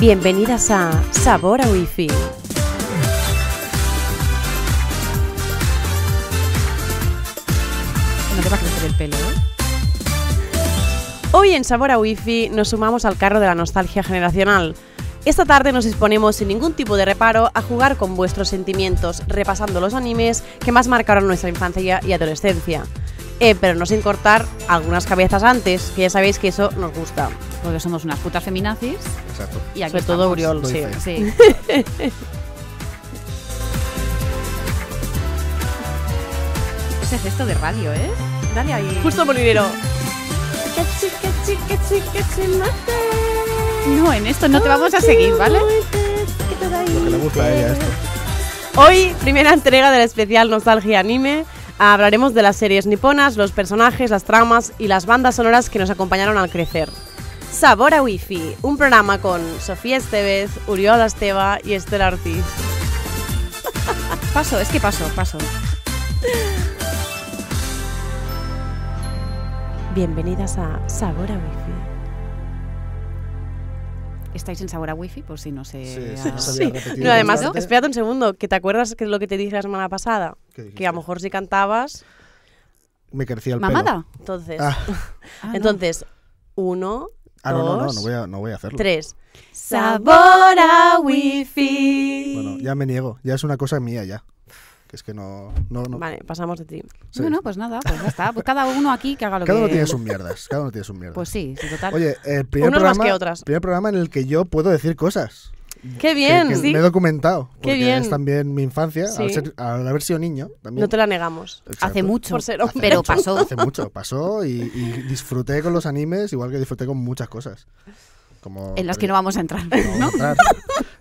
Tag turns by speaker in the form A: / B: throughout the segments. A: Bienvenidas a Sabor a Wi-Fi.
B: No te va a crecer el pelo, ¿eh?
A: Hoy en Sabor a Wi-Fi nos sumamos al carro de la nostalgia generacional. Esta tarde nos disponemos sin ningún tipo de reparo a jugar con vuestros sentimientos, repasando los animes que más marcaron nuestra infancia y adolescencia. Eh, pero no sin cortar algunas cabezas antes, que ya sabéis que eso nos gusta.
B: Porque somos unas putas feminazis
C: Exacto.
B: y aquí
A: Sobre todo
B: estamos.
A: Uriol,
C: Muy
A: sí.
C: feo.
B: Sí. Ese gesto de radio, ¿eh? Dale ahí.
A: Justo molinero.
B: No, en esto no te vamos a seguir, ¿vale?
C: Lo que le gusta a ella esto.
A: Hoy, primera entrega del especial Nostalgia Anime. Hablaremos de las series niponas, los personajes, las tramas y las bandas sonoras que nos acompañaron al crecer. Sabor a Wi-Fi, un programa con Sofía Estevez, Uriola Esteva y Esther Ortiz.
B: Paso, es que paso, paso.
A: Bienvenidas a Sabor a Wi-Fi.
B: ¿Estáis en sabor a wifi? Por si no se...
C: Sí, sí,
B: ha-
C: no sabía repetir.
A: No, además,
C: bastante.
A: espérate un segundo, que te acuerdas que lo que te dije la semana pasada,
C: ¿Qué dijiste?
A: que a lo mejor si cantabas,
C: Me crecía el pelo.
B: ¿Mamada?
A: entonces,
C: Ah,
B: Ah, no.
A: entonces, uno,
C: ah, no,
A: dos,
C: no, no, no voy a, no voy a hacerlo.
A: tres. Sabor a Wi-Fi.
C: Bueno, ya me niego. Ya es una cosa mía ya. Que es que no... no, no.
A: Vale, pasamos de ti.
C: Sí.
B: Bueno, pues nada, pues ya está. Pues cada uno aquí que haga lo
C: Cada
B: que...
C: uno tiene sus mierdas. Cada uno tiene sus mierdas.
B: Pues sí, sí, total.
C: Oye, el primer
A: Unos más
C: programa,
A: que otras.
C: primer programa en el que yo puedo decir cosas.
A: ¡Qué
C: que-
A: bien!
C: que
A: sí.
C: Me he documentado. Porque
A: bien.
C: es también mi infancia. Al,
A: Sí.
C: ser- al haber sido niño también.
A: No te la negamos.
C: Exacto.
B: Hace mucho,
A: Por ser hombre.
B: pero
C: mucho,
B: pasó.
C: Hace mucho, pasó y, y disfruté con los animes igual que disfruté con muchas cosas. Como
B: En las que no vamos a entrar,
C: No,
B: ¿no?
C: entrar.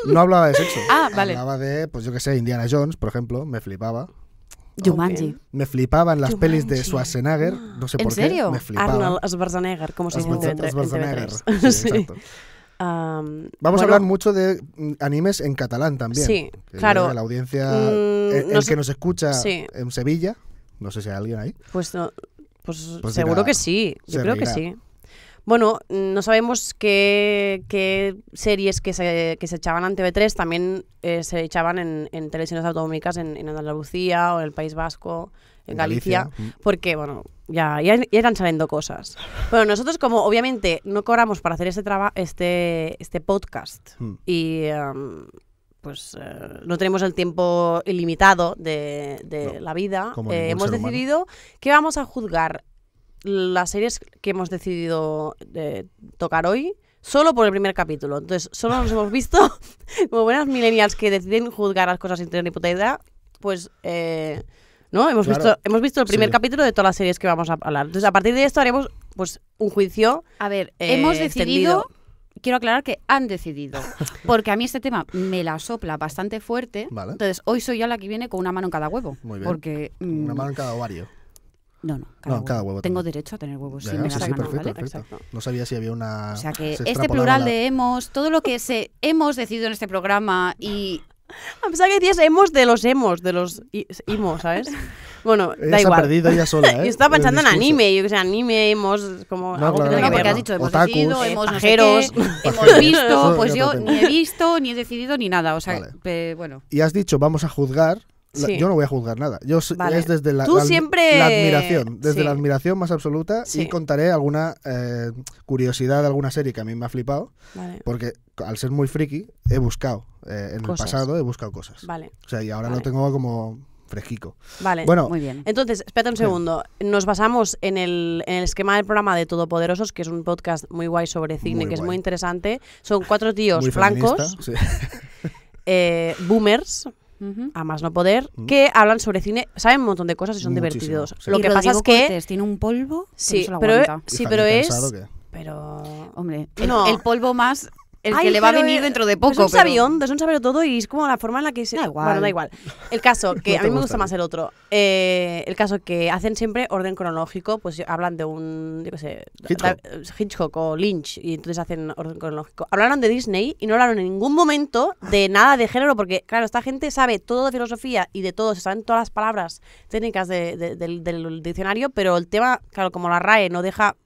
C: No hablaba de sexo.
B: Ah, vale.
C: Hablaba de, pues yo qué sé, Indiana Jones, por ejemplo, me flipaba.
B: Jumanji.
C: Me flipaban las
A: Jumanji.
C: pelis de Schwarzenegger, no sé
B: ¿En
C: por
B: serio?
C: qué. Me flipaban.
A: Arnold Schwarzenegger, como se dice en TV3.
C: Schwarzenegger, Schwarzenegger.
A: en TV3.
C: Sí,
A: Sí.
C: exacto.
A: Am,
C: Vamos
A: bueno,
C: a hablar mucho de mm, animes en catalán también.
A: Sí,
C: que
A: claro.
C: La audiencia, eh,
A: Mm,
C: el, el
A: nos-
C: que nos escucha
A: sí.
C: en Sevilla, no sé si hay alguien ahí.
A: Pues, no- pues,
C: Pues
A: seguro
C: dirá,
A: que sí. Yo
C: se
A: creo que
C: reirá.
A: sí. Bueno, no sabemos qué, qué series que se, que se echaban en TV3 también eh, se echaban en, en televisiones autonómicas en, en Andalucía o en el País Vasco, en,
C: En
A: Galicia,
C: Galicia,
A: porque, bueno, ya, ya, ya irán saliendo cosas. Bueno, nosotros como obviamente no cobramos para hacer este, traba- este, este podcast
C: Mm.
A: y em, pues eh, no tenemos el tiempo ilimitado de, de
C: No,
A: la vida, eh,
C: como ningún
A: hemos
C: ser humano.
A: decidido que vamos a juzgar las series que hemos decidido eh, tocar hoy solo por el primer capítulo. Entonces, solo nos hemos visto como buenas millennials que deciden juzgar las cosas sin tener ni puta idea, pues... eh, ¿No? Hemos,
C: Claro.
A: visto, hemos visto el primer
C: Sí.
A: capítulo de todas las series que vamos a hablar. Entonces, a partir de esto haremos pues un juicio.
B: A ver,
A: eh,
B: hemos
A: extendido.
B: decidido, quiero aclarar que han decidido, porque a mí este tema me la sopla bastante fuerte.
C: Vale.
B: Entonces, hoy soy yo la que viene con una mano en cada huevo.
C: Muy bien.
B: Porque. mm,
C: Una mano en cada ovario.
B: No, no,
C: No, en cada huevo
B: Tengo
C: también.
B: derecho a tener huevos.
C: Ya,
B: sí, me
C: sí,
B: la
C: sí,
B: gano,
C: perfecto,
B: ¿vale?
C: perfecto.
A: Exacto.
C: No sabía si había una.
B: O sea que
C: se
B: este
C: extrapolaba
B: plural
C: la-
B: de hemos, todo lo que se hemos decidido en este programa y
A: A pesar que decías hemos de los hemos, de los i- imos, ¿sabes? Bueno,
C: Ella
A: da
C: se
A: igual.
C: ha perdido ella sola. ¿eh?
A: Yo estaba
C: el
A: pensando en
C: discurso.
A: anime, yo que sé, anime, hemos, como
C: No,
A: algo que
C: claro,
A: tenga
B: No,
A: que ver.
B: porque has
C: ¿no?
B: dicho hemos
C: Otakus.
B: decidido, hemos no sé
A: Pajeros.
B: qué, hemos
C: Pajeros.
B: visto,
C: Eso
B: pues
C: ya
B: yo
C: lo tengo.
B: ni he visto, ni he decidido, ni nada. O sea,
C: Vale.
B: pe- bueno.
C: Y has dicho, vamos a juzgar. La-
A: Sí.
C: Yo no voy a juzgar nada. Yo s-
A: Vale.
C: es desde la,
A: Tú
C: la-
A: siempre-
C: la admiración, desde
A: Sí.
C: la admiración más absoluta
A: Sí.
C: y contaré alguna eh, curiosidad de alguna serie que a mí me ha flipado,
A: Vale,
C: porque al ser muy friki he buscado eh, en
A: Cosas.
C: el pasado he buscado cosas.
A: vale,
C: O sea, y ahora
A: Vale. Eh,
C: lo tengo como fresquico.
A: vale.
C: Bueno,
B: Muy bien.
A: Entonces, espérate un
C: Sí.
A: segundo. Nos basamos en el, en el esquema del programa de Todopoderosos, que es un podcast muy guay sobre cine,
C: Muy
A: que es
C: guay.
A: muy interesante. Son cuatro tíos
C: muy
A: blancos,
C: feminista, sí.
A: eh, boomers,
B: Ujú.
A: a más no poder,
C: Mm.
A: que hablan sobre cine, saben un montón de cosas y son
C: Muchísimo,
A: divertidos.
C: sí.
A: Lo
B: Y
A: que pasa
B: Rodrigo
A: es que...
B: Cortés tiene un polvo. que no
A: Sí,
B: se lo
A: pero,
B: aguanta.
A: sí,
C: Hija,
A: pero
C: qué
A: es...
C: cansado que-
A: Pero...
B: Hombre, el,
A: No.
B: el polvo más el
A: Ay,
B: que le va a
A: pero,
B: venir
A: eh,
B: dentro de poco.
C: pues
A: Es un
B: pero-
A: sabión, es un sabión todo y es como la forma en la que se.
B: Da igual.
A: Bueno, da igual. El caso, que
C: No
A: a
C: te
A: mí me
C: gusta,
A: gusta
C: ¿no?
A: más el otro. Eh, el caso que hacen siempre orden cronológico, pues hablan de un. Yo qué sé.
C: Hitchcock.
A: da- Hitchcock o Lynch y entonces hacen orden cronológico. Hablaron de Disney y no hablaron en ningún momento de nada de género porque, claro, esta gente sabe todo de filosofía y de todo, se saben todas las palabras técnicas de- de- del, del diccionario, pero el tema, claro, como la RAE no deja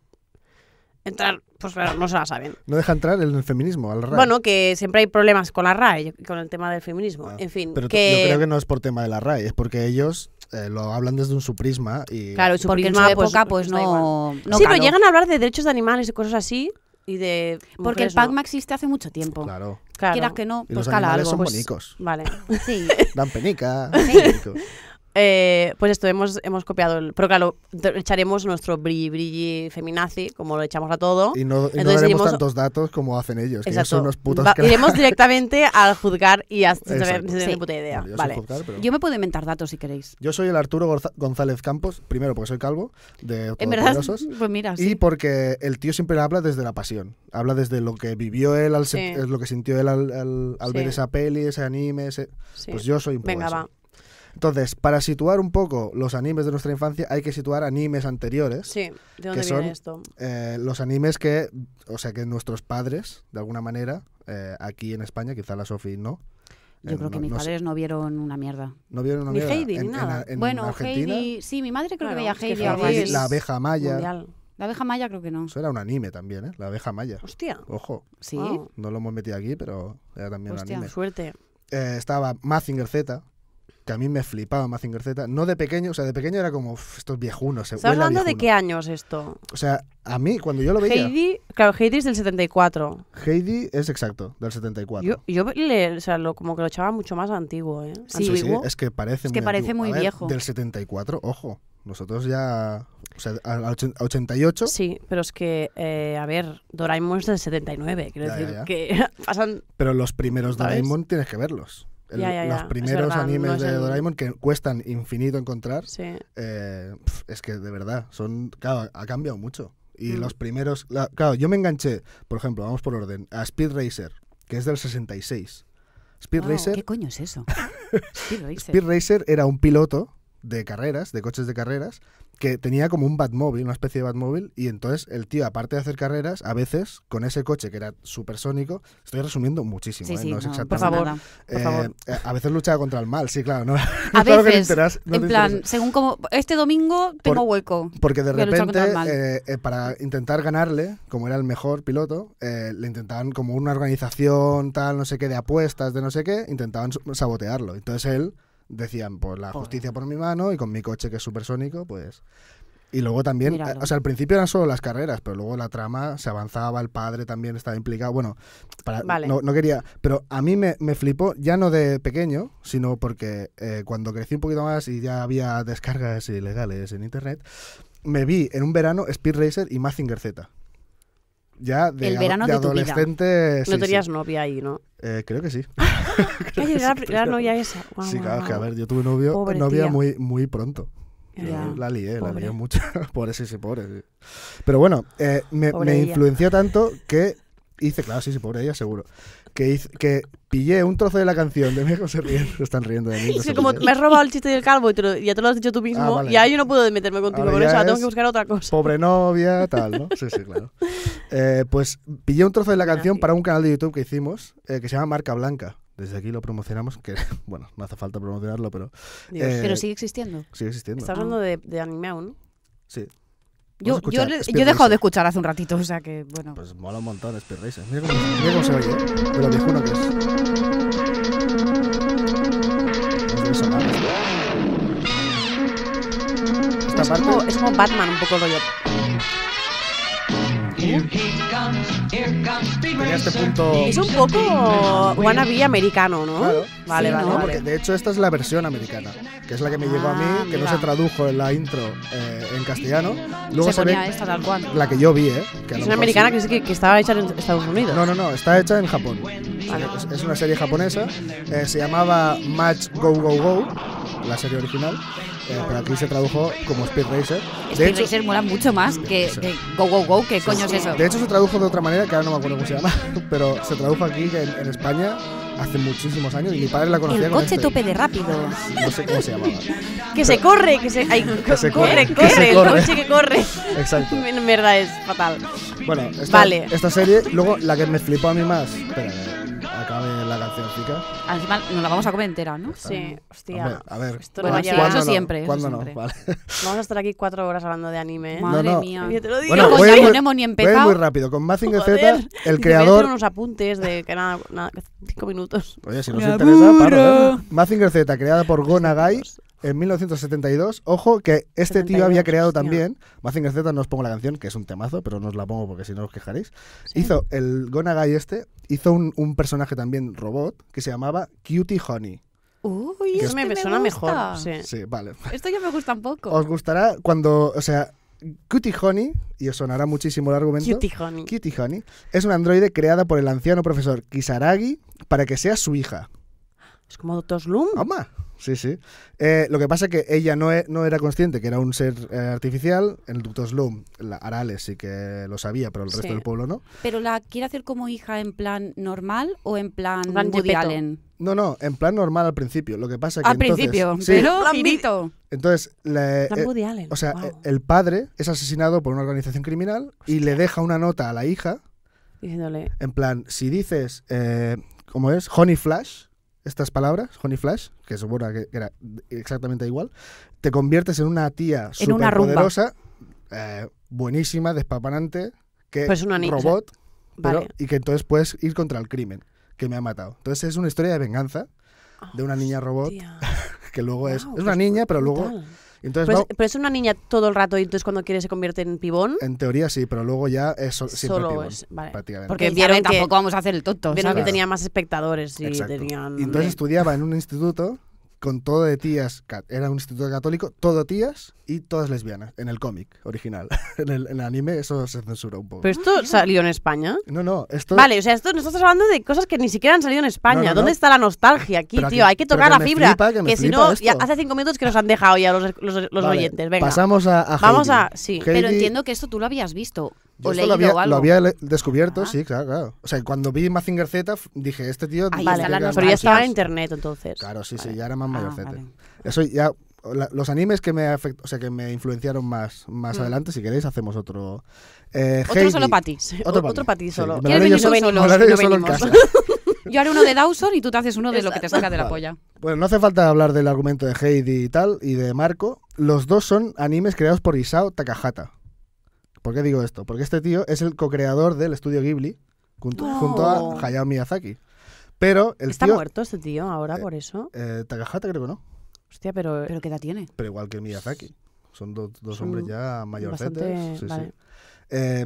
A: entrar pues claro, no se la saben.
C: No deja entrar el feminismo al RAE.
A: Bueno, que siempre hay problemas con la RAE, yo- con el tema del feminismo.
C: Ah,
A: en fin,
C: Pero
A: que,
C: yo creo que no es por tema de la RAE, es porque ellos eh, lo hablan desde un su prisma y
A: Claro, y su
B: porque en su
A: prisma, pues,
B: época pues
A: da igual.
B: no, no
A: sí,
B: caló.
A: pero llegan a hablar de derechos de animales y cosas así. Y de.
B: Porque el
A: mujeres no.
B: PACMA existe hace mucho tiempo.
C: claro.
A: Claro.
B: Quieras que no,
C: Y
B: pues
C: los
B: cala
C: animales
B: algo.
C: son
A: pues-
C: bonicos,
A: Vale.
B: Sí.
C: dan penica.
A: Eh, pues esto, hemos, hemos copiado. El, pero claro, te- echaremos nuestro brilli brilli feminazi, como lo echamos a todo.
C: Y no, y no
A: Entonces
C: daremos
A: iremos-
C: tantos datos como hacen ellos, que ellos son unos putos
A: Va-
C: que-
A: iremos directamente al juzgar y a sin saber
C: Exacto.
A: sin tener
B: Sí.
A: ni puta idea.
C: Bueno, yo soy
A: vale.
C: juzgar, pero-
B: Yo me puedo inventar datos si queréis.
C: Yo soy el Arturo Gorza- González Campos, primero porque soy calvo, de
B: En verdad,
C: Todopoderosos,
B: pues
A: ah,
B: mira,
C: y
B: sí.
C: porque el tío siempre habla desde la pasión. Habla desde lo que vivió él, al se-
A: Sí.
C: lo que sintió él al, al- al
A: Sí.
C: ver esa peli, ese anime. ese-
A: sí.
C: Pues yo soy un poco
A: Venga,
C: eso.
A: va.
C: Entonces, para situar un poco los animes de nuestra infancia, hay que situar animes anteriores.
A: Sí, ¿de dónde viene
C: son-
A: esto?
C: eh, los animes que, o sea, que nuestros padres, de alguna manera, eh, aquí en España, quizá la Sofi no.
B: Yo
C: eh,
B: creo que
C: no-
B: mis
C: no sé,
B: padres no vieron una mierda.
C: no vieron una
A: Ni
C: mierda.
A: Heidi, ni
C: en, en-
A: nada.
C: en
B: bueno,
C: Argentina,
B: Heidi, sí, mi madre creo
A: Claro,
B: que veía
A: es que
B: Heidi.
A: Heidi
B: algo
A: es-
B: así.
C: la abeja maya.
A: Mundial.
B: La abeja maya creo que no.
C: Eso era un anime también, ¿eh? La abeja maya.
A: Hostia.
C: Ojo,
B: Sí. Oh,
A: Wow.
C: no lo hemos metido aquí, pero era también
B: Hostia.
C: un anime.
A: Suerte.
C: Eh, estaba Mazinger Z, que a mí me flipaba Mazinger Z. No de pequeño, o sea, de pequeño era como, "Uf, estos viejunos. eh,
A: ¿Estás
C: huele a
A: hablando de qué
C: viejuno".
A: años esto?
C: O sea, a mí, cuando yo lo veía, Heidi,
A: Heidi, claro, Heidi es del 74.
C: es exacto, del 74.
A: Yo, yo le- o sea, lo, como que lo echaba mucho más antiguo, ¿eh?
B: Sí.
C: Sí, sí,
A: Antiguo.
C: es que parece
B: Es que
C: muy
B: parece
C: antiguo.
B: muy
C: A ver,
B: viejo.
C: Del 74, ojo. Nosotros ya. O sea, a a ochen- a 88.
A: Sí, pero es que, eh, a ver, Doraemon es del 79, quiero
C: Ya,
A: decir,
C: ya, ya.
A: que pasan...
C: Pero los primeros
A: ¿Sabes?
C: Doraemon tienes que verlos. El-
A: Ya, ya, ya,
C: Los
A: es
C: primeros
A: verdad,
C: animes
A: no es
C: de
A: el-
C: Doraemon que cuestan infinito encontrar.
A: Sí,
C: eh, pf, es que de verdad, son. Claro, ha cambiado mucho. Y
A: Mm.
C: los primeros. la- claro, yo me enganché, por ejemplo, vamos por orden, a Speed Racer, que es del 66. Speed
B: Wow,
C: Racer
B: ¿Qué coño es eso? Speed Racer.
C: Speed Racer era un piloto de carreras, de coches de carreras, que tenía como un Batmóvil, una especie de Batmóvil, y entonces el tío, aparte de hacer carreras, a veces con ese coche que era supersónico, estoy resumiendo muchísimo,
B: Sí,
C: ¿eh?
B: sí,
C: no es
B: no, por
C: exactamente.
B: favor.
A: Nada. por
C: Eh,
A: favor.
C: eh, a veces luchaba contra el mal, sí, claro, ¿no?
B: A
C: Claro que te
B: veces,
C: enteras, no te
B: en plan,
C: enteras.
B: según como, este domingo tengo
C: Por-
B: hueco.
C: Porque de
B: voy a luchar
C: repente,
B: contra el mal.
C: eh, eh, para intentar ganarle, como era el mejor piloto, eh, le intentaban como una organización tal, no sé qué, de apuestas, de no sé qué, intentaban su- sabotearlo. Entonces él decían, pues la
B: Joder.
C: justicia por mi mano y con mi coche que es supersónico, pues... Y luego también, eh,
B: Míralo.
C: o sea, al principio eran solo las carreras, pero luego la trama se avanzaba, el padre también estaba implicado. Bueno, para,
A: Vale.
C: no, no quería, pero a mí me, me flipó, ya no de pequeño, sino porque eh, cuando crecí un poquito más y ya había descargas ilegales en internet, me vi en un verano Speed Racer y Mazinger Z. Ya de,
B: El
C: ado-
B: verano
C: de
B: de tu vida.
C: adolescente. sí,
A: no
C: sí.
A: tenías novia ahí, ¿no?
C: Eh, creo que sí.
A: Ay, era la- era la novia esa. Guau,
C: sí,
A: Ah, guau,
C: claro, es que a
A: guau.
C: ver, yo tuve novio,
A: Pobre
C: novia
A: tía.
C: muy, muy pronto. Yo
A: Ya.
C: La lié, la
A: Pobre.
C: lié mucho. pobre, sí, sí, pobre. sí. Pero bueno, eh, me,
A: Pobre
C: me
A: ella.
C: influenció tanto que hice, claro, sí, sí, pobre ella, seguro. Que, hice- que pillé un trozo de la canción de México se ríen, se están riendo de mí. no
A: Es
C: sé
A: que
C: por
A: como
C: qué.
A: me has robado el chiste del calvo y te lo- ya te lo has dicho tú mismo,
C: vale.
A: y ahí yo no puedo meterme contigo
C: Ahora
A: por
C: ya
A: eso, ahora tengo
C: es-
A: que buscar otra cosa.
C: Pobre novia, tal, ¿no? Sí, sí, claro. Eh, pues pillé un trozo de la canción para un canal de YouTube que hicimos eh, que se llama Marca Blanca. Desde aquí lo promocionamos, que bueno, no hace falta promocionarlo, pero
A: Dios.
C: eh,
B: Pero sigue existiendo.
C: sigue existiendo.
A: Estás hablando de, de anime aún.
C: Sí.
B: Yo,
C: Vamos a
B: yo,
C: escuchar
B: le-
C: Speed
B: yo he dejado
C: Racer.
B: de escuchar hace un ratito, o sea que, bueno.
C: Pues mola un montón Speed Racer. Mira cómo, mira cómo se oye, ¿eh? de lo viejuno que es. Nos debe sonar esto. Esta
A: Es como,
C: parte,
A: es como Batman, un poco rollo.
D: Here he comes, here comes Speed
C: tenía este
D: Racer.
C: punto...
A: Es un poco wannabe americano, ¿no?
C: Claro.
A: Vale, vale,
B: Sí,
C: No,
B: ¿no?
A: vale.
C: porque de hecho esta es la versión americana, que es la que me llegó a
B: Ah,
C: mí, que no
B: mira.
C: se tradujo en la intro eh, en castellano. Luego
B: se
C: se, ve
B: ponía esta tal cual.
C: la que yo vi, ¿eh? que a lo
A: Es
C: mejor
A: una americana
C: sí.
A: que, sí que, que estaba hecha en Estados Unidos.
C: No, no, no, está hecha en Japón. Es, es una serie japonesa, eh, se llamaba Match Go Go Go, la serie original, eh, pero aquí se tradujo como Speed Racer. De
B: Speed
C: hecho-
B: Racer mola mucho más que,
C: Racer.
B: que Go Go Go, que coño es eso.
C: De hecho, se tradujo de otra manera, que ahora no me acuerdo cómo se llama, pero se tradujo aquí en, en España hace muchísimos años y mi padre la conocía
B: El
C: con
B: coche
C: este-
B: tope de rápido.
C: No sé cómo se llamaba.
A: Que se corre, que se. ay,
C: Que se corre,
A: corre,
C: que
A: corre,
C: se
A: el
C: corre.
A: coche que corre.
C: Exacto.
A: En verdad es fatal.
C: Bueno, esta,
A: Vale.
C: esta serie, luego la que me flipó a mí más. Espera, que acabe la canción cancioncica.
B: Encima nos la vamos a comer entera, ¿no?
A: Sí, hostia.
C: Hombre, a ver.
A: Esto
B: Bueno,
A: no va a
B: sí,
A: llegar.
B: eso
C: ¿cuándo no?
B: siempre, eso
C: ¿Cuándo no?
B: siempre.
C: Vale.
A: Vamos a estar aquí cuatro horas hablando de anime. ¿eh?
C: Ma-
B: Madre
C: no.
B: mía.
A: Yo te lo digo.
C: Bueno,
B: Con
C: voy a
B: Yayo
C: ir-
B: no hemos ni
C: voy a ir
B: empezado.
C: muy rápido. Con Mazinger
A: Joder.
C: Z, el
A: Dice, voy a hacer
C: creador
A: unos apuntes de que nada, nada, cinco minutos.
C: Oye, si nos
B: Me
C: interesa,
B: aburro.
C: paro, ¿eh? Mazinger Z, creada por Go Nagai en 1972. Ojo que este
A: 72,
C: tío había creado
A: hostia.
C: también. Mazinger Z, no os pongo la canción, que es un temazo, pero no os la pongo porque si no os quejaréis.
A: Sí.
C: Hizo el Go Nagai este, hizo un, un personaje también robot que se llamaba Cutie Honey.
B: Uy,
A: Eso
B: este
A: me,
B: me
A: suena
B: gusta.
A: mejor. Sí.
C: Sí, vale.
B: Esto ya me gusta un poco.
C: Os gustará cuando, o sea, Cutie Honey, y os sonará muchísimo el argumento.
A: Cutie Honey.
C: Cutie Honey es un androide creada por el anciano profesor Kisaragi para que sea su hija.
A: Es como Doctor Sloom.
C: Ama. Sí, sí. Eh, lo que pasa es que ella no, e- no era consciente que era un ser eh, artificial. El Dr. Sloom, la Arales sí que lo sabía, pero el resto
A: Sí.
C: del pueblo no.
B: ¿Pero la quiere hacer como hija en plan normal o en plan
A: En plan
B: Woody
A: Gepetto.
B: Allen?
C: No, no, en plan normal al principio. Lo que pasa que
B: Al
C: entonces-
B: principio,
C: sí,
B: pero
A: Plan
B: girito.
C: entonces, la-
A: Plan
C: eh,
A: Woody Allen.
C: o sea,
A: Wow.
C: eh, el padre es asesinado por una organización criminal y le deja una nota a la hija.
A: Diciéndole,
C: En plan, si dices, eh, ¿cómo es? Honey Flash, estas palabras, Honey Flash, que seguro que que era exactamente igual, te conviertes en una tía
B: En una rumba.
C: superpoderosa, eh, buenísima, despapanante, que
A: Pues una ni-
C: robot, pero-
A: vale.
C: y que entonces puedes ir contra el crimen que me ha matado. Entonces es una historia de venganza de una niña robot
A: Tía,
C: que luego es,
A: Ah, guau,
C: es una
A: pues,
C: niña, pero luego,
A: brutal.
C: entonces
A: Pero,
C: va-
A: es, Pues, pero es una niña todo el rato y entonces cuando quiere se convierte en pibón.
C: en teoría sí, pero luego ya es so- siempre
A: Solo
C: pibón,
A: es- vale.
C: prácticamente.
A: Porque
B: Ya
A: vieron
B: ve,
A: que-
B: tampoco vamos a hacer el tonto.
A: Vieron que
C: claro.
B: ¿sabes?
A: tenía más espectadores y
C: Exacto.
A: tenían...
C: Y entonces estudiaba en un instituto con todo de tías, ca- era un instituto católico, todo tías y todas lesbianas, en el cómic original. en, el, en el anime eso se censura un poco.
A: Pero esto salió en España.
C: no, no, esto...
A: Vale, o sea, esto nos estás hablando de cosas que ni siquiera han salido en España.
C: No, no,
A: ¿Dónde
C: no.
A: está la nostalgia aquí,
C: Pero
A: tío?
C: aquí-
A: Hay que
C: pero
A: tocar la
C: que me
A: fibra.
C: flipa, que me
A: si
C: flipa
A: no,
C: esto.
A: ya hace cinco minutos que nos han dejado ya los, los, los
C: Vale,
A: oyentes. Venga.
C: Pasamos a, a
A: Vamos
C: Heidi.
A: a- sí.
C: Heidi,
B: Pero entiendo que esto tú lo habías visto
C: yo
B: o
C: esto
B: leído
C: lo había,
B: o algo.
C: lo había le- descubierto,
B: Ah.
C: sí, claro, claro. O sea, cuando vi Mazinger Z f- dije, este tío...
B: Ahí
C: tiene
A: Vale,
B: está
C: que
B: la
C: ganar
A: pero ya
B: nostalgia.
A: estaba en
C: muchos.
A: internet entonces.
C: Claro, sí,
A: Vale.
C: sí, ya era más
B: Ah,
C: mayorcete.
B: vale.
C: Eso ya. la- los animes que me afect- o sea, que me influenciaron más, más adelante, si queréis, hacemos otro.
B: Mm.
C: Eh,
B: Otro
C: Heidi.
B: solo para ti.
A: O- otro
C: para
A: pa'
C: ti
A: ti solo.
C: me lo
B: ¿Quieres
C: haré yo
B: venir
C: solo,
B: solos?
C: me lo haré
B: No
C: yo solo en
B: venimos.
C: casa.
B: Yo haré uno de Dawson y tú te haces uno de lo que te saca de la polla.
C: Bueno, no hace falta hablar del argumento de Heidi y tal, y de Marco. Los dos son animes creados por Isao Takahata. ¿Por qué digo esto? Porque este tío es el co-creador del estudio Ghibli, junto,
A: No.
C: junto a Hayao Miyazaki. Pero el
A: ¿Está
C: tío.
A: muerto este tío ahora por eso?
C: eh, Takahata creo que no,
A: Hostia, pero...
B: ¿Pero qué edad tiene?
C: pero igual que Miyazaki. Son do- dos
A: Son
C: hombres ya mayorcetes.
A: bastante-
C: Sí, sí.
A: vale.
C: Eh,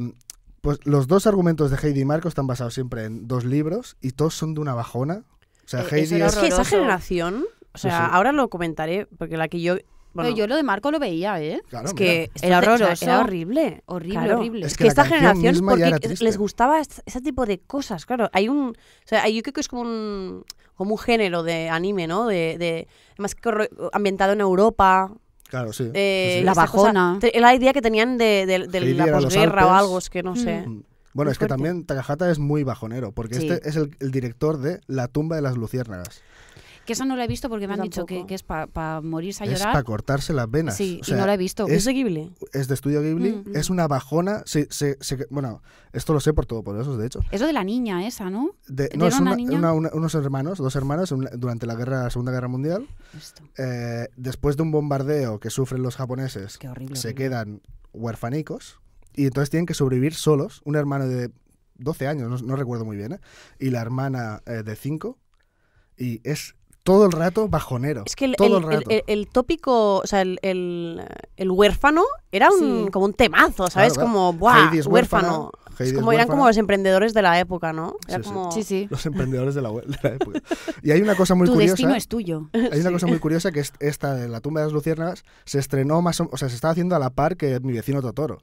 C: pues los dos argumentos de Heidi y Marco están basados siempre en dos libros y todos son de una bajona. O sea,
B: Eh, eso
C: Heidi
B: era
C: es.
A: Es que esa
B: Horroroso.
A: generación... O sea,
C: sí.
A: ahora lo comentaré, porque la que yo... Bueno,
B: Pero Eh, yo lo de Marco lo veía, ¿eh?
C: claro,
A: es
C: Ah, mira,
A: que era
B: mira. Esto te- o sea,
A: horroroso.
B: era
A: era horrible.
B: Horrible,
A: Claro.
B: horrible.
C: Es
A: Es
C: que
A: que,
C: la
A: esta
C: canción
A: generación
C: misma ya
A: porque
C: era
A: es-
C: triste.
A: les gustaba es- ese tipo de cosas, claro. Hay un, o sea, yo creo que es como un, como un género de anime, ¿no? De, de más que horro- ambientado en Europa.
C: claro, sí.
A: eh,
C: sí, sí.
B: La
A: esta cosa-
B: bajona.
A: te- la idea que tenían de, de- de
C: Heidi
A: la
C: era los
A: posguerra o
C: Alpes.
A: algo, es que no sé.
C: Mm. Bueno,
A: muy
C: es que
A: fuerte.
C: también Takahata es muy bajonero, porque
A: Sí.
C: este es el, el director de La tumba de las luciérnagas.
B: Que esa no la he visto porque me han
A: Yo
B: dicho que,
A: tampoco.
B: que es para morirse a
C: Es
B: llorar.
C: para cortarse las venas.
B: Sí,
C: O sea,
B: y no la he visto.
A: Es
C: es-
A: seguible.
C: es de estudio Ghibli,
B: Mm.
C: es una bajona. se- se- se- bueno, esto lo sé por todo por eso, de hecho.
B: Es lo de la niña esa, ¿no?
C: De-
B: ¿Era
C: no, es
B: una
C: una-
B: niña?
C: una- una- unos hermanos, dos hermanos, en la- durante la, guerra, la Segunda Guerra Mundial.
B: Esto.
C: eh, después de un bombardeo que sufren los japoneses,
B: Qué horrible.
C: se
B: horrible.
C: quedan huerfanicos y entonces tienen que sobrevivir solos. Un hermano de 12 años, no, no recuerdo muy bien, ¿eh? y la hermana eh, de 5. Y es todo el rato bajonero.
A: Es que el,
C: todo el,
A: el- el-
C: rato.
A: el- el tópico, o sea, el, el- el huérfano era un,
B: Sí.
A: como un temazo, ¿sabes?
C: Claro, claro.
A: Como, ¡buah!
C: Heidi es
A: Huérfano.
C: huérfana,
A: Es
C: Heidi es
A: como, eran como
C: huérfana.
A: los emprendedores de la época, ¿no? Era
C: Sí, sí.
A: como-
B: Sí, sí.
C: Los emprendedores de la, hue- de la época. Y hay una cosa muy ¿eh?
B: tu destino
C: curiosa.
B: es tuyo.
C: Hay una cosa muy curiosa que es esta de la tumba de las luciérnagas se estrenó más o, o sea, se estaba haciendo a la par que mi vecino Totoro.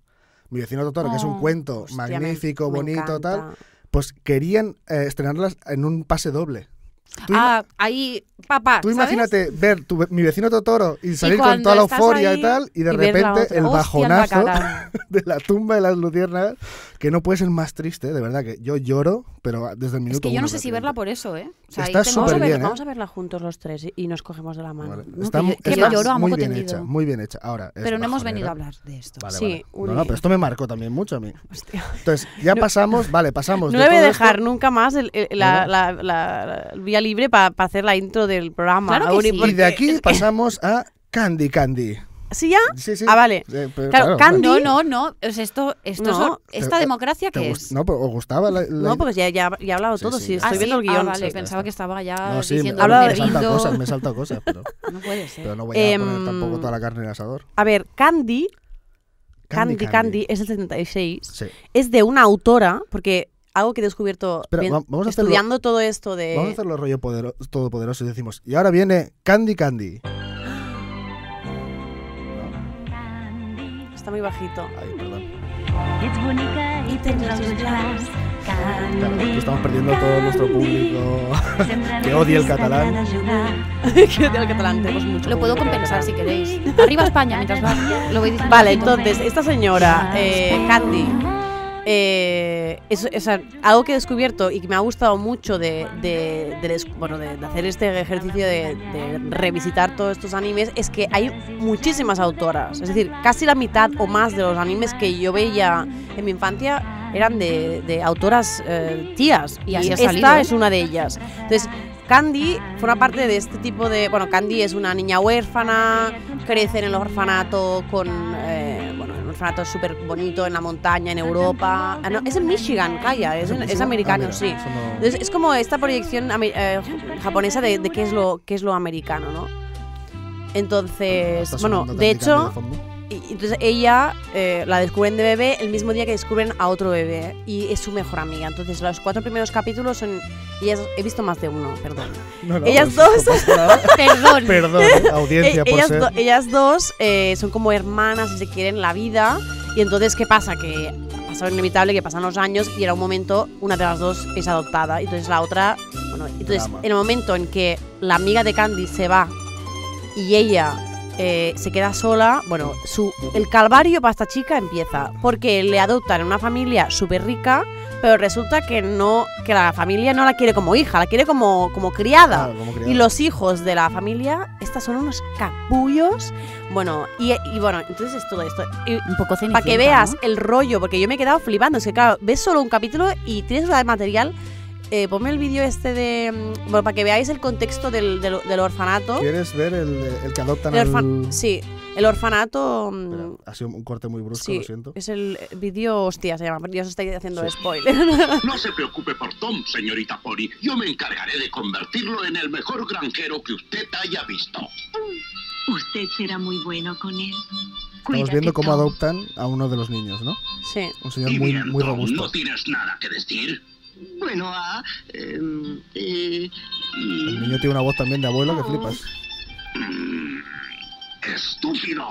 C: Mi vecino Totoro, que es un
B: Oh,
C: cuento
A: Hostia, me-
C: magnífico,
A: me
C: bonito, tal,
A: encanta.
C: pues querían eh, estrenarlas en un pase doble. Tú ima-
B: Ah, ahí, papá.
C: Tú
B: ¿sabes?
C: imagínate ver tu, ve- mi vecino Totoro y salir con
B: cuando
C: toda la
B: estás
C: euforia
B: ahí
C: y tal, y de
A: y ver la
C: repente
A: otra.
C: el
B: Hostia,
C: bajonazo
B: albacara.
C: de la tumba de las luciérnagas, que no puede ser más triste, de verdad, que yo lloro, pero desde el minuto
B: Es que yo
C: uno
B: no sé si verla
C: prácticamente.
B: por eso, ¿eh? O ahí
C: Está
B: tengo-
A: Vamos a,
C: Súper
A: ver,
C: bien, ¿eh?
A: vamos a verla juntos los tres y, y nos cogemos de la mano.
C: Vale.
B: No, que
C: Está,
B: yo-
C: mu-
B: que
C: está
B: yo lloro a
C: muy
B: moco
C: bien
B: tendido.
C: hecha, muy bien hecha. Ahora, es
B: Pero no hemos venido a
C: bajonera.
B: hablar de esto.
C: Vale,
A: Sí,
C: vale. No,
A: Uri.
C: no, pero esto me marcó también mucho a mí.
A: Hostia.
C: Entonces, ya pasamos, vale, pasamos.
A: No
C: Pues de
A: le voy a
C: todo esto-
A: dejar nunca más el, el- la-
C: Bueno.
A: la- la- la- el día libre para hacer la intro del programa.
B: Claro que
A: Auri,
B: sí.
A: porque-
C: Y de aquí pasamos a Candy Candy.
A: ¿Sí ya?
C: Sí, sí.
A: Ah, vale.
C: Eh, pero
A: Claro,
C: claro,
A: Candy-
B: No, no, no. Es esto, esto
A: No.
B: son- ¿Esta
C: Te-
B: democracia
C: ¿Te
B: qué
C: gust-
B: es?
C: No, pero ¿os gustaba la, la-
A: No, porque ya, ya, ya he hablado
C: Sí,
A: todo,
C: sí,
A: sí,
C: ya
A: estoy
C: está.
A: viendo el
B: Ah,
A: guión.
B: vale,
C: está,
B: pensaba
C: está.
B: que estaba ya
C: No, sí, me,
B: diciendo
A: Habla
B: lo de
C: me
A: de-
C: he saltado
B: Rindo.
C: cosas, me he saltado cosas, pero,
B: No puede ser.
C: pero no voy a
A: Em,
C: poner tampoco toda la carne en el asador.
A: A ver, Candy, Candy Candy, es el 76.
C: Sí.
A: Es de una autora, porque algo que he descubierto
C: Espera,
A: bien-
C: va- vamos a hacerlo-
A: estudiando todo esto de...
C: Vamos a hacerlo rollo podero- todopoderoso y decimos, y ahora viene Candy Candy.
A: Está muy bajito.
C: Ay, perdón.
E: Es bonita y tendrá sus llaves.
C: Claro, aquí
E: Candy,
C: estamos perdiendo todo nuestro público. que odie el catalán.
A: que del catalán tenemos mucho.
B: Lo puedo compensar si queréis. Arriba España, mientras va. Lo voy diciendo.
A: Vale,
B: aquí.
A: entonces, esta señora, eh, Candy, eh, es, es algo que he descubierto y que me ha gustado mucho de, de- del es- bueno, de, de hacer este ejercicio de, de revisitar todos estos animes es que hay muchísimas autoras. Es decir, casi la mitad o más de los animes que yo veía en mi infancia eran de, de autoras eh, tías.
B: Y así ha
A: esta
B: salido, ¿eh?
A: es una de ellas. Entonces, Candy forma parte de este tipo de... Bueno, Candy es una niña huérfana, crece en el orfanato con... eh, bueno, en un orfanato súper bonito en la montaña, en Europa. Ah, no, es en Michigan, calla, es, en- es americano,
C: Ah, mira,
A: sí.
C: eso no-
A: Entonces, es como esta proyección ame- eh, japonesa de, de qué, es lo, qué es lo americano, ¿no? Entonces,
C: Está
A: eh, bueno,
C: sonando
A: de
C: Candy Candy
A: hecho,
C: de fondo.
A: y- y entonces ella eh, la descubren de bebé el mismo día que descubren a otro bebé y es su mejor amiga. Entonces los cuatro primeros capítulos son... Ellas, he visto más de uno, perdón.
C: No, no,
A: ellas
C: pues, no
A: dos...
C: pasa nada.
B: Perdón.
C: Perdón, audiencia,
A: Eh,
C: por
A: ellas,
C: ser.
A: do- ellas dos eh, son como hermanas, si se quieren, la vida. Y entonces, ¿qué pasa? Que pasa lo inevitable, que pasan los años y era un momento, una de las dos es adoptada. Y entonces la otra, bueno, entonces
C: Drama.
A: en el momento en que la amiga de Candy se va y ella eh, se queda sola, bueno, su, el calvario para esta chica empieza. Porque le adoptan en una familia súper rica, pero resulta que no, que la familia no la quiere como hija, la quiere como, como criada.
C: Claro, como
A: Y
C: criado.
A: los hijos de la familia, estas son unos capullos. Bueno, y, y bueno, entonces es todo esto.
B: Un poco cenicienta.
A: Para que veas
B: ¿no?
A: el rollo, porque yo me he quedado flipando. Es que, claro, ves solo un capítulo y tienes una de material. Eh, ponme el vídeo este de. mm, Bueno, para que veáis el contexto del, del- del orfanato.
C: ¿Quieres ver el, el que adoptan
A: El orfan-
C: al-
A: Sí, el orfanato. mm,
C: Espera, ha sido un corte muy brusco,
A: sí,
C: lo siento.
A: es el eh, vídeo. Hostia, se llama. pero Ya os estáis haciendo
C: Sí.
A: spoiler.
F: No se preocupe por Tom, señorita Pony. Yo me encargaré de convertirlo en el mejor granjero que usted haya visto.
E: Usted será muy bueno con él.
C: Estamos viendo cómo adoptan a uno de los niños, ¿no?
A: sí.
C: Un señor
F: Y
C: muy,
F: bien,
C: muy
F: Tom,
C: robusto.
F: ¿No tienes nada que decir?
G: Bueno, ah, em, eh,
C: El niño tiene una voz también de abuelo que flipas.
F: Mm, estúpido.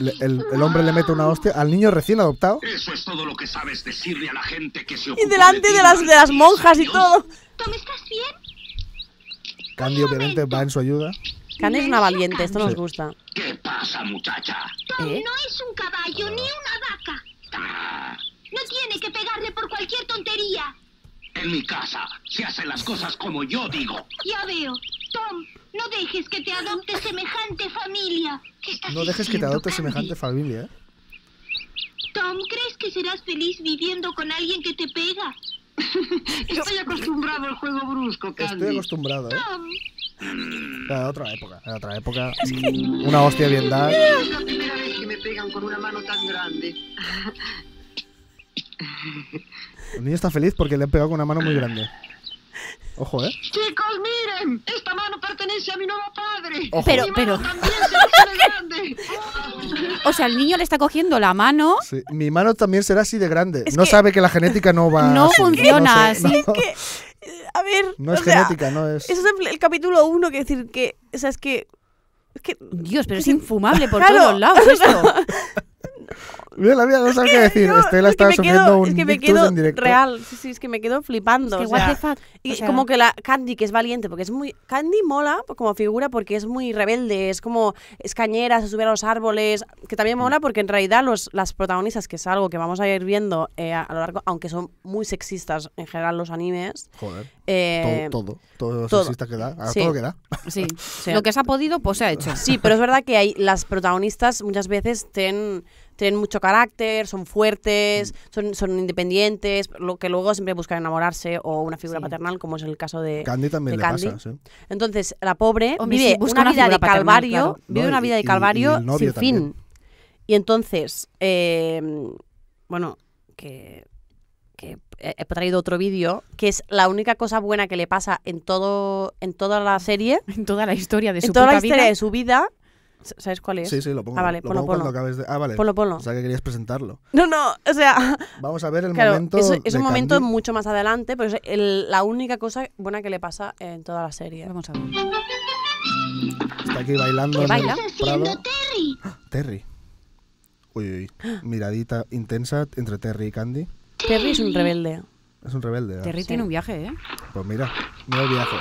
C: Le- el, el hombre le mete una hostia al niño recién adoptado.
F: Eso es todo lo que sabes decirle a la gente que se ocupa
A: Y delante
F: ti
A: de las, de las
F: durante
A: monjas y
F: 10 años.
A: todo.
E: Tom, ¿estás bien?
C: Candy obviamente va en su ayuda.
A: Candy es una valiente, esto nos
C: Sí.
A: gusta.
F: ¿Qué pasa, muchacha?
A: ¿Eh?
E: No es un caballo ni una vaca.
F: Ah,
E: No tiene que pegarle por cualquier tontería.
F: en mi casa se hacen las cosas como yo digo.
E: Ya veo. Tom, no dejes que te adopte semejante familia. ¿Qué estás
C: No dejes que te
E: diciendo,
C: adopte
E: Candy?
C: semejante familia, ¿eh?
E: Tom, ¿crees que serás feliz viviendo con alguien que te pega?
G: estoy acostumbrado al juego brusco,
C: Estoy
G: Candy.
C: acostumbrado, ¿eh?
E: Tom,
C: Era otra época, era otra época. Una hostia bien dada.
G: Es la primera vez que me pegan con una mano tan grande.
C: El niño está feliz porque le han pegado con una mano muy grande. Ojo, ¿eh?
G: Chicos, miren, esta mano pertenece a mi nuevo padre.
C: Ojo.
B: Pero,
G: Mi mano
B: pero.
G: también será así de grande.
B: O sea, el niño le está cogiendo la mano.
C: Sí, Mi mano también será así de grande. no
A: que-
C: sabe que la genética no va
B: No
C: así,
B: funciona
C: sé,
B: así,
C: no.
A: A ver.
C: No es
A: o sea,
C: genética, no es.
A: Eso es el, el capítulo 1, que decir que. O sea, es que. Es que.
B: Dios, pero es infumable por
A: Claro.
B: todos lados esto.
C: Mira, la mira, no sabe qué decir. Estela
A: es que
C: está
A: me
C: sufriendo
A: quedo,
C: un
A: es que me
C: ictus
A: quedo
C: en directo.
A: real. Sí, sí, es que me quedo flipando.
B: Es que
A: o
B: what
A: sea,
B: the fuck.
A: y
B: o sea,
A: como que la Candy, que es valiente, porque es muy. Candy mola pues, como figura porque es muy rebelde, es como es cañera, se sube a los árboles, que también
C: Mm.
A: mola porque en realidad los, las protagonistas, que es algo que vamos a ir viendo eh, a, a lo largo, aunque son muy sexistas en general los animes.
C: Joder.
A: eh,
C: todo, todo, todo
A: todo.
C: sexista que da, a
A: Sí.
C: todo que da.
B: Sí.
A: Sí.
B: Lo que se ha podido, pues se ha hecho.
A: Sí, pero es verdad que hay, las protagonistas muchas veces tienen, tienen mucho carácter, son
B: Mm.
A: fuertes, son, son independientes, lo que luego siempre buscan enamorarse o una figura
B: Sí.
A: paternal, como es el caso de
C: Candy
A: de
C: también le
A: Candy.
C: pasa, sí.
A: Entonces, la pobre
B: Hombre,
A: vive
B: sí, busca
A: una,
B: una
A: vida
B: figura
A: de
B: paternal,
A: calvario,
B: claro.
A: vive
C: No,
A: una
C: y-
A: vida
C: y-
A: de
C: y
A: calvario
C: el novio
A: sin
C: también.
A: fin. Y entonces, eh, bueno, que, que he he traído otro vídeo, que es la única cosa buena que le pasa en todo en toda la serie,
B: En toda la historia de su
A: en toda la
B: puta
A: historia
B: vida.
A: de su vida. S- ¿Sabes cuál es?
C: Sí, sí, lo pongo.
A: Ah, vale,
C: lo
A: ponlo,
C: pongo
A: ponlo.
C: cuando acabes de... Ah, vale.
A: Ponlo, ponlo.
C: O sea que querías presentarlo.
A: No, no, o sea,
C: Vamos a ver el
A: claro,
C: momento.
A: es, es
C: de
A: un este momento
C: Candy.
A: mucho más adelante, pero es el- la única cosa buena que le pasa en toda la serie.
B: Vamos a ver.
C: Está aquí bailando.
B: ¿Qué
C: en el
B: baila?
E: ¿Qué estás haciendo,
C: prado.
E: Terry?
C: Terry. Uy, uy, uy. Miradita intensa entre Terry y Candy.
A: Terry es un rebelde.
C: Es un rebelde. ¿verdad?
B: Terry tiene un viaje, ¿eh?
C: Pues mira, mira el viaje.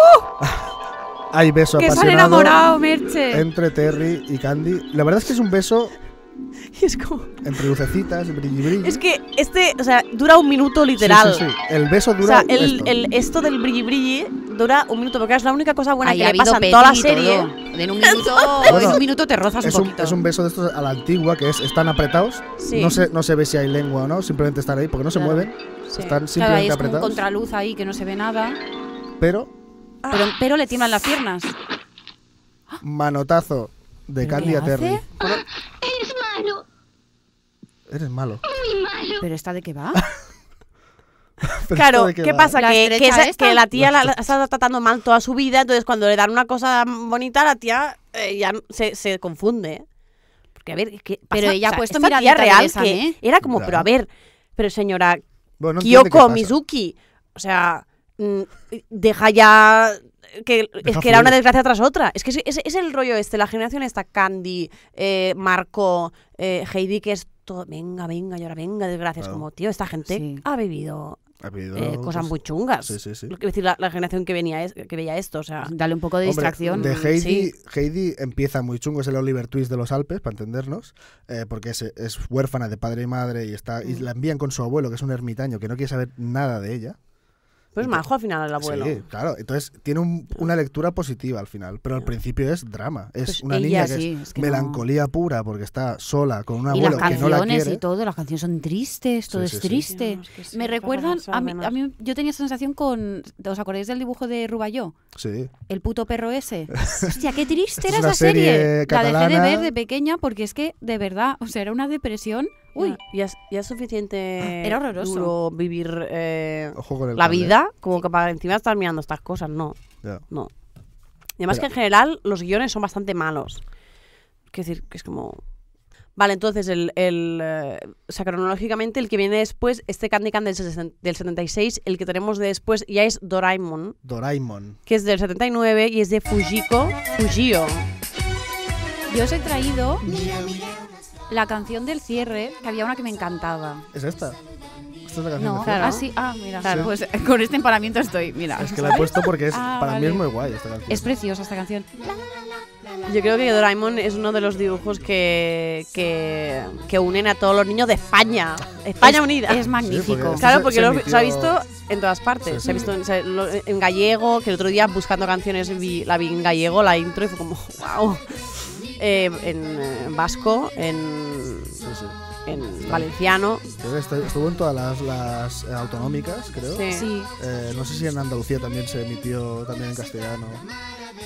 C: Hay beso
B: ¡Uh! ¡Que se han
C: apasionado
B: enamorado, Merche!
C: entre Terry y Candy. La verdad es que es un beso
A: Y es como...
C: entre lucecitas, brilli brilli.
A: Es que este, o sea, dura un minuto
C: Sí, sí,
A: literal.
C: sí. El beso
A: O
C: dura.
A: sea, el,
C: esto.
A: esto. El, esto del brilli brilli dura un minuto, porque es la única cosa buena
B: Ahí
A: que
B: ha
A: le pasa
B: habido
A: en toda la
B: peli y
A: serie.
B: todo. En un minuto, en
C: Bueno,
B: un minuto te rozas
C: Es
B: un
C: un,
B: poquito.
C: es un beso de estos a la antigua, que es están apretados.
A: Sí.
C: No, se, no se ve si hay lengua o no, simplemente están ahí porque no se
A: Claro.
C: mueven.
A: Sí.
C: Están
B: Claro, ahí
C: simplemente
B: es como un
C: apretados.
B: contraluz ahí que no se ve nada.
C: Pero Ah.
B: Pero, pero le tiemblan las piernas.
C: manotazo de
B: ¿Pero
C: Candy
B: qué
C: a Terry.
B: hace?
E: Eres malo,
C: Eres malo.
E: muy malo.
B: ¿Pero esta de qué va?
C: Pero esto
A: Claro,
C: de
A: ¿qué,
C: que va-
A: pasa?
B: ¿La
A: Que, que,
B: estrecha
A: esa-
B: esta?
A: que la tía la, la está tratando mal toda su vida, entonces cuando le dan una cosa bonita, la tía eh, ya se, se confunde. Porque a ver, es que
B: Pero
A: pasa-
B: ella ha
A: o sea,
B: puesto
A: esta tía
B: miradita de
A: real
B: bésame,
A: que
B: ¿eh?
A: era como,
C: Ya.
A: pero a ver, pero señora,
C: Bueno, no entiende qué
A: Kyoko
C: pasa.
A: Mizuki. O sea, mm, deja ya. Que, es
C: Deja
A: que era una
C: fluir.
A: desgracia tras otra. Es que es, es- es el rollo este, la generación está Candy, eh, Marco, eh, Heidi, que es todo, venga, venga, y ahora venga, desgracias.
C: Claro.
A: Como, tío, esta gente
B: Sí.
A: ha vivido
C: Ha habido,
A: eh, cosas
C: pues,
A: muy chungas.
C: sí, sí, sí.
A: Lo que- Es decir, la, la generación que, venía es- que veía esto, o sea.
B: Dale un poco de
C: Hombre,
B: distracción.
C: De
A: mm,
C: Heidi,
A: sí.
C: Heidi empieza muy chungo, es el Oliver Twist de los Alpes, para entendernos, eh, porque es, es huérfana de padre y madre y está
B: Mm.
C: y la envían con su abuelo, que es un ermitaño, que no quiere saber nada de ella.
A: Pero es pues majo al final el abuelo.
C: Sí, claro. Entonces tiene un- una lectura positiva al final, pero al principio es drama. Es
B: Pues
C: una
B: ella
C: niña que
B: sí,
C: es,
B: es que no.
C: melancolía pura porque está sola con un
B: y
C: abuelo
B: las
C: que no la
B: canciones
C: quiere.
B: y todo, las canciones son tristes, todo
C: Sí,
B: es
C: sí, sí.
B: triste.
A: Dios, que sí,
B: Me
A: pasa
B: recuerdan,
A: demasiado
B: a mí,
A: menos.
B: a mí- yo tenía esa sensación con, ¿os acordáis del dibujo de Rubayó?
C: Sí.
B: El puto perro ese. Hostia, qué triste
C: Es
B: era
C: una
B: esa serie.
C: serie
B: La dejé de
C: catalana.
B: ver de pequeña porque es que, de verdad, o sea, era una depresión. Uy,
A: Ya, ya es, ya es suficiente
B: Ah, Era horroroso.
A: duro vivir eh,
C: Ojo con el
A: la
C: cable.
A: vida, como que para encima estar mirando estas cosas, no.
C: Ya.
A: No. Y además
C: Pero-
A: que en general los guiones son bastante malos. Quiero decir, que es como... Vale, entonces, el, el, eh, o sea, cronológicamente, el que viene después, este Candy Can del, sesen- del 76, el que tenemos de después ya es Doraemon,
C: Doraemon.
A: que es del 79 y es de Fujiko Fujio.
B: yo os he traído la canción del cierre, que había una que me encantaba.
C: ¿Es esta? Esta es la canción.
B: No,
C: de
A: claro.
B: Ah, sí, ah, mira,
C: Claro.
B: pues con este emparamiento estoy, mira.
C: Es que la he puesto porque es,
B: Ah,
C: para
B: vale.
C: mí es muy guay esta canción.
B: Es preciosa esta canción.
A: Yo creo que Doraemon es uno de los dibujos que, que, que unen a todos los niños de España. España
B: Es-
A: Unida.
B: Es magnífico.
C: porque-
A: Claro,
C: Se-
A: porque
C: se
A: lo-
C: emitió-
A: se ha visto en todas partes.
C: Sí, sí.
A: Se ha visto en, se- lo- en gallego, que el otro día buscando canciones vi- la vi en gallego, la intro, y fue como, wow. en, eh, vasco, en,
C: Sí, sí.
A: en valenciano.
C: Creo que estu- Estuvo en todas las, las, eh, autonómicas, creo.
A: Sí.
B: Sí.
C: Eh, no sé si en Andalucía también se emitió también en castellano.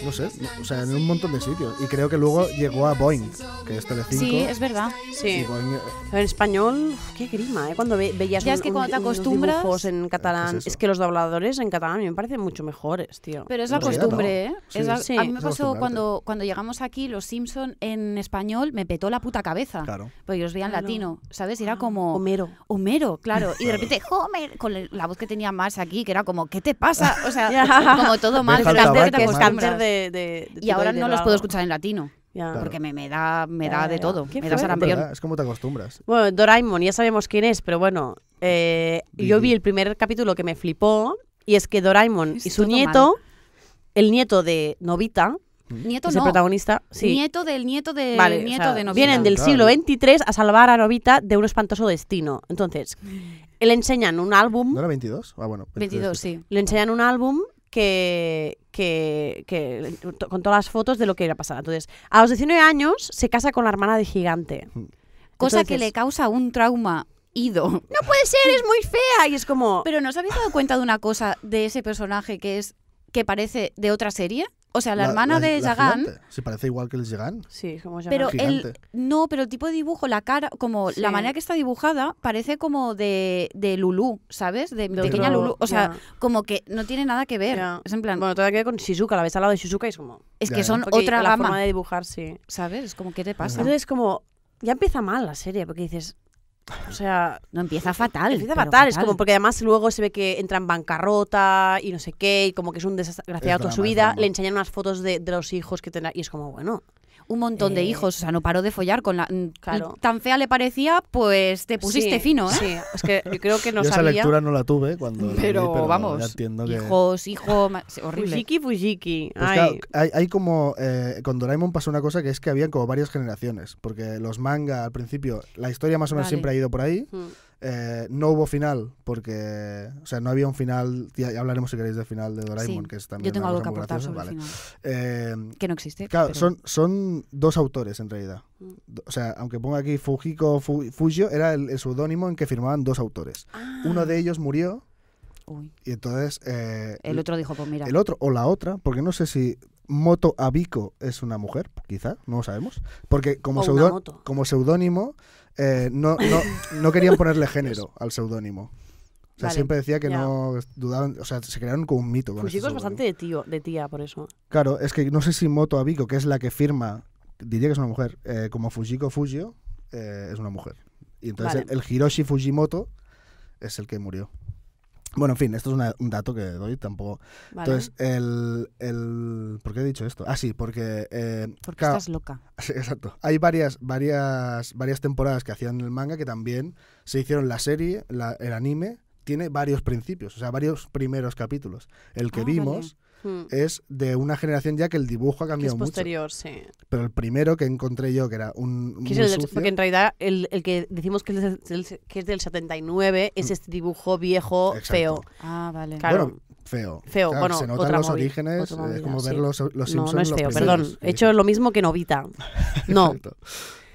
C: No sé, no- o sea, en un montón de sitios. Y creo que luego llegó a Boeing, que es Telecinco.
B: Sí, es verdad.
C: y
A: Sí.
C: Boing, eh,
A: Pero en español, uf, qué grima, ¿eh? Cuando ve- veías
B: Ya es
A: un-
B: que
A: un-
B: cuando te
A: unos
B: acostumbras-
A: dibujos en catalán,
C: ¿qué
A: es,
C: es eso?
A: que los dobladores en catalán a mí me parecen mucho mejores, tío.
B: Pero es la
C: En realidad,
B: costumbre, ¿eh?
C: no. Sí,
B: Es la-
A: sí.
B: A mí me
C: Es
B: pasó
C: acostumbrarte.
B: cuando, cuando llegamos aquí, los Simpson en español me petó la puta cabeza.
C: Claro.
B: Porque yo los veía en
A: Claro. Ah.
B: latino, ¿sabes? Y era como.
A: Homero.
B: Homero, claro. Y de repente, Homer, con el- la voz que tenía más aquí, que era como, ¿qué te pasa? O sea,
A: Ya.
B: como todo mal.
C: Deja el
B: pero es que
C: tabaco,
B: te
A: Es
C: acostumbras.
A: cáncer
B: acostumbras.
A: de, de- de
B: Y ahora
A: tiroides
B: no
A: o
B: los
A: algo.
B: puedo escuchar en latino,
A: Ya.
C: Claro.
B: porque me, me da, me
A: Ya,
B: da
A: ya,
B: de
A: ya.
B: todo.
A: Qué
B: Me
A: fuerte.
B: da
C: Es,
B: sarampión.
C: verdad, es como te acostumbras.
A: Bueno, Doraemon, ya sabemos quién es, pero bueno, eh, yo
C: Didi.
A: vi el primer capítulo que me flipó y es que Doraemon
B: Es
A: y su
B: todo
A: nieto, el nieto de Novita, que
B: Nieto
A: es el
B: no.
A: protagonista, sí.
B: Nieto del nieto del
A: Vale, o
B: eh, nieto
A: sea,
B: de Novita.
A: vienen del
C: Claro.
A: siglo XXIII a salvar a Novita de un espantoso destino. Entonces, le enseñan un
B: ¿Mm?
A: álbum,
C: ¿No era 22? Ah, bueno.
B: 22, sí.
A: le enseñan un álbum que, que, que- con todas las fotos de lo que iba a pasar. Entonces, a los 19 años se casa con la hermana de Gigante.
B: cosa
A: Entonces-
B: que le causa un trauma ido. No puede ser,
A: Es muy fea y es como...
B: Pero ¿nos habéis dado cuenta de una cosa de ese personaje que es que parece de otra serie? O sea, la, hermana de
C: la
B: Jagan,
C: gigante. Sí, parece igual que el Jagan.
A: Sí, como ya
B: pero
A: no.
B: el
C: Gigante.
B: no, pero el tipo de dibujo, la cara, como
A: Sí.
B: la manera que está dibujada parece como de, de Lulú, ¿sabes? De,
A: De
B: pequeña
A: otro-
B: Lulú, o sea,
A: ya.
B: como que no tiene nada que ver.
A: Ya.
B: Es en plan,
A: Bueno, todavía queda con Shizuka, la ves al lado de Shizuka y es como...
B: es
C: Ya,
B: que
C: ya.
B: son
A: porque
B: otra
A: la
B: gama,
A: forma de dibujar, sí.
B: ¿sabes? Es como qué te pasa?
A: Entonces como... Ya empieza mal la serie, porque dices... O sea,
B: No empieza fatal.
A: empieza
B: pero
A: fatal. Es como porque además luego se ve que entra en bancarrota y no sé qué, y como que es un desgraciado
C: Es
A: toda su
C: drama, es
A: vida.
C: drama.
A: Le enseñan unas fotos de, de los hijos que tendrá y es como, bueno,
B: un montón de
A: Eh,
B: hijos, o sea, no paró de follar con la mm,
A: claro.
B: tan fea le parecía, pues te pusiste
A: sí,
B: fino, ¿eh?
A: Sí, es que yo creo que no
C: Yo esa
A: sabía.
C: lectura no la tuve cuando la vi,
B: Pero, vamos,
C: ya entiendo que...
B: Hijos, hijo, ma- sí, horrible.
A: Fujiki, Fujiki.
C: Pues
A: Ay,
C: claro, hay, hay como. eh, con Doraemon pasó una cosa que es que había como varias generaciones. Porque los manga, al principio, la historia más o menos
B: Vale.
C: siempre ha ido por ahí.
A: Mm.
C: Eh, no hubo final, porque. O sea, no había un final. Ya ya hablaremos si queréis del final de Doraemon,
B: Sí,
C: que es también.
B: Yo tengo
C: una
B: algo que
C: cosa muy
B: aportar sobre
C: graciosa,
B: el final,
C: vale. Eh,
B: que no existe.
C: Claro,
B: pero-
C: son, son dos autores en realidad.
A: Mm.
C: Do- O sea, aunque ponga aquí Fujiko Fu- Fujio, era el, el seudónimo en que firmaban dos autores.
B: Ah.
C: Uno de ellos murió
B: Uy,
C: y entonces eh,
B: el otro dijo, pues mira,
C: el otro o la otra, porque no sé si Moto Abico es una mujer, quizá, no lo sabemos, porque como,
A: O una
C: seudó-
A: moto.
C: como seudónimo eh, no, no, no querían ponerle género al seudónimo. O sea,
A: Vale,
C: siempre decía que
A: ya.
C: no dudaban, o sea, se crearon como un mito. Con este
A: Fujiko es
C: seudónimo.
A: bastante de tío, de tía, por eso.
C: Claro, es que no sé si Moto Abico, que es la que firma, diría que es una mujer, eh, como Fujiko Fujio, eh, es una mujer. Y entonces
A: Vale.
C: el, el Hiroshi Fujimoto es el que murió. Bueno, en fin, esto es una- un dato que doy tampoco.
A: Vale.
C: Entonces, el, el- ¿Por qué he dicho esto? Ah, sí, porque... eh,
B: porque
C: claro,
B: estás loca.
C: Sí, exacto. Hay varias, varias, varias temporadas que hacían el manga que también se hicieron la serie, la- el anime, tiene varios principios, o sea, varios primeros capítulos. El que
B: Ah, vale.
C: vimos
A: Mm.
C: es de una generación ya que el dibujo ha
A: Que es
C: cambiado mucho.
A: posterior, sí.
C: Pero el primero que encontré yo, que era un.
A: Que
C: muy
A: es el del-
C: sucio,
A: porque en realidad el, el que decimos que es, del- del, que es del 79 es este dibujo viejo,
C: Mm. Exacto.
A: feo.
B: Ah, vale.
A: claro.
C: Bueno, feo.
A: Feo,
C: Claro,
A: bueno,
C: se notan
A: otra
C: los
A: movida,
C: orígenes,
A: otra
C: es
A: movida,
C: como
A: sí.
C: ver los, los
A: No,
C: Simpsons.
A: no es
C: los
A: feo,
C: primeros,
A: perdón.
C: que
A: He hecho
C: dicen.
A: lo mismo que Novita. No,
C: Exacto.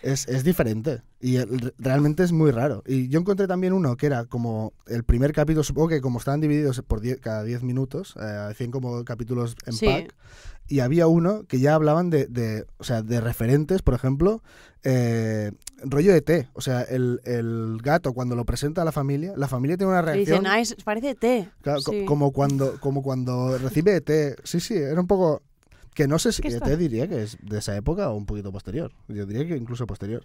C: Es, es diferente y el- realmente es muy raro. Y yo encontré también uno que era como el primer capítulo, supongo que como estaban divididos por diez- cada 10 minutos, eh, hacían como capítulos en
A: Sí.
C: pack. Y había uno que ya hablaban de, de, o sea, de referentes, por ejemplo, eh, rollo de té. O sea, el, el gato cuando lo presenta a la familia, la familia tiene una
A: que
C: reacción.
A: dicen, ah, es- parece té.
C: Claro, co-
A: Sí.
C: como, cuando, como cuando recibe ET. Sí, sí, era un poco... Que no sé si
A: ¿Qué
C: ET
A: está?
C: diría que es de esa época o un poquito posterior. Yo diría que incluso posterior.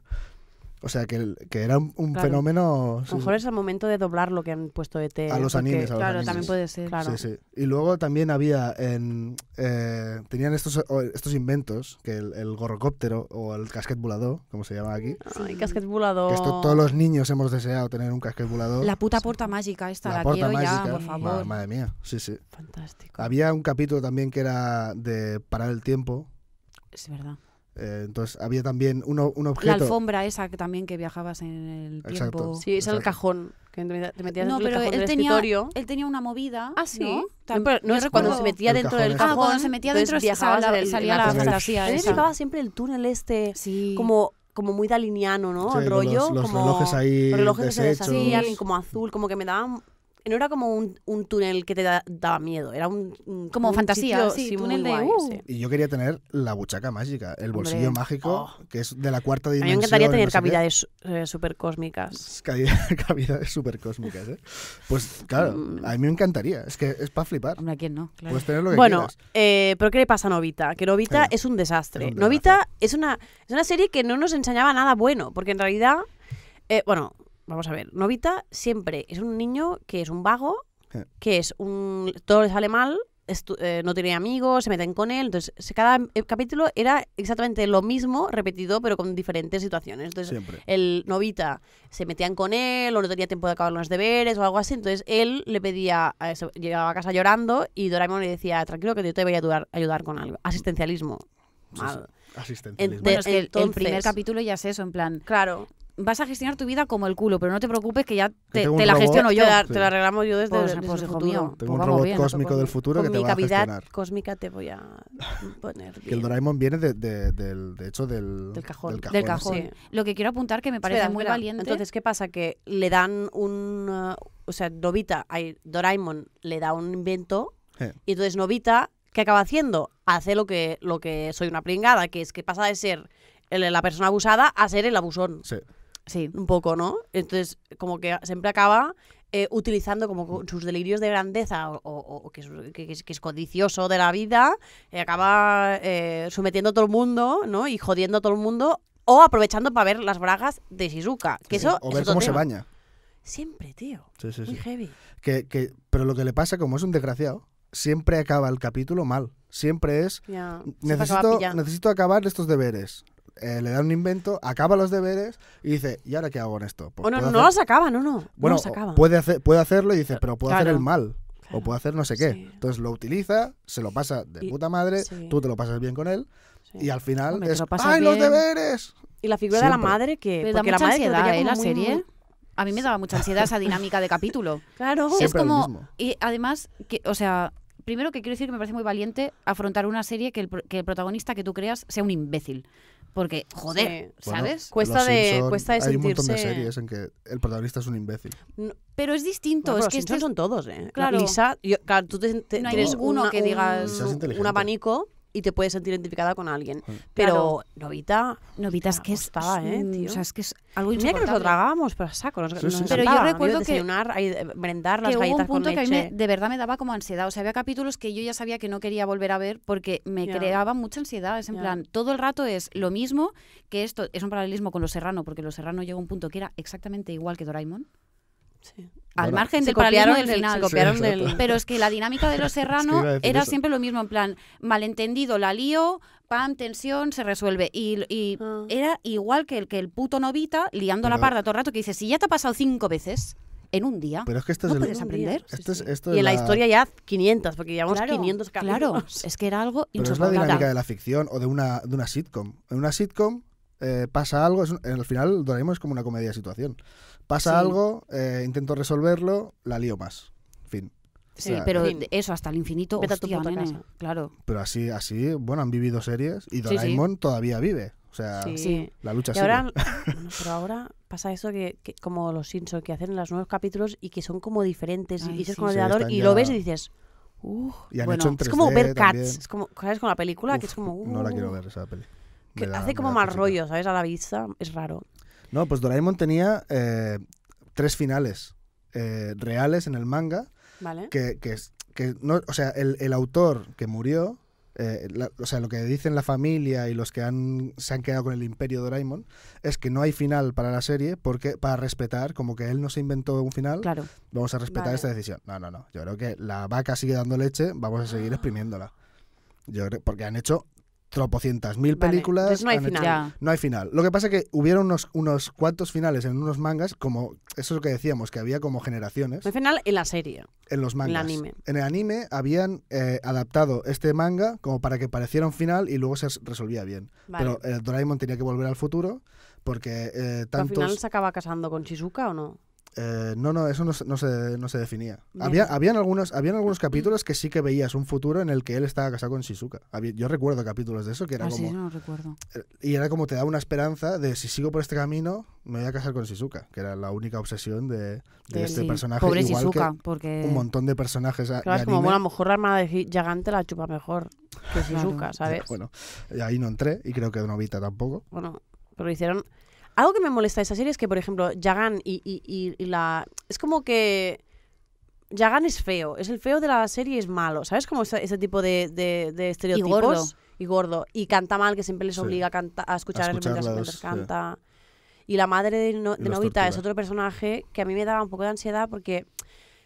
C: O sea, que, el- que era un, un
A: Claro.
C: fenómeno...
A: A
C: sí,
A: lo mejor es el momento de doblar lo que han puesto de té.
C: A los
A: porque-
C: animes, a los
A: Claro,
C: animes.
A: también puede ser. Claro.
C: sí, sí. Y luego también había en... eh, tenían estos, o- estos inventos, que el, el gorrocóptero o el casquet volador, como se llama aquí.
A: Ay, casquet volador.
C: Que esto todos los niños hemos deseado tener un casquet volador.
B: La puta puerta mágica esta, la,
C: puerta
B: quiero ya,
C: mágica.
B: por favor.
C: Ma- madre mía, sí, sí.
A: Fantástico.
C: Había un capítulo también que era de parar el tiempo,
B: Es verdad.
C: Eh, entonces había también uno, un
B: La
C: objeto.
B: alfombra esa que también que viajabas en el
C: Exacto.
B: tiempo.
A: Sí, es el
C: Exacto.
A: cajón. Que te metías
B: No,
A: dentro del
B: pero
A: cajón
B: él
A: del
B: tenía,
A: escritorio.
B: él tenía una movida.
A: Ah, sí.
B: ¿no?
A: No,
B: Tam-
A: pero no
B: yo
A: es cuando
B: recuerdo-
A: se metía
C: El
A: dentro
C: cajón
A: del
C: es-
A: cajón.
B: Ah, cuando se metía
A: entonces
B: dentro
A: viajabas
B: salía,
A: el-
B: salía
A: el-
B: la
C: el-
B: fantasía
A: Ah, A mí me
B: esa.
A: picaba siempre el túnel este,
B: Sí.
A: como, como muy daliniano, ¿no?
C: Sí,
A: El
C: con los-
A: rollo.
C: los
A: como,
C: relojes ahí
A: Los relojes que se
C: deshechos.
A: deshacían,
B: Sí.
A: como azul, como que me daban. No era como un, un túnel que te da- daba miedo, era un. un-
B: Como
A: un
B: fantasía,
A: sitio, muy
B: sí, túnel de,
A: guay,
B: uh.
A: sí.
C: Y yo quería tener la buchaca mágica, el bolsillo mágico,
A: Oh.
C: que es de la cuarta
A: A mí
C: dimensión.
A: me encantaría
C: y
A: tener eh,
C: no sé qué.
A: cavidades super cósmicas.
C: Cavi- Cavidades supercósmicas, ¿eh? Pues claro,
A: Mm.
C: a mí me encantaría. Es que es para flipar.
B: Hombre, ¿a quién no? Pues Claro.
C: Puedes tener lo que
A: Bueno,
C: quieras.
A: eh, pero ¿qué le pasa a Novita? Que Novita
C: Sí.
A: es un desastre.
C: Es un
A: Novita es una, es una serie que no nos enseñaba nada bueno, porque en realidad, eh, bueno, vamos a ver, Novita siempre es un niño que es un vago,
C: Sí.
A: que es un... todo le sale mal. estu- eh, no tiene amigos, se meten con él, entonces se- cada eh, capítulo era exactamente lo mismo, repetido, pero con diferentes situaciones. Entonces,
C: Siempre.
A: el novita se metían con él o no tenía tiempo de acabar los deberes o algo así. Entonces él le pedía, a eso, llegaba a casa llorando y Doraemon le decía, tranquilo que yo te voy a ayudar, ayudar con algo. Asistencialismo. Mal.
C: Asistencialismo.
A: de-
B: Bueno, es que el- el
A: entonces-
B: primer capítulo ya es eso, en plan,
A: Claro.
B: vas a gestionar tu vida como el culo, pero no te preocupes que ya
C: Que
B: te,
C: tengo un
B: te la
C: robot.
B: gestiono yo.
A: Oh,
C: Sí.
A: Te la, te la arreglamos yo desde,
B: Pues,
A: desde
B: pues,
A: el
B: hijo
A: futuro.
B: mío.
C: Tengo un
B: vamos
C: robot
B: bien,
C: cósmico
A: con-
C: del futuro que
A: con
C: te
A: mi
C: va a
A: cavidad
C: gestionar.
A: cósmica te voy a poner
C: Que el
A: bien.
C: Doraemon viene de- de- del, de hecho del,
A: Del cajón.
B: Del cajón.
A: sí.
B: Lo que quiero apuntar que me parece
A: Espera,
B: muy
A: espera.
B: valiente.
A: Entonces, ¿qué pasa? Que le dan un... eh, o sea, Novita, ay, Doraemon le da un invento
C: Eh.
A: y entonces Novita, ¿qué acaba haciendo? Hace lo que, lo que soy una pringada, que es que pasa de ser el- la persona abusada a ser el abusón.
C: Sí.
B: sí.
A: Un poco, ¿no? Entonces, como que siempre acaba eh, utilizando como co- sus delirios de grandeza o, o- o que, es, que es- que es codicioso de la vida, eh, acaba eh, sometiendo a todo el mundo, ¿no? Y jodiendo a todo el mundo. O aprovechando para ver las bragas de Shizuka. Que
C: Sí,
A: eso
C: o
A: es
C: ver
A: otro
C: cómo se
A: tema.
C: baña.
A: Siempre, tío.
C: Sí, sí,
A: Muy
C: sí.
A: heavy.
C: Que, que, pero lo que le pasa, como es un desgraciado, siempre acaba el capítulo mal. Siempre es
A: Ya. siempre acaba
C: necesito,
A: pillando.
C: necesito acabar estos deberes. Eh, le da un invento, acaba los deberes y dice, ¿y ahora qué hago en esto? Pues
A: O no,
C: puedo
A: no
C: hacer-
A: los acaba, no, no.
C: bueno,
A: no los acaba.
C: Puede, hacer, puede hacerlo y dice, pero puedo hacer
A: Claro.
C: el mal.
A: Claro.
C: O puedo hacer no sé qué.
A: Sí.
C: Entonces lo utiliza, se lo pasa de
A: Y-
C: puta madre,
A: sí.
C: tú te lo pasas bien con él
A: Sí.
C: y al final
B: Hombre, te
C: es,
B: lo pasas
C: ¡ay, los
B: bien".
C: deberes!
A: Y la figura de la
C: Siempre.
A: madre que.
B: Pero da
A: porque la
B: mucha
A: madre que lo
B: ansiedad,
A: tenía
B: ¿eh? La
A: como muy-
B: serie.
A: muy-
B: A mí me daba mucha ansiedad esa dinámica de capítulo.
A: Claro.
B: es
C: Siempre el
B: como
C: mismo.
B: y además que o sea primero que quiero decir que me parece muy valiente afrontar una serie que el, pro- que el protagonista que tú creas sea un imbécil porque joder
A: Sí.
C: Bueno,
B: sabes
A: Cuesta
C: Los
A: de-
C: Simpson,
A: cuesta de
C: Hay un montón de
A: sentirse-
C: series en que el protagonista es un imbécil.
B: pero es distinto
A: Bueno,
B: es
A: pero
B: que
A: los
B: este
A: Simpsons son todos, ¿eh?
B: Claro.
A: Lisa, yo- claro, tú te- te-
B: No hay
A: tienes
B: ninguno
A: una-
B: que
A: un-
B: digas-
C: Lisa es inteligente.
A: un abanico y te puedes sentir identificada con alguien.
C: Sí.
A: Pero
B: Claro.
A: Novita,
B: es, Novita, es que es
A: Costaba, ¿eh,
B: mm,
A: tío?
B: o sea, es que es algo
A: mira que nos lo
B: insoportable.
A: tragábamos, pero a saco. Nos,
C: Sí,
A: nos
C: sí, sí.
A: encantaba.
B: Pero yo
A: Iba a
B: recuerdo que-
A: desayunar, a ir- merendar las
B: que hubo
A: galletas
B: un punto
A: con
B: que a mí
A: leche.
B: me- de verdad me daba como ansiedad. O sea, había capítulos que yo ya sabía que no quería volver a ver porque me
A: Ya.
B: creaba mucha ansiedad. Es en
A: Ya.
B: plan, todo el rato es lo mismo, que esto es un paralelismo con Los Serrano, porque Los Serrano llegó a un punto que era exactamente igual que Doraemon.
A: Sí.
B: Al
C: Bueno.
B: margen
A: Se
B: del paralelismo
A: copiaron
B: del
A: del- se
B: final.
A: copiaron
C: Sí,
A: del-
C: exacto.
B: Pero es que la dinámica de los serranos
C: iba a decir
B: era
C: eso.
B: siempre lo mismo, en plan, malentendido, la lío, pam, tensión, se resuelve. Y, y
A: Ah.
B: era igual que el, que el puto novita liando la
C: Pero-
B: parda todo el rato, que dice, si ya te ha pasado cinco veces en un día,
C: Pero es que esto
B: no
C: es el-
B: puedes aprender.
A: Sí,
C: esto es-
A: sí.
C: esto
A: y
C: es
A: en la...
C: la-
A: historia ya 500, porque llevamos
B: Claro,
A: 500
B: claro,
A: capítulos.
B: es que era algo
C: Pero es la
B: insoportable.
C: dinámica de la ficción o de una, de una sitcom. En una sitcom eh, pasa algo, es un- en el final Doraemon es como una comedia de situación. Pasa
B: Sí.
C: algo, eh, intento resolverlo, la lío más. Fin.
B: Sí,
C: O sea,
B: pero
A: en fin.
B: eso hasta el infinito,
A: Vete a tu
B: hostia,
A: puta
B: nene,
A: casa.
B: claro.
C: Pero así, así, bueno, han vivido series y
B: sí.
C: Doraemon todavía vive. O sea,
A: Sí.
B: Sí.
C: la lucha
A: Y
C: sigue.
A: ahora, bueno, pero ahora pasa eso que, que como los Simpsons que hacen los nuevos capítulos y que son como diferentes
B: Ay,
A: y dices
B: sí.
A: con el
C: Sí,
A: ordenador
C: están
A: y lo
C: ya-
A: ves y dices, "Uh,
C: y han
B: bueno,
C: hecho en 3D
A: es como ver Cats,
C: también.
A: es como, ¿sabes? Con la película que
C: Uf,
A: es como, "Uh",
C: No la quiero ver esa peli. Me
A: que
C: da-
A: hace
C: me
A: como
C: da
A: mal
C: cosita.
A: rollo, ¿sabes? A la vista, es raro.
C: No, pues Doraemon tenía eh, tres finales eh, reales en el manga.
A: ¿Vale?
C: que, que, es- que no, o sea, el, el autor que murió, eh, la- o sea, lo que dicen la familia y los que han, se han quedado con el imperio Doraemon, es que no hay final para la serie porque para respetar, como que él no se inventó un final,
B: Claro,
C: vamos a respetar
A: Vale.
C: esta decisión. No, no, no, yo creo que la vaca sigue dando leche, vamos a
A: Ah.
C: seguir exprimiéndola. Yo creo, porque han hecho tropocientas mil
A: Vale,
C: películas.
A: entonces no hay
C: han hecho-
A: final.
B: ya.
C: no hay final. Lo que pasa que hubieron unos, unos cuantos finales en unos mangas, como eso es lo que decíamos, que había como generaciones.
A: Al final, en la serie.
C: En los mangas.
A: anime.
C: En el anime habían eh, adaptado este manga como para que pareciera un final y luego se s- resolvía bien.
A: Vale.
C: Pero eh, Doraemon tenía que volver al futuro porque eh,
A: Pero al
C: tantos...
A: final se acaba casando con Shizuka o no?
C: eh, no, no, eso no, se- no se, no se definía.
A: Bien.
C: Había, habían, algunos, habían algunos capítulos que sí que veías un futuro en el que él estaba casado con Shizuka. Había- yo recuerdo capítulos de eso que era
A: Ah,
B: así
C: como...
B: no lo recuerdo.
C: eh, Y era como te da una esperanza de si sigo por este camino me voy a casar con Shizuka, que era la única obsesión de, de
A: Del-
C: este
B: Sí,
C: personaje.
B: Pobre
C: igual
B: Shizuka,
C: que
B: porque...
C: un montón de personajes a-
A: Claro,
C: de
A: es como,
C: anime.
A: bueno, a lo mejor la hermana de Gi- Gigante la chupa mejor que Shizuka, ¿sabes?
C: Bueno, ahí no entré y creo que Novita tampoco.
A: bueno, pero hicieron... Algo que me molesta de esta serie es que, por ejemplo, Yagan y, y- y- y la... Es como que... Yagan es feo, es el feo de la serie y es malo, ¿sabes? Como ese, ese tipo de, de- de estereotipos.
B: gordo.
A: Y gordo. Y canta mal, que siempre les
C: Sí.
A: obliga a, canta- a escuchar
C: A
A: mientras,
C: escucharlas,
A: mientras
C: sí.
A: canta. Y la madre de, no,
C: Y
A: de
C: los
A: Novita es
C: tortura.
A: otro personaje que a mí me daba un poco de ansiedad porque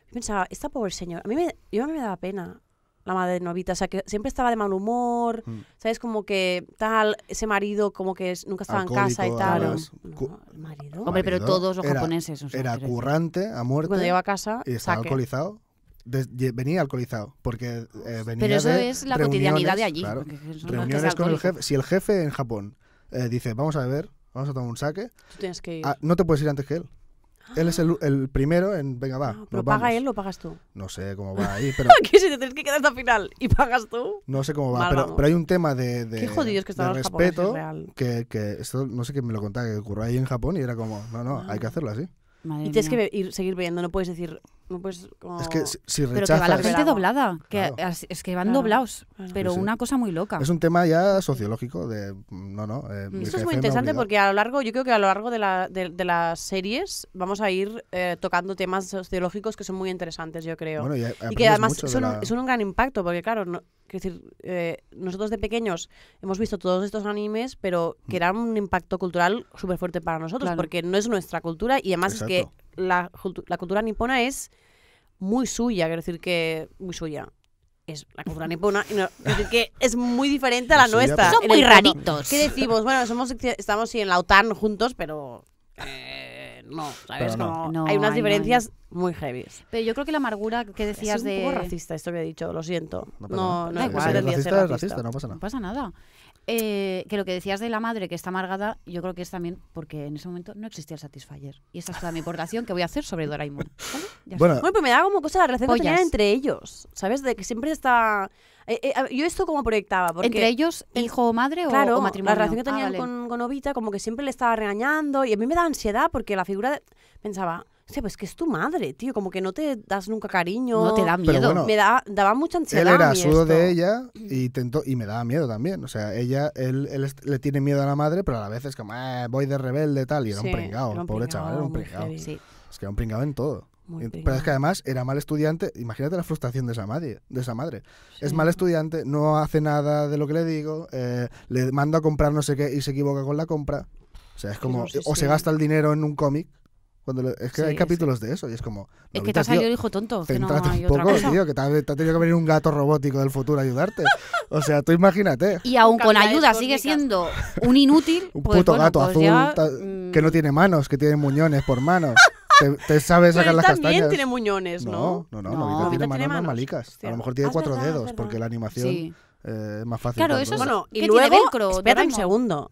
A: yo pensaba, esta pobre señora, a mí me, yo me daba pena la madre de Novita, o sea, que siempre estaba de mal humor,
C: Mm.
A: ¿sabes? Como que tal, ese marido como que es- nunca estaba en casa y
C: Alcohólico,
A: tal.
C: además.
A: No,
C: Cu-
A: el marido.
B: Hombre, pero
C: Válido.
B: todos los
C: Era-
B: japoneses. o sea,
C: Era
B: quiero decir.
C: currante a muerte
A: Cuando llegó a casa,
C: y estaba
A: saque.
C: alcoholizado. Des- ye- venía alcoholizado porque eh, venía
B: Pero eso
C: de
B: es la
C: reuniones,
B: cotidianidad de allí.
C: claro,
B: porque son los que se
C: reuniones con el
B: alcohólicos.
C: jefe. Si el jefe en Japón eh, dice, vamos a beber, vamos a tomar un saque.
A: Tú tienes que ir.
C: Ah, no te puedes ir antes que él. Él es el, el primero en, venga, va.
A: Ah,
C: nos
A: ¿Pero paga
C: vamos".
A: él o pagas tú?
C: No sé cómo va ahí, pero
A: Porque si te tienes que quedar hasta el final y pagas tú.
C: no sé cómo va.
A: Mal,
C: Pero,
A: vamos.
C: pero hay un tema de, de,
A: Qué jodidos que
C: de
A: están los japoneses,
C: respeto
A: real.
C: que, que esto no sé quién me lo contaba, que ocurrió ahí en Japón y era como, no, no, hay que
A: Ah.
C: hacerlo así.
B: Madre
A: Y tienes que
B: mía.
A: be- ir, seguir bebiendo, no puedes decir. No puedes. como- Mm.
C: Es que si, si
B: Pero que va la
A: rechazas-
B: gente doblada. Que
C: Claro.
B: as- es que van
A: Claro.
B: doblados.
A: Claro.
B: Pero
C: Sí, sí.
B: una cosa muy loca.
C: Es un tema ya sociológico de, no, no. eh, mi
A: Mm. Esto es
C: jefe
A: muy
C: me
A: interesante
C: obliga.
A: porque a lo largo, yo creo que a lo largo de, la- de- de las series vamos a ir eh, tocando temas sociológicos que son muy interesantes, yo creo.
C: Bueno, y,
A: y
C: aprendes
A: que además
C: mucho de
A: son, un-
C: la-
A: son un gran impacto, porque claro, no- quiero decir, eh, nosotros de pequeños hemos visto todos estos animes, pero que eran un impacto cultural súper fuerte para nosotros,
B: Claro.
A: porque no es nuestra cultura y además es
C: Exacto.
A: que la, cultu- la cultura nipona es muy suya, quiero decir que muy suya. Es la cultura nipona, y no- quiero decir que es muy diferente a la
C: Es suya,
A: nuestra.
C: pero-
B: Son
A: en
B: muy
A: el fondo.
B: raritos.
A: ¿Qué decimos? Bueno, somos, estamos sí, en la OTAN juntos, pero eh, no, ¿sabes?
C: Pero no.
A: Como
B: No,
A: hay unas
B: hay-
A: diferencias muy heavy.
B: Pero yo creo que la amargura que decías
A: es un
B: de.
A: poco racista esto que he dicho, lo siento.
C: No
A: No,
C: pasa
A: no,
C: nada.
B: Da
A: no,
B: igual.
C: Si eres
A: pretendía
C: racista,
A: ser
C: eres racista, no pasa
B: No
C: nada.
B: pasa nada. Eh, que lo que decías de la madre que está amargada, yo creo que es también porque en ese momento no existía el Satisfyer. Y esa es toda mi aportación que voy a hacer sobre Doraemon. ¿Vale? Ya está.
C: Bueno,
A: Bueno, pero me da como cosa la relación que tenían
B: Pollas.
A: entre ellos, ¿sabes? De que siempre está... eh, eh, a- yo esto como proyectaba, porque...
B: Entre ellos, hijo o madre o-
A: Claro,
B: o, matrimonio.
A: la relación que
B: Ah,
A: tenían
B: vale.
A: con, con Obita, como que siempre le estaba regañando, y a mí me da ansiedad porque la figura... de- Pensaba, hostia, pues que es tu madre, tío, como que no te das nunca cariño.
B: No te da
C: Pero
B: miedo.
C: bueno,
A: Me da, daba mucha ansiedad.
C: él
A: a
C: era
A: mí
C: sudo
A: esto.
C: de ella y tentó, y me daba miedo también. O sea, ella, él, él es- le tiene miedo a la madre, pero a la vez es como, "Eh, voy de rebelde tal. Y era
A: Sí,
C: un pringao,
A: era un
C: pobre chaval, era un
A: muy
C: pringao.
A: heavy.
B: Sí.
C: Es que era Pues un pringao en todo.
A: Muy
C: Y- pero es
A: pringao.
C: que además era mal estudiante. Imagínate la frustración de esa madre. De esa madre. Es mal estudiante, no hace nada de lo que le digo, eh, le mando a comprar no sé qué y se equivoca con la compra. O sea, es como,
A: no sé
C: o
A: si-
C: se gasta el dinero en un cómic. Cuando le- es
A: Sí,
C: que hay
A: sí.
C: capítulos de eso y es como,
B: Es que te
C: "Nobita,
B: ha salido
C: tío,
B: el hijo tonto. Que no
C: Céntrate
B: hay
C: un
B: otra
C: poco,
B: cosa.
C: tío, que te ha, te ha tenido que venir un gato robótico del futuro a ayudarte. O sea, tú imagínate.
B: Y aun con
A: Cantidades
B: ayuda sigue
A: cósmicas.
B: siendo un inútil.
C: Un
B: pues
C: puto
B: bueno,
C: gato
B: pues
C: azul
B: ya,
C: ta-
B: mm,
C: que no tiene manos, que tiene muñones por manos. te, te sabe
A: Pero
C: sacar
A: él
C: las
A: también
C: castañas.
A: tiene muñones, ¿no?
C: no, no,
B: No,
C: Nobita
B: Nobita
C: tiene
A: tiene
C: manos
A: manos.
C: malicas. A
A: Hostia.
C: lo mejor tiene
A: Ah, es
C: cuatro
A: verdad, es
C: dedos,
A: verdad.
C: porque la animación
B: Sí.
C: eh, es más fácil.
B: Claro,
C: para
B: eso es-
C: todos.
A: Bueno, y
B: ¿Qué
A: luego,
B: tiene velcro,
A: espérate un
B: Doraemon?
A: segundo.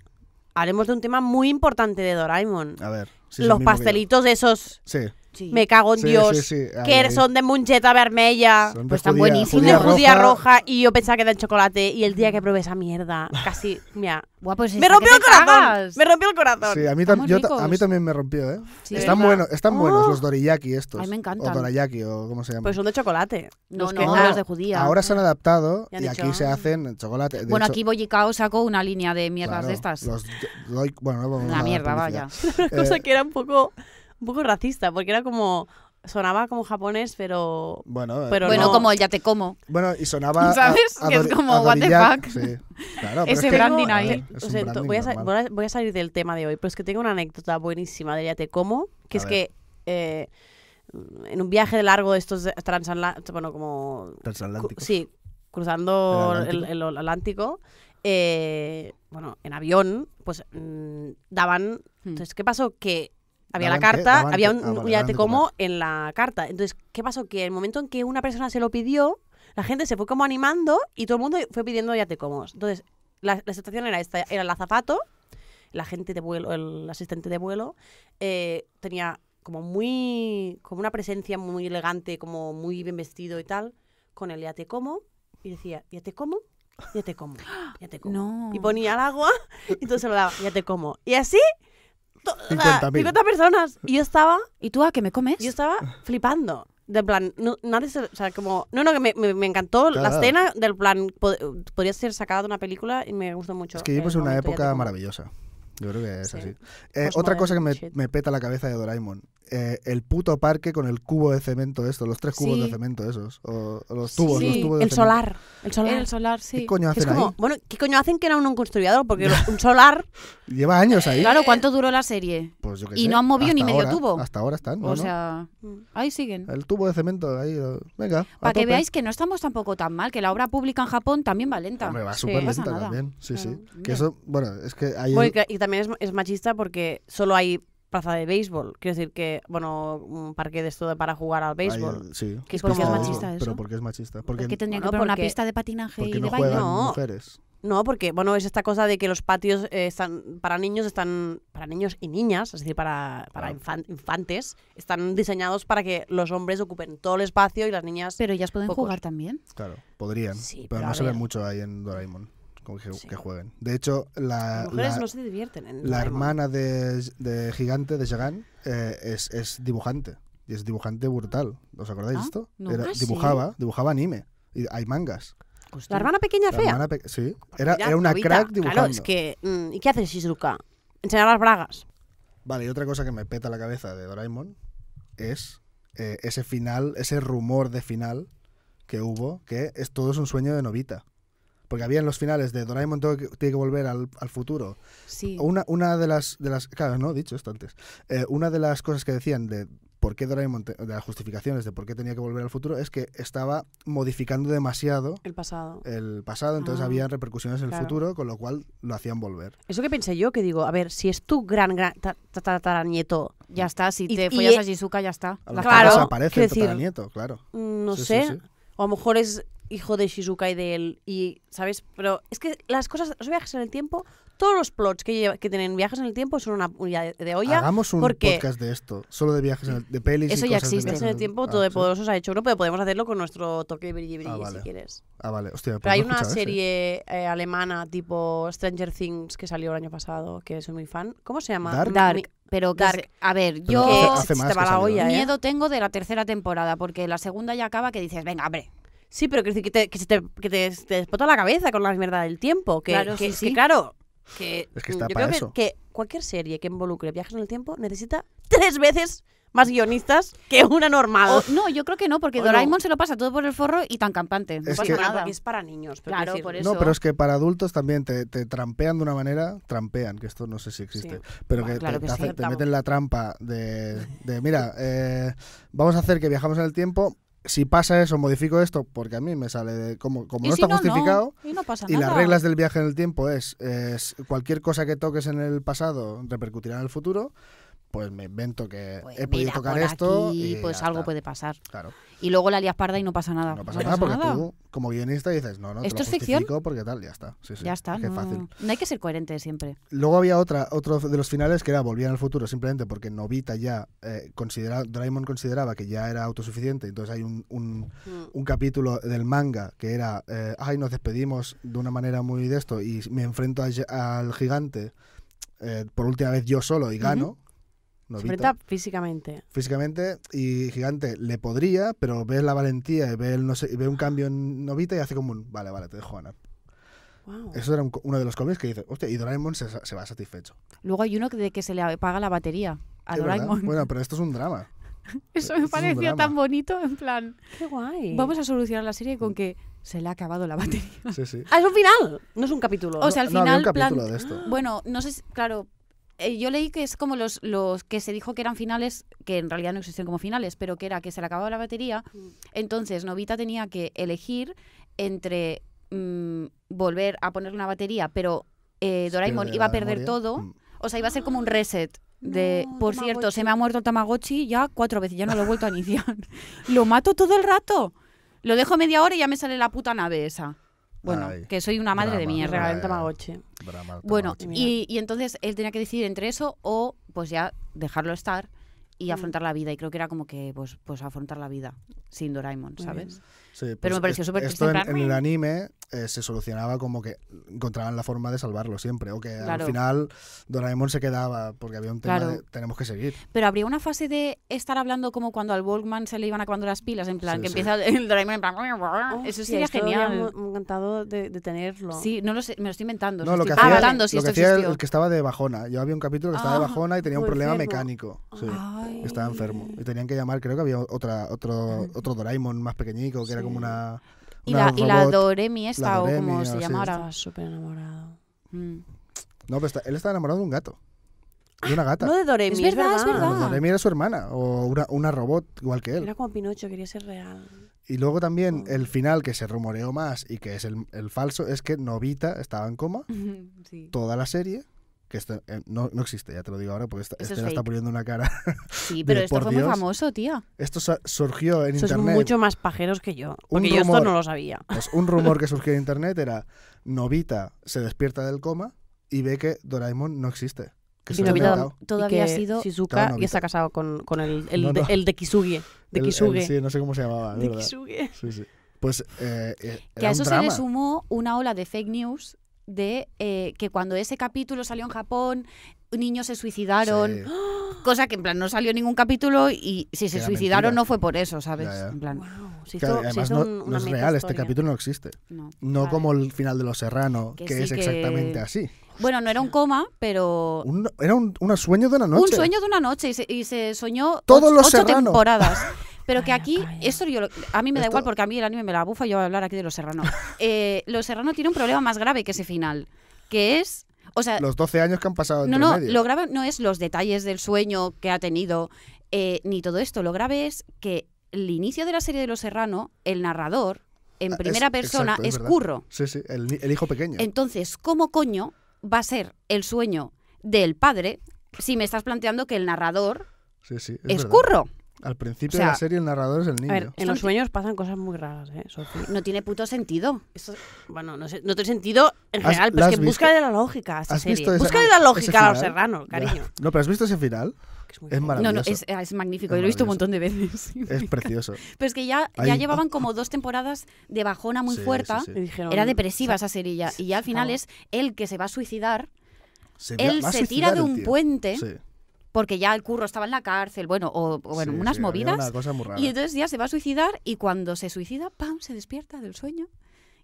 A: Hablemos de un tema muy importante de Doraemon.
C: A ver. si Ah, es el
A: Los
C: mismo que yo.
A: pastelitos esos,
C: Sí.
B: sí.
A: me cago en
C: Sí,
A: Dios,
C: sí, sí, ahí,
A: que
C: ahí.
A: son de muncheta vermella,
C: Son de
B: Pues están
C: judía-
B: buenísimos.
A: son
B: judía
A: de judía roja, y yo pensaba que era de chocolate, y el día que probé esa mierda, casi, mira,
B: Buah, pues
A: me
B: esta que
A: rompió el
B: te
A: corazón,
B: cagas.
A: me rompió el corazón.
C: Sí, ah, a mí, tam-
B: Estamos
C: yo ta- a mí
B: ricos.
C: también me rompió, ¿eh?
B: Sí,
C: están
A: ¿verdad?
C: buenos, están buenos
A: Oh.
C: los doriyaki estos.
B: Ay, me
C: O
B: encantan.
C: dorayaki o cómo se llama.
A: Pues son de chocolate.
B: No,
A: Los
B: no,
A: que-
B: los
A: ah,
B: de judía.
C: Ahora se han adaptado
A: Ya han
C: y
A: dicho,
C: aquí se
A: ah.
C: hacen chocolate. De
B: bueno,
C: hecho,
B: aquí Bollicao sacó una línea de mierdas
C: claro,
B: de estas.
C: los do- doy- bueno, no vamos a
B: Una
C: dar
B: mierda,
C: publicidad.
B: vaya.
A: Una cosa
C: Eh,
A: que era un poco, un poco racista, porque era como, sonaba como japonés, pero...
C: Bueno, eh,
A: Pero
B: bueno,
A: no.
B: como el ya te como.
C: bueno, y sonaba. a-
B: ¿Sabes?
C: a
B: Que es
C: dori-
B: como,
C: a
B: what the
C: dorillak,
B: fuck.
C: sí. Claro,
B: Ese
C: pero es que-
B: branding
C: a
B: ahí.
C: ver,
A: Lo
C: es un
A: siento,
C: branding
A: voy, a sa-
C: normal.
A: voy a- voy a salir del tema de hoy, pero es que tengo una anécdota buenísima de Ya te como, que
C: A
A: es
C: ver.
A: que eh, en un viaje largo de estos transatlánticos, bueno, como... cu-
C: Transatlántico.
A: sí, cruzando
C: ¿El
A: el, el Atlántico, eh, bueno, en avión, pues mm, daban...
B: Hmm.
A: Entonces, ¿qué pasó? Que había la
C: Daban qué,
A: carta,
C: daban
A: había
C: qué.
A: un,
C: Ah,
A: un
C: vale,
A: Ya
C: daban
A: te
C: de
A: como en la carta. Entonces, ¿qué pasó? Que en el momento en que una persona se lo pidió, la gente se fue como animando y todo el mundo fue pidiendo ya te como. Entonces, la, la situación era esta, era el azafato, la gente de vuelo, el asistente de vuelo, eh, tenía como muy, como una presencia muy elegante, como muy bien vestido y tal, con el ya te como, y decía, ya te como, ya te como, ya te como.
B: No.
A: Y ponía el agua y todo se lo daba, ya te como. Y así, to- o sea,
C: 50.000.
A: 50 personas. Y yo estaba
B: ¿Y tú a qué me comes?
A: yo estaba flipando. Del plan, no, nadie se- o sea, como, no, no, que me, me- me encantó la
C: Claro.
A: escena del plan, pod- podría ser sacada de una película y me gustó mucho.
C: Es que vivimos
A: el
C: en una
A: momento, ya te
C: época
A: eh, como.
C: maravillosa. Yo creo que es
A: Sí.
C: así. Eh, otra
A: Postmodern
C: cosa que me,
A: shit.
C: me peta la cabeza de Doraemon. eh, el puto parque con el cubo de cemento esto, los tres cubos
B: Sí.
C: de cemento esos. O, o los tubos, los
B: Sí.
C: tubos de
A: El
C: cemento.
A: solar, el solar.
B: El solar,
C: ¿Qué
B: sí.
C: coño
A: Que es
C: hacen
A: como, bueno, ¿qué coño hacen que no un construidor? Porque lo- un solar,
C: ahí? Lleva años ahí.
B: Claro, ¿cuánto duró la serie?
C: Pues yo qué
B: Y
C: sé,
B: no han movido ni
C: hasta
B: medio
C: ahora-
B: tubo.
C: Hasta ahora están. no,
B: o
C: no.
B: sea, ahí siguen.
C: El tubo de cemento ahí. eh, Venga. a
B: Para que
C: tope.
B: veáis que no estamos tampoco tan mal, que la obra pública en Japón también va lenta.
C: Hombre, va
A: Sí.
C: súper
A: No
B: pasa
C: lenta
B: nada.
C: también. Sí, sí.
B: Claro.
C: Que
B: Hombre.
C: eso, bueno, es que hay.
A: bueno, y, que- y también es, es machista porque solo hay plaza de béisbol. Quiero decir que, bueno, un parque de esto de- para jugar al
C: hay-
A: béisbol.
C: sí.
A: Que es
B: ¿Por qué
A: como-
B: es machista
C: Pero
B: eso?
C: ¿por qué es machista?
B: ¿Por
C: Porque,
B: qué tendrían
A: Bueno,
B: que poner una
A: porque-
B: pista de patinaje
C: porque
B: y
C: no
B: de baile?
C: juegan
A: No.
C: mujeres.
A: No, porque bueno, es esta cosa de que los patios eh, están para niños están para niños y niñas, es decir, para, para infan- infantes, están diseñados para que los hombres ocupen todo el espacio y las niñas
B: Pero ellas pueden
A: Pocos.
B: jugar también.
C: Claro, podrían.
A: Sí,
C: pero
A: pero
C: no
A: a
C: se ve
A: ver.
C: mucho ahí en Doraemon como que,
A: Sí.
C: que jueguen. De hecho,
A: las
C: la,
A: mujeres
C: la-
A: no se divierten en
C: la
A: Doraemon.
C: hermana de, de Gigante, de Shagan, eh, es, es dibujante. Y es dibujante brutal. ¿Os acordáis de
B: Ah,
C: esto?
B: no.
C: Era-
A: Ah, sí.
C: dibujaba, dibujaba anime. Y hay mangas.
A: La hermana pequeña
C: La
A: fea.
C: hermana pe- sí. Era,
A: Mira,
C: era una
A: Nobita,
C: crack dibujando.
A: Claro, es que mm, ¿y qué hace Shizuka? Enseñar las bragas.
C: Vale, y otra cosa que me peta la cabeza de Doraemon es eh, ese final, ese rumor de final que hubo, que es todo es un sueño de Novita. Porque había en los finales de Doraemon tengo que- tiene que volver al, al futuro.
B: Sí.
C: Una, una de las de las claro, no he dicho esto antes. Eh, una de las cosas que decían de por qué Doraemon te- de las justificaciones de por qué tenía que volver al futuro es que estaba modificando demasiado
A: El pasado.
C: el pasado, entonces
A: Ah,
C: había repercusiones en el
A: claro.
C: futuro, con lo cual lo hacían volver.
A: Eso que pensé yo, que digo, a ver, si es tu gran, gran ta- ta- tataranieto,
B: Ya está, si
A: Y-
B: te
A: y-
B: follas a Shizuka, ya está. La
C: A lo
A: Claro,
C: mejor
B: cagas.
C: desaparece
A: quiero
C: el
A: decir-
C: tataranieto, claro.
A: mm, no
C: Sí, sí,
A: sé,
C: sí.
A: o a lo mejor es hijo de Shizuka y de él, y, ¿sabes? Pero es que las cosas, los viajes en el tiempo, todos los plots que, lleva- que tienen viajes en el tiempo son una puñada de- de olla.
C: Hagamos un
A: porque
C: podcast de esto, solo de viajes, en el- de pelis. y
B: Eso ya
C: cosas
B: existe.
C: de
A: Viajes
C: viajes
A: en el tiempo,
C: ah,
A: todo de
C: sí.
A: poderosos ha hecho uno, pero podemos hacerlo con nuestro toque brilli brilli
C: Ah,
A: si
C: vale.
A: quieres.
C: Ah, vale, hostia.
A: Pero
C: pues
A: hay
C: no he
A: una
C: escuchado ese.
A: serie eh, alemana tipo Stranger Things que salió el año pasado, que soy muy fan. ¿Cómo se llama?
C: Dark.
A: Mi-
B: Dark. Pero que
A: Dark.
B: se- a ver,
C: Pero
B: yo
A: que
C: hace- hace
A: se
C: más
A: te va
C: que
A: la
C: salió.
A: olla, ¿eh?
B: miedo tengo de la tercera temporada, porque la segunda ya acaba que dices, venga, hombre,
A: Sí, pero quiero decir que te, que se te, que te, te explota la cabeza con la mierda del tiempo. Que,
B: Claro,
A: que-
B: sí,
A: es que,
B: sí.
A: claro, que,
C: Es que
A: mm,
C: está
A: yo
C: para
A: creo que-
C: eso.
A: Que, cualquier serie que involucre viajes en el tiempo necesita tres veces más guionistas que una normal. Pues
B: O- no, yo creo que no, porque
A: O no.
B: Doraemon se lo pasa todo por el forro y tan campante. No
C: Es
B: pasa
C: que-
B: nada.
A: porque es para niños. pero
B: Claro,
A: quiero
B: por
A: decir,
B: eso.
C: No, pero es que para adultos también te, te trampean de una manera, trampean, que esto no sé si existe,
A: Sí.
C: pero
B: Bueno,
C: que,
B: claro
C: te,
B: que
C: te
B: sí,
C: hacen- te
A: estamos.
C: meten la trampa de, de, mira, eh, vamos a hacer que viajamos en el tiempo, si pasa eso, modifico esto, porque a mí me sale de- como, como
B: Y
C: no
B: si
C: está justificado.
B: Y no pasa
C: Y
B: nada.
C: las reglas del viaje en el tiempo es, es cualquier cosa que toques en el pasado repercutirá en el futuro, pues me invento que
B: Pues
C: he podido
B: mira,
C: tocar
B: por
C: esto
B: aquí,
C: y
B: pues
C: ya
B: algo
C: está.
B: puede pasar.
C: Claro,
B: Y luego la lías parda y no pasa nada.
C: no pasa nada porque tú como guionista dices, no, no, te
B: ¿Esto
C: lo
B: es ficción?
C: justifico porque tal, ya está. Sí, sí,
B: ya está,
C: es que
B: no,
C: fácil.
B: no hay que ser coherente siempre.
C: Luego había otra, otro de los finales que era Volvían al futuro, simplemente porque Novita ya eh, considera, Doraemon consideraba que ya era autosuficiente. Entonces hay un, un- un capítulo del manga que era eh, ay, nos despedimos de una manera muy de esto y me enfrento a ye- al gigante eh, por última vez yo solo y gano.
A: Se
C: Nobita,
A: enfrenta físicamente.
C: Físicamente, y Gigante le podría, pero ve la valentía y ve, el no sé, y ve un cambio en Novita y hace como un vale, vale, te dejo ganar.
A: Wow.
C: Eso era un co- uno de los cómics que dice, hostia, y Doraemon se, se va satisfecho.
B: Luego hay uno que- de que se le apaga la batería a
C: Es verdad.
B: Doraemon.
C: Bueno, pero esto es un drama.
B: Eso
C: es
B: me
C: un
B: pareció
C: drama.
B: tan bonito, en plan,
A: Qué guay.
B: vamos a solucionar la serie con que se le ha acabado la batería.
C: Sí, sí.
A: Ah, es un final. No es un capítulo.
B: O sea, al
C: no, había un
B: final,
C: capítulo
B: plan,
C: de esto.
B: bueno, no sé, si- claro, eh, yo leí que es como los, los que se dijo que eran finales, que en realidad no existían como finales, pero que era que se le acababa la batería, entonces Novita tenía que elegir entre mm, volver a ponerle una batería, pero eh, Doraemon
C: Pierde
B: iba a
C: la
B: perder
C: memoria.
B: todo.
C: Mm.
B: O sea, iba a ser como un reset. De,
A: No,
B: por
A: Tamagotchi.
B: cierto, se me ha muerto el Tamagotchi ya cuatro veces, ya no lo he vuelto a iniciar. lo mato todo el rato. Lo dejo media hora y ya me sale la puta nave esa. Bueno,
C: Ay,
B: que soy una madre de
C: drama.
A: Me
B: mierda.
A: regalé un
C: Ya, ya, ya.
A: Tamagotchi.
C: Drama,
B: Bueno,
C: Tamagotchi.
B: y, y entonces él tenía que decidir entre eso o pues ya dejarlo estar
A: Mm.
B: y afrontar la vida. Y creo que era como que pues, pues afrontar la vida sin Doraemon,
A: Muy
B: ¿sabes?
C: Sí, pues
B: pero me pareció
C: es-
B: súper
C: Esto en,
B: triste, en
C: en
B: plan,
C: el anime eh, se solucionaba como que encontraban la forma de salvarlo siempre. O que al
B: Claro.
C: final Doraemon se quedaba porque había un tema
B: Claro.
C: de tenemos que seguir.
B: Pero habría una fase de estar hablando como cuando al Walkman se le iban acabando las pilas, en plan,
C: Sí,
B: que
C: sí.
B: empieza el Doraemon en plan... Ah, eso
A: Hostia,
B: sería
A: esto
B: genial.
A: habría mo- encantado de, de tenerlo.
B: Sí, no lo sé, me lo estoy inventando.
C: No,
B: os
C: lo que
B: estoy
C: hacía,
B: preguntando si
C: lo que
B: esto
C: hacía
B: existió.
C: el que estaba de bajona. Yo había un capítulo que estaba de
B: Ah,
C: bajona y tenía un
A: fue
C: problema
A: enfermo.
C: mecánico. Sí.
B: Ay.
C: Estaba enfermo. Y tenían que llamar, creo que había otra, otro, otro Doraemon más pequeñico, que era
A: Sí.
C: como una.
B: Y
C: una
B: la, y la
C: robot.
B: Doremi esta,
C: la
B: o como
C: Doremi,
B: se
C: o sí.
B: llamara.
A: Estaba súper enamorado.
B: Mm.
C: No, pero está- él estaba enamorado de un gato. De una gata. Pues
A: No de Doremi,
B: Es verdad, es
C: Pero
B: verdad.
C: Doremi era su hermana, o una, una robot igual que él.
A: Era como Pinocho, quería ser real.
C: Y luego también el final que se rumoreó más y que es el, el falso, es que Novita estaba en coma
B: Sí.
C: toda la serie que este, eh, no, no existe, ya te lo digo ahora, porque esta,
B: Eso es
C: Estela está
B: fake.
C: poniendo una cara.
B: Sí, pero
C: de
B: esto
C: por
B: fue
C: Dios.
B: muy famoso, tía.
C: Esto sa- surgió en
A: Sois
C: internet.
A: mucho más pajeros que yo. Porque yo esto
C: rumor.
A: no lo sabía.
C: Pues un rumor que surgió en internet era Novita se despierta del coma y ve que Doraemon no existe. Que
A: Y
C: se lo ha
A: Nobita
C: inventado.
B: Todavía
A: Y
B: ha
A: que
B: sido...
A: Shizuka
C: Claro, no,
A: y está
C: Vita.
A: casado con, con el, el,
C: No,
A: de-
C: no.
A: el de Kisuge. De
C: El- el-
A: Kisuge.
C: sí, no sé cómo se llamaba, es
A: de
C: ¿verdad?
A: Kisuge.
C: Sí, sí. Pues eh, eh,
B: Que
C: era
B: a
C: un
B: eso se
C: drama.
B: le sumó una ola de fake news de eh, que cuando ese capítulo salió en Japón, niños se suicidaron.
C: Sí.
B: Cosa que en plan no salió ningún capítulo y si se
C: Era
B: suicidaron
C: mentira.
B: no fue por eso, ¿sabes?
C: Ya, ya.
B: En plan,
A: Wow, se hizo-
C: Que
A: se
C: además
A: hizo
C: no,
A: un-
C: no
A: una
C: es
A: meta
C: real, este
A: historia.
C: capítulo no existe.
B: no.
C: No
B: Vale.
C: como el final de Los Serrano, que,
B: Que sí,
C: es
B: que-
C: exactamente así.
B: Bueno, no era un coma, pero...
C: Un- era un, un sueño de una noche.
B: Un sueño de una noche y se, y se soñó
C: Todos
B: och-
C: los
B: ocho
C: Serrano.
B: temporadas. Pero que
A: Calla,
B: aquí,
A: calla.
B: esto yo lo- a mí me da
C: Esto-
B: igual porque a mí el anime me la bufa y yo voy a hablar aquí de los serranos. Eh, los serranos tiene un problema más grave que ese final, que es, o sea,
C: Los 12 años que han pasado
B: no,
C: entre
B: no,
C: medio.
B: lo grave no es los detalles del sueño que ha tenido, eh, ni todo esto, lo grave es que el inicio de la serie de los serranos, el narrador, en
C: Ah, es-
B: primera persona,
C: exacto, es
B: es,
C: verdad.
B: curro.
C: Sí, sí, el, ni- el hijo pequeño.
B: Entonces, ¿cómo coño va a ser el sueño del padre si me estás planteando que el narrador
C: Sí, sí, es
B: es
C: verdad.
B: curro?
C: Al principio
B: O sea,
C: de la serie el narrador es el niño.
A: A ver, en
B: no
A: los
B: ti-
A: sueños pasan cosas muy raras, ¿eh, Sofi?
B: No tiene puto sentido.
A: Eso- bueno, no, sé, no tiene sentido en
C: ¿Has-
A: general,
C: la
A: pero es
C: has
A: que
C: visto?
A: busca de la lógica a esta
C: ¿Has
A: serie.
C: visto esa-
A: Busca de la
C: ese
A: lógica a los
C: final?
A: serranos,
C: Ya.
A: cariño.
C: No, pero ¿has visto ese final?
A: que es muy
C: Es
A: bueno.
B: No, no,
C: maravilloso.
B: es, es magnífico.
C: Es
B: Yo lo he visto un montón
C: maravilloso.
B: de veces.
C: es... precioso.
B: Pero es que ya, ya
C: Ahí-
B: llevaban como dos temporadas de bajona muy
C: Sí, sí,
B: fuerte.
C: sí.
A: Y dijeron,
B: Era depresiva esa serie ya. Y ya al final
A: Ah.
B: es él que se va a suicidar
C: Se
B: Él
C: va a
B: se
C: suicidar
B: tira de
C: el
B: un
C: tío.
B: puente
C: Sí,
B: porque ya el curro estaba en la cárcel, bueno, o, o bueno,
C: sí,
B: unas
C: sí, había
B: movidas.
C: Una cosa muy rara.
B: Y entonces ya se va a suicidar y cuando se suicida, ¡pam!, se despierta del sueño.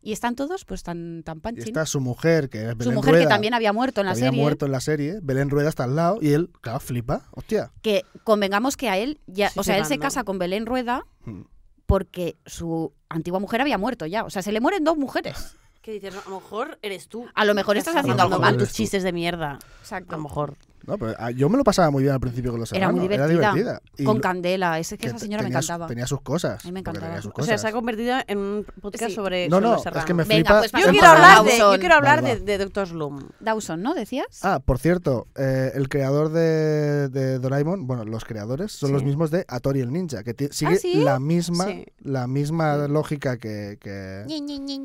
B: Y están todos pues tan, tan
C: Y
B: panchin.
C: está su mujer, que es
B: Su
C: Belén
B: mujer que
C: Rueda,
B: también había muerto en
C: que
B: la
C: había
B: serie.
C: muerto en la serie. Belén Rueda está al lado y él, claro, flipa. Hostia.
B: que convengamos que a él ya,
A: Sí,
B: o sea, él se
A: flipando.
B: casa con Belén Rueda
C: Hmm.
B: porque su antigua mujer había muerto ya, o sea, se le mueren dos mujeres.
A: ¿Qué dices? A lo mejor eres tú.
B: A lo mejor estás
A: A lo
B: haciendo algo
A: mejor
B: mal.
A: Tus
C: eres tú.
A: chistes de mierda. A
B: Exacto.
A: lo mejor.
C: No, pero ah, yo me lo pasaba muy bien al principio con los
B: Era muy
C: Serrano,
B: divertida.
C: divertida. Y
B: Con
C: lo-
B: Candela, es que esa
C: que
B: señora me
C: tenía su-
B: encantaba.
C: Tenía sus cosas.
B: A mí me
C: porque tenía
B: encantaba.
C: sus
A: O sea, se ha
C: cosas.
A: convertido en un podcast
B: Sí.
A: sobre,
C: No,
A: sobre
C: no,
A: los serranos.
C: es que me
B: Venga,
C: flipa.
B: pues
A: Yo
B: Vamos
A: quiero
B: a
A: hablar, de,
B: Dawson.
A: yo quiero hablar
C: Vale,
A: de, de Doctor Sloom.
B: Dawson, ¿no decías?
C: Ah, por cierto, eh, el creador de, de Doraemon, bueno, los creadores son los mismos de Atori el Ninja, que ti- sigue
B: Ah, sí?
C: la misma,
A: Sí.
C: la misma lógica que, que-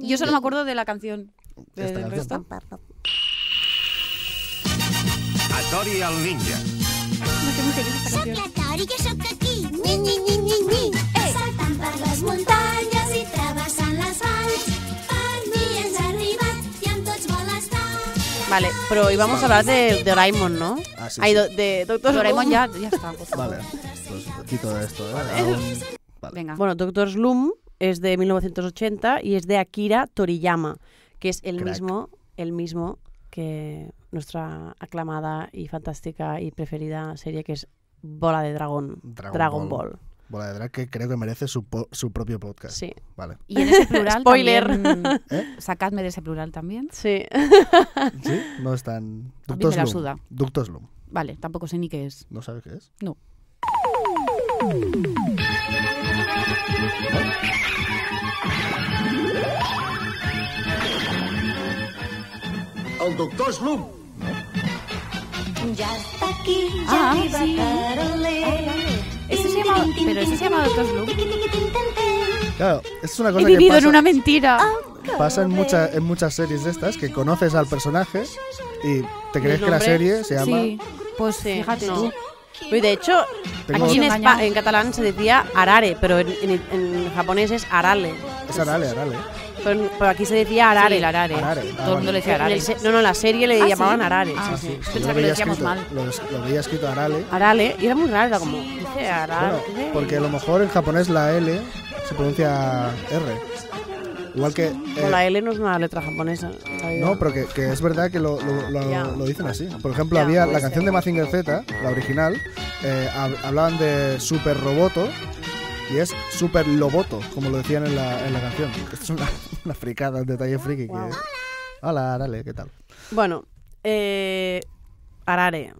B: Yo solo me acuerdo de la canción.
C: Esta
B: ¿Del
C: canción.
B: resto?
H: Atori al ninja.
E: Sopla, Tauri, que sopla aquí. Ni, ni, ni, ni, ni. Eh. Saltan per les muntanyes i travessen l'asfalt. Per mi ens ha arribat i amb tots vol estar.
A: Vale, pero íbamos a hablar de Doraemon, ¿no?
C: Ah, sí,
A: Ay,
C: sí.
A: do- de Doctor
B: Doraemon
A: Sloom.
B: ya, ya está. por favor.
C: Vale, pues quito de esto. ¿eh? Hago un-
B: Venga.
A: Bueno, Doctor Sloom es de 1980 y es de Akira Toriyama, que es el
C: Crack.
A: mismo, el mismo que nuestra aclamada y fantástica y preferida serie que es Bola de Dragón.
C: Dragon,
A: Dragon
C: Ball.
A: Ball.
C: Bola de drag que creo que merece su, po- su propio podcast.
A: Sí.
C: Vale.
B: Y en ese plural.
A: Spoiler.
B: también-
C: ¿Eh?
B: Sacadme de ese plural también.
A: Sí.
C: ¿Sí? No están.
B: Ah. A mí
C: Ductos
B: me la
C: Loom.
B: suda.
C: Ductos Loom.
B: Vale, tampoco sé ni qué es.
C: ¿No sabes qué es?
B: No.
H: El doctor Sloom.
E: Ja està aquí, ja
B: Ah,
E: ah, arriba
B: sí.
E: sí. Carolé.
B: Ese se llama- pero ese se llama Doctor Sloom.
C: Claro, es una cosa
B: He
C: que
B: vivido
C: pasa, Ah,
B: en una mentira.
C: pasa en, mucha- en muchas series de estas que conoces al personaje y te crees que la
A: nombre?
C: serie se llama.
B: Sí, pues
A: Sí,
B: fíjate
A: no.
B: tú.
A: Y de hecho,
C: Tengo-
A: aquí en, Espa-
B: Engañado.
A: en catalán se decía Arare, pero en, en- en japonés es Arale.
C: Es Arale, Arale.
A: Pero, en- pero aquí se decía Arare.
B: Sí, el arare.
C: Arare. Ah,
B: Todo el mundo
C: vale.
B: le decía
A: En
B: arare.
A: el se- no, no, en la serie le
B: Ah, ¿sí?
A: llamaban Arare.
B: Ah,
A: sí,
B: sí.
A: sí.
C: Yo
B: Pensaba
C: lo
B: que lo
C: veía
B: decíamos
C: escrito-
B: mal.
C: Lo, lo veía escrito Arale.
A: Arale, y era muy raro, era como, dice Arale.
C: Bueno, porque a lo mejor en japonés la L se pronuncia R. Igual que. eh,
A: No, la L no es una letra japonesa. en realidad.
C: no, pero que, que es verdad que lo, lo- lo-
A: Ya.
C: lo dicen así. Por ejemplo,
A: Ya,
C: había
A: puede
C: la
A: ser.
C: canción de Mazinger Z, la original, eh, hab- hablaban de Super Roboto y es Super Loboto, como lo decían en la, en la canción. Esto es una, una fricada, un detalle friki. que-
A: Guau.
C: Hola, Arale, ¿qué tal?
A: Bueno, eh, Arare.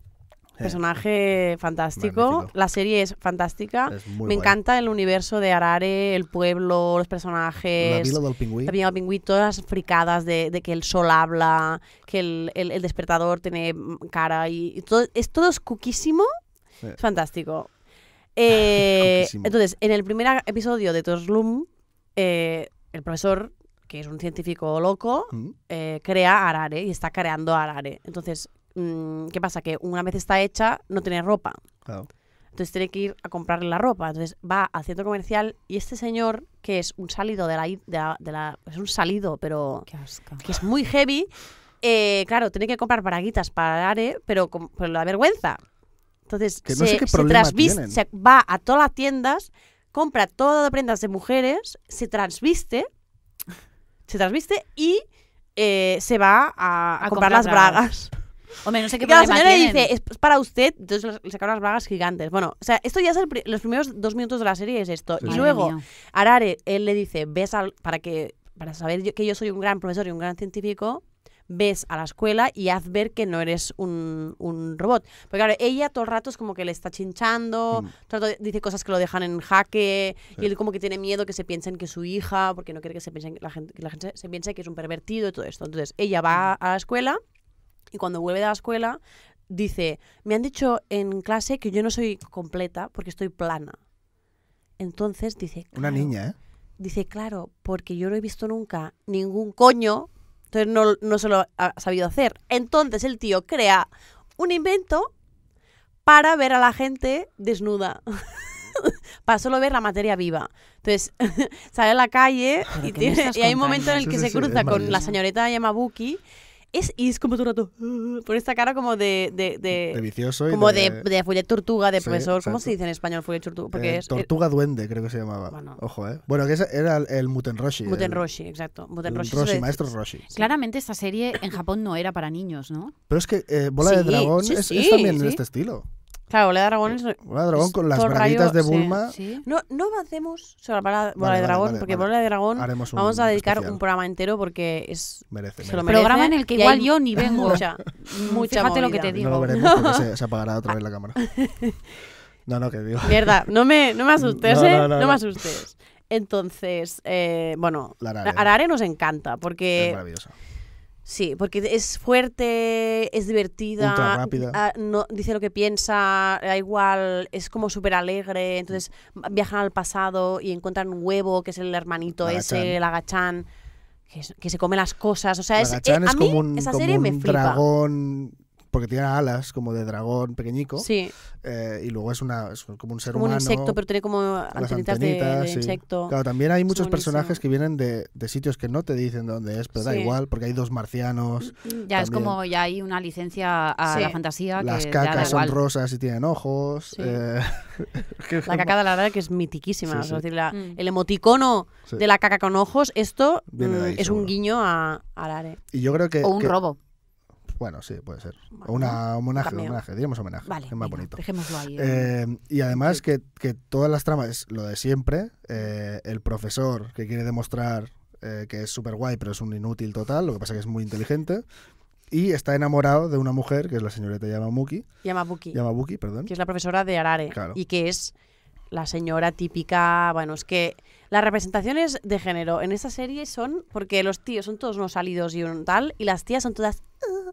A: personaje fantástico.
C: Magnífico.
A: La serie es fantástica.
C: Es muy
A: Ah, Me
C: guay.
A: encanta el universo de Arare, el pueblo, los personajes.
C: La vila del pingüí.
A: La Viña del Pingüí, todas las fricadas de, de que el sol habla, que el, el- el despertador tiene mm, cara y, y todo. Es todo es cuquísimo.
C: Eh.
A: Es fantástico. Eh,
C: Cuquísimo.
A: entonces, en el primer a- episodio de Toslum, eh, el profesor, que es un científico loco,
C: Mm.
A: eh, crea Arare y está creando Arare. Entonces, mm, ¿qué pasa? Que una vez está hecha, no tiene ropa.
C: Claro.
A: Entonces tiene que ir a comprarle la ropa. Entonces va al centro comercial y este señor, que es un salido de la... i- de la- de la- es un salido, pero
B: Qué asco.
A: que es muy heavy, eh, claro, tiene que comprar paraguitas para Arare, pero con pero la vergüenza. Entonces
C: Que
A: se,
C: no sé qué
A: se
C: problema
A: trasvis-
C: tienen.
A: se va a todas las tiendas, compra todo de prendas de mujeres, se transviste, se transviste y eh, se va a, a comprar
B: A comprar
A: las
B: bragas.
A: bragas.
B: Hombre, no sé qué
A: Y claro, la
B: problema
A: señora le
B: tienen.
A: dice, es es para usted, entonces le sacaron las bragas gigantes. Bueno, o sea, esto ya es el pri- los primeros dos minutos de la serie, es esto.
C: Sí,
A: Y
C: sí.
B: Madre
A: luego,
B: mía.
A: Arare, él le dice, ves al, para que para saber yo- que yo soy un gran profesor y un gran científico, ves a la escuela y haz ver que no eres un, un robot. Porque claro, ella todo el rato es como que le está chinchando,
C: Mm.
A: todo el rato dice cosas que lo dejan en jaque,
C: Sí.
A: y él como que tiene miedo que se piensen que es su hija, porque no quiere que, se piensen, que la gente, que la gente se piense que es un pervertido y todo esto. Entonces, ella va
C: Mm.
A: a la escuela y cuando vuelve de la escuela dice, me han dicho en clase que yo no soy completa porque estoy plana. Entonces dice...
C: Una
A: "Claro".
C: niña, ¿eh?
A: Dice, claro, porque yo no he visto nunca ningún coño, entonces no, no se lo ha sabido hacer. Entonces el tío crea un invento para ver a la gente desnuda. para solo ver la materia viva. Entonces sale a la calle
B: ¿Pero
A: y,
B: qué me
A: tiene-
B: estás
A: y hay un
B: contando?
A: momento en el
C: Sí,
A: que se
C: sí, sí, es
A: cruza con la
C: maravilloso.
A: señorita Yamabuki. Es, y es como todo el rato, "Ah", por esta cara como de... de- de-
C: De vicioso y
A: Eh, como de,
C: de...
A: de follet tortuga, de
C: Sí,
A: profesor. ¿Cómo
C: exacto.
A: se dice en español follet tortuga? Porque
C: eh,
A: es... eh,
C: Tortuga Duende, creo que se llamaba.
A: Bueno.
C: Ojo, ¿eh? Bueno, que ese era el, el Muten Roshi.
A: Muten
C: el-
A: Roshi, exacto. Muten
C: el
A: Roshi.
C: Roshi,
A: Eso es-
C: Maestro Roshi.
B: Claramente esta serie en Japón no era para niños, ¿no?
C: Pero es que eh, Bola de
A: Sí,
C: Dragón
A: sí,
C: es,
A: sí,
C: es también
A: sí.
C: en este estilo.
A: Claro, le da dragones.
C: Bola de Dragón
A: Es
C: con las
A: todo el rayo,
C: braguitas de
A: sí,
C: Bulma.
B: Sí.
A: No, no avancemos sobre la palabra bola
C: Vale,
A: de
C: vale,
A: dragón,
C: vale,
A: porque
C: vale.
A: bola de dragón
C: Haremos un
A: vamos a dedicar
C: especial.
A: un programa entero porque es
C: Merece,
A: se lo
C: merece.
A: merece.
B: Programa en el que
A: y
B: igual
A: hay
B: yo ni vengo.
A: Mucha, mucha
B: Fíjate lo que
A: movida.
B: te digo.
C: No lo veremos porque se, se apagará otra vez la cámara. No, no, que digo.
A: Mierda, no me, no me asustes,
C: No,
A: ¿eh?
C: no,
A: No,
C: no, no.
A: me asustes. Entonces, eh, bueno,
C: La Arare.
A: Arare nos encanta
C: Es
A: porque
C: maravilloso.
A: Sí, porque es fuerte, es divertida,
C: Ultra rápida.
A: ah, no, dice lo que piensa, da igual, es como súper alegre. Entonces viajan al pasado y encuentran un huevo, que es el hermanito
C: Lagachan.
A: ese, el agachán, que, es- que se come las cosas. O sea, es, eh,
C: Lagachan
A: a
C: es
A: mí
C: como un,
A: esa
C: como
A: serie me
C: un
A: flipa.
C: dragón. Porque tiene alas como de dragón pequeñico.
A: Sí,
C: eh, y luego es, una, es como un ser
A: como un
C: humano.
A: insecto, pero tiene como
C: las
A: antenitas de, de
C: sí.
A: insecto.
C: Claro, también hay muchos
A: buenísimo.
C: personajes que vienen de, de sitios que no te dicen de dónde es, pero da
A: Sí.
C: igual, porque hay dos marcianos,
B: Ya es
C: También.
B: como ya hay una licencia a
A: Sí.
B: la fantasía
C: las
B: que ya da
C: cacas son
B: igual.
C: rosas y tienen ojos.
A: Sí.
C: eh, qué
A: La caca de la verdad que es mitiquísima.
C: Sí,
A: o sea,
C: sí.
A: decir, la-
B: Mm.
A: El emoticono
C: Sí.
A: de la caca con ojos, esto
C: Viene de
A: mm,
C: ahí,
A: es
C: seguro.
A: un guiño a, a Arare.
C: Y yo creo que.
B: O un
C: que-
B: robo.
C: Bueno, sí, puede ser. O
A: Bueno,
C: una homenaje,
A: cameo.
C: homenaje, diremos homenaje.
B: Vale,
C: es más
B: venga,
C: bonito.
B: dejémoslo ahí. ¿eh?
C: Eh, y además que, que todas las tramas es lo de siempre. eh, el profesor que quiere demostrar eh, que es súper guay, pero es un inútil total, lo que pasa que es muy inteligente. Y está enamorado de una mujer, que es la señorita Yamamuki,
A: Yamabuki.
C: Yamabuki, perdón.
A: que es la profesora de Arare
C: Claro.
A: y que es la señora típica, bueno, es que las representaciones de género en esta serie son porque los tíos son todos unos salidos y un tal y las tías son todas "Ah",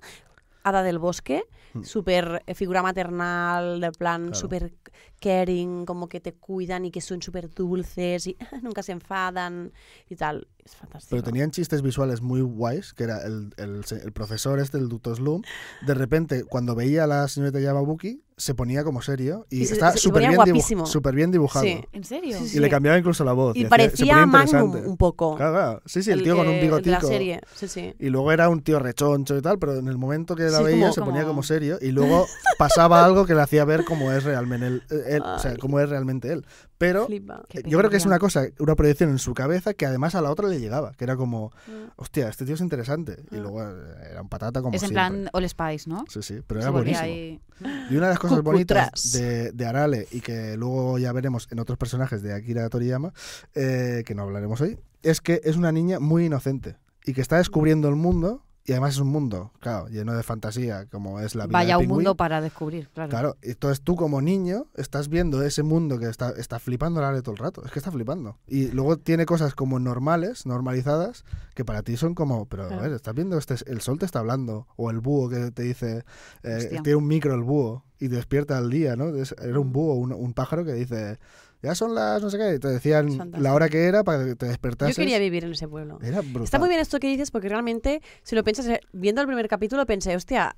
A: hada del bosque, súper eh, figura maternal, de plan
C: Mm. Claro.
A: súper caring, como que te cuidan y que son súper dulces y nunca se enfadan y tal. Es fantástico.
C: Pero tenían chistes visuales muy guays, que era el, el se- el profesor este, el Dutos Loom, de repente, cuando veía a la señorita Yamabuki, se ponía como serio y,
A: Y se-
C: estaba
A: se- se
C: súper
A: ponía
C: bien, dibuj-
A: guapísimo.
C: súper bien dibujado.
A: Sí.
B: ¿En serio?
A: Sí,
C: Y le cambiaba incluso la voz.
A: Y
C: hacía- se
A: parecía
C: ponía
A: a Magnum
C: interesante.
A: un poco.
C: Claro, claro. Sí, sí, el, tío con
A: que-
C: un
A: el eh, de la
C: bigotico.
A: serie, sí, sí.
C: Y luego era un tío rechoncho y tal, pero en el momento que la
A: Sí,
C: veía
A: como-
C: se ponía
B: como-
C: como serio y luego pasaba algo que le hacía ver cómo es realmente él, eh, él, o sea, cómo es realmente él. Pero
A: Flipa.
B: Qué
C: eh, yo creo que es
B: peculiar.
C: una cosa, una proyección en su cabeza que además a la otra le llegaba, que era como, hostia, este tío es interesante. Y luego eh, era un patata como
B: Mm. Es en
C: siempre.
B: plan All Spice, ¿no?
C: Sí, sí, pero
B: Se
C: era
B: volvía
C: buenísimo.
B: ahí-
C: Y una de las cosas bonitas
A: Cucutras.
C: de, de Arale y que luego ya veremos en otros personajes de Akira Toriyama, eh, que no hablaremos hoy, es que es una niña muy inocente y que está descubriendo el mundo Y además es un mundo, claro, lleno de fantasía, como es la vida
B: Vaya
C: de
B: un
C: Pingüín.
B: mundo para descubrir, claro.
C: Claro, entonces tú como niño estás viendo ese mundo que está, está flipando la Ale todo el rato. Es que está flipando. Y luego tiene cosas como normales, normalizadas, que para ti son como, pero a
B: Claro.
C: ver, estás viendo, este, el sol te está hablando, o el búho que te dice, eh,
B: Hostia.
C: tiene un micro el búho, y te despierta al día, ¿no? Es- era un búho, un, un pájaro que dice, ya son las no sé qué, y te decían
A: Fantástico.
C: la hora que era para que te
A: Yo
C: despertases.
A: quería vivir en ese pueblo.
C: Era brutal.
A: Está muy bien esto que dices porque realmente, si lo piensas, eh, viendo el primer capítulo pensé, hostia,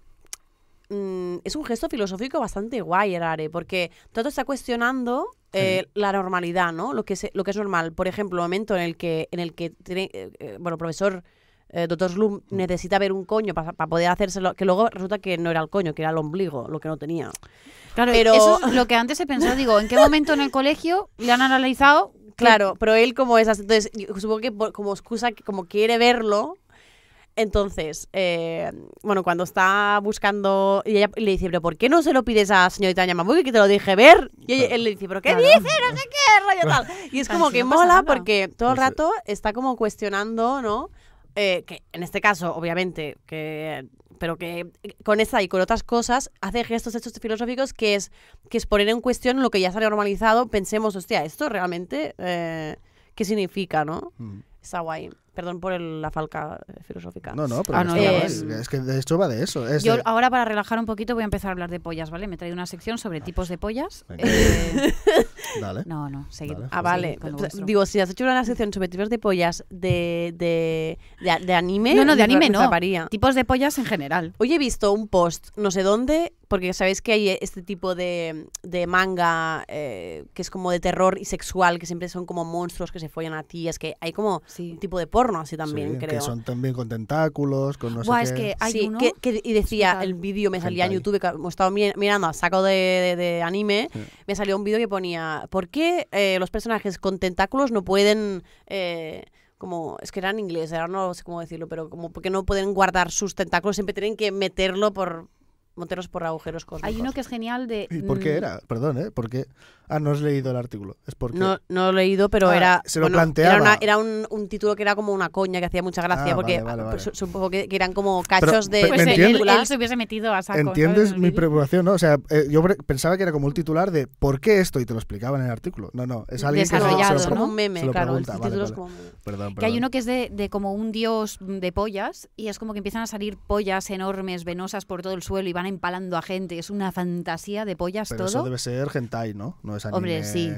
A: mm, es un gesto filosófico bastante guay el Are, porque todo está cuestionando eh, la normalidad, ¿no? Lo que, es, lo que es normal. Por ejemplo, el momento en el que, en el que tiene, eh, eh, bueno, el profesor... eh, Doctor Slum necesita ver un coño para poder hacérselo, que luego resulta que no era el coño, que era el ombligo, lo que no tenía.
B: Claro,
A: Pero-
B: eso es lo que antes se pensó, digo, ¿en qué momento en el colegio le han analizado? que-
A: Claro, pero él como es así, entonces yo supongo que por- como excusa, que como quiere verlo, entonces, eh, bueno, cuando está buscando, y ella le dice, pero ¿por qué no se lo pides a señorita Yamamoto que te lo dije ver? Y ella- él le dice, pero ¿qué
B: Claro.
A: dice? No sé qué, rollo tal. Y es
B: Claro,
A: como
B: si
A: que
B: no pasa
A: mola
B: nada.
A: porque todo el
C: Pues, eh,
A: rato está como cuestionando, ¿no? Eh, que en este caso, obviamente, que pero que con esta y con otras cosas hace gestos hechos filosóficos que es que es poner en cuestión lo que ya se ha normalizado, pensemos, hostia, esto realmente eh, qué significa, ¿no?
C: Mm.
A: Está guay. Perdón por el- la falca eh, filosófica.
C: No, no, pero
B: Ah, no,
C: está
A: eh,
C: guay. es que de hecho va de eso. es
B: Yo
C: de-
B: ahora para relajar un poquito voy a empezar a hablar de pollas, ¿vale? Me he traído una sección sobre tipos de pollas.
C: Venga.
B: Eh,
C: Dale.
B: no, no, seguid.
C: Vale.
A: Ah, vale.
B: Seguid con lo
A: Pues,
B: vuestro.
A: Digo, si has hecho una sección sobre tipos de pollas de, de, de, de anime.
B: no, no, de
A: me
B: anime no.
A: fliparía.
B: Tipos de pollas en general.
A: Hoy he visto un post, no sé dónde, porque sabéis que hay este tipo de, de manga eh, que es como de terror y sexual, que siempre son como monstruos que se follan a tías, que hay como
B: Sí.
A: un tipo de porno así también,
C: Sí,
A: creo.
C: Que son también con tentáculos, con no sé
B: Buah,
C: qué.
B: es que hay
A: Sí,
B: uno.
A: que- que- y decía,
B: brutal.
A: el vídeo me salía en
C: Hentai.
A: YouTube, que como estaba mi- mirando a saco de, de- de anime,
C: Sí.
A: me salió un vídeo que ponía, ¿por qué eh, los personajes con tentáculos no pueden... eh, como, es que era en inglés, ahora no sé cómo decirlo, pero como porque no pueden guardar sus tentáculos, siempre tienen que meterlo por meterlos por agujeros cósmicos.
B: Hay uno que es genial de.
C: ¿Y por qué
B: mm,
C: era? Perdón, ¿eh? ¿Por qué? Ah, no has leído el artículo. Es porque...
A: no, no lo he leído, pero
C: Ah,
A: era.
C: se lo
A: bueno,
C: planteaba.
A: Era, una- era un, un título que era como una coña que hacía mucha gracia,
C: Ah,
A: porque
C: vale, vale,
A: ah,
C: vale.
A: su- supongo que, que eran como cachos
C: pe-
A: de.
B: Pues
C: ¿me
B: él,
C: entiendes?
B: él se hubiese metido a saco. ¿sabes?
C: ¿Entiendes
B: En el
C: mi
B: vídeo.
C: preocupación? ¿no? O sea, eh, yo pre- pensaba que era como un titular de ¿por qué esto? Y te lo explicaba en el artículo. No, no, es alguien que se, lo- se lo
B: Desarrollado,
A: es
C: pre-
A: como un meme,
C: se lo
A: claro. El
C: pregunta.
A: título
C: Vale,
A: es
C: vale.
A: como un meme.
C: Perdón,
B: Que hay
C: perdón.
B: uno que es de, de como un dios de pollas y es como que empiezan a salir pollas enormes, venosas por todo el suelo y van empalando a gente. Es una fantasía de pollas
C: Pero
B: todo.
C: eso debe ser hentai, ¿no? No es anime.
B: Hombre, sí.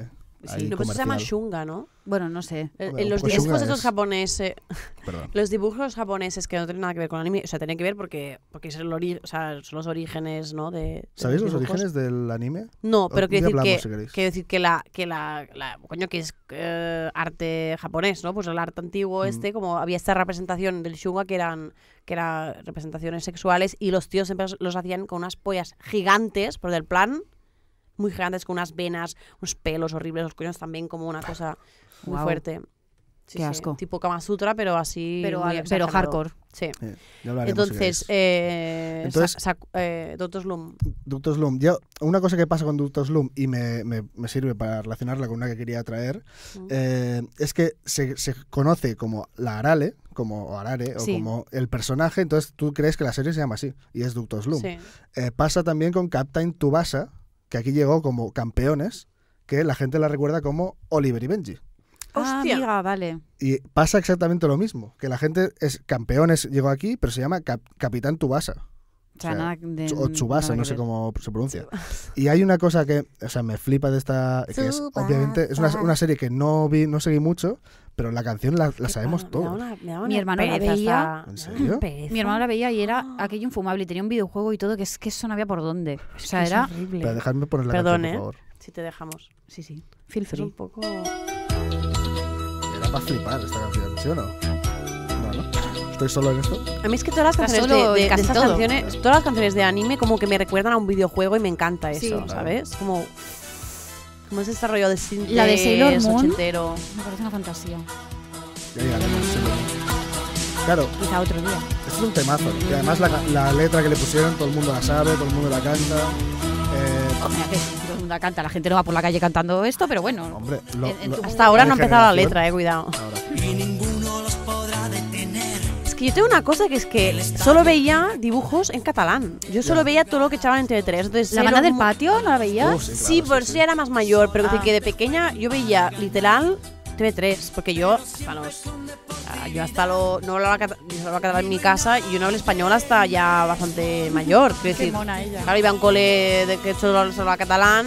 C: ahí
A: No, pues se llama
C: comercial.
A: shunga, ¿no?
B: Bueno, no sé.
A: En-
C: Hombre,
A: en
C: un
A: los
C: poco
A: dibujos
C: shunga
A: esos
C: es.
A: japoneses,
C: Perdón.
A: los dibujos japoneses que no tienen nada que ver con anime, o sea, tienen que ver porque, porque es el ori- o sea, son los orígenes, ¿no? De, de
C: ¿Sabéis los
A: dibujos.
C: orígenes del anime?
A: No, pero
C: Un
A: quiero decir,
C: día
A: que,
C: hablamos, si queréis.
A: quiero decir que la, que la, la- coño, que es eh, arte japonés, ¿no? Pues el arte
C: Mm.
A: antiguo este, como había esta representación del shunga que eran, que eran representaciones sexuales y los tíos siempre los hacían con unas pollas gigantes, pero del plan, muy gigantes, con unas venas, unos pelos horribles, los coños también como una cosa muy
B: Guau.
A: fuerte. Sí, sí,
B: Qué asco.
A: Tipo Kama Sutra, pero así.
B: Pero,
A: muy
B: al- pero
A: exagerado.
B: hardcore.
A: Sí.
C: Eh, ya hablaremos, si
A: Entonces,
C: queréis.
A: eh,
C: Entonces-
A: sa- sac- eh, Dr. Slum.
C: Ductos Loom. Yo, una cosa que pasa con Ductos Loom y me, me- me sirve para relacionarla con una que quería traer eh, es que se, se conoce como la Arale, como o Arare,
B: Sí.
C: o como el personaje, entonces tú crees que la serie se llama así y es Ductos Loom.
A: Sí.
C: Eh, pasa también con Captain Tsubasa, que aquí llegó como campeones, que la gente la recuerda como Oliver y Benji.
B: Ah,
A: Hostia.
B: amiga, vale.
C: Y pasa exactamente lo mismo, que la gente es campeones, llegó aquí, pero se llama Cap- Capitán Tsubasa.
B: O sea,
C: O sea,
B: nada de-
C: Chu- o Chubasa,
B: nada
C: no
B: que
C: sé
B: ver.
C: cómo se pronuncia. Y hay una cosa que, o sea, me flipa de esta, que es, obviamente, es una, una serie que no vi, no seguí mucho, pero la canción la, la
A: Qué
C: sabemos
A: pena, me da
C: todos.
A: una- me da
B: Mi
A: una
B: hermano la
A: pereza
B: veía.
A: esta-
C: ¿En
A: me da
C: serio?
A: una pereza.
B: Mi hermana la veía y era aquello infumable. y Tenía un videojuego y todo, que es que eso no había por dónde. O sea,
A: Es
B: era.
A: horrible.
C: Pero dejadme poner la
A: Perdón,
C: canción,
A: ¿eh?
C: por
A: Si te dejamos.
B: Sí, sí. Feel
A: Es un
B: free.
A: poco.
C: favor. Era para flipar esta canción, ¿sí o no? No, no. ¿Estoy solo en esto?
A: A mí es que todas las
B: Estás
A: canciones
B: solo
A: de, de-
B: en
A: de
B: casi
A: estas
B: todo.
A: canciones, todas las canciones de anime como que me recuerdan a un videojuego y me encanta eso,
B: Sí. Claro.
A: ¿sabes? Como como es este rollo de synth
B: La de Sailor Moon.
A: ochentero.
B: Me parece una fantasía.
C: Ya, ya, no sé. Claro,
B: Quizá otro día.
C: este es un temazo. Y además la, la letra que le pusieron, todo el mundo la sabe, todo el mundo la canta. Eh,
B: Mira, que todo el mundo canta, la gente no va por la calle cantando esto, pero bueno.
C: hombre, lo-
B: En- en
C: lo-
B: tu-
A: Hasta ahora
C: mi
B: eh.
A: no ha empezado la
C: generación-
A: letra, eh, cuidado.
C: Ahora.
A: Es Que yo tengo una cosa que es que solo veía dibujos en catalán. Yo solo veía todo lo que echaban entre tres. Entonces,
B: ¿La
A: era
B: banda del
A: muy-
B: patio no la veías?
C: Sí, claro,
A: Sí,
C: sí,
A: por eso ya era más mayor, pero es decir, que de pequeña yo veía literal TV3, porque yo hasta los. ah, Yo hasta lo. No hablaba cata- yo hablaba catalán en mi casa y yo no hablo español hasta ya bastante mayor. Quiero
B: Qué
A: decir,
B: mona ella.
A: claro, iba a un cole de que solo se hablaba catalán.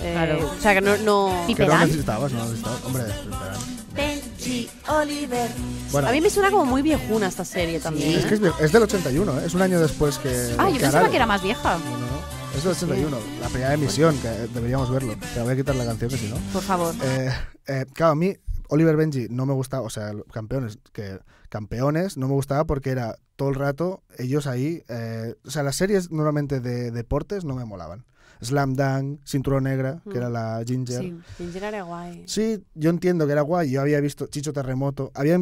A: eh,
B: Claro.
A: O sea, que no. no-
B: Y
C: Que no
B: Perán.
C: necesitabas, no necesitabas. Hombre, Perán. Bueno,
A: a mí me suena como muy viejuna esta serie también.
C: es
A: ¿eh?
C: que es, vie- es del 81, ¿eh? es un año después que.
B: Ah, yo pensaba
C: Arado.
B: que era más vieja.
C: No, no, no. Es del 81, la primera emisión, que eh, deberíamos verlo. Te voy a quitar la canción que si no.
A: Por favor.
C: Eh, eh, claro, a mí Oliver Benji no me gustaba, o sea, lo- campeones, que campeones no me gustaba porque era todo el rato ellos ahí, eh, o sea, las series normalmente de deportes no me molaban. Slam Dunk, Cinturón Negra, que era la
A: ¿eh?
C: Ginger.
B: Mm. Sí.
C: Sí.
A: Ginger era guay.
C: yo entiendo que era guay, yo había visto Chicho Terremoto, había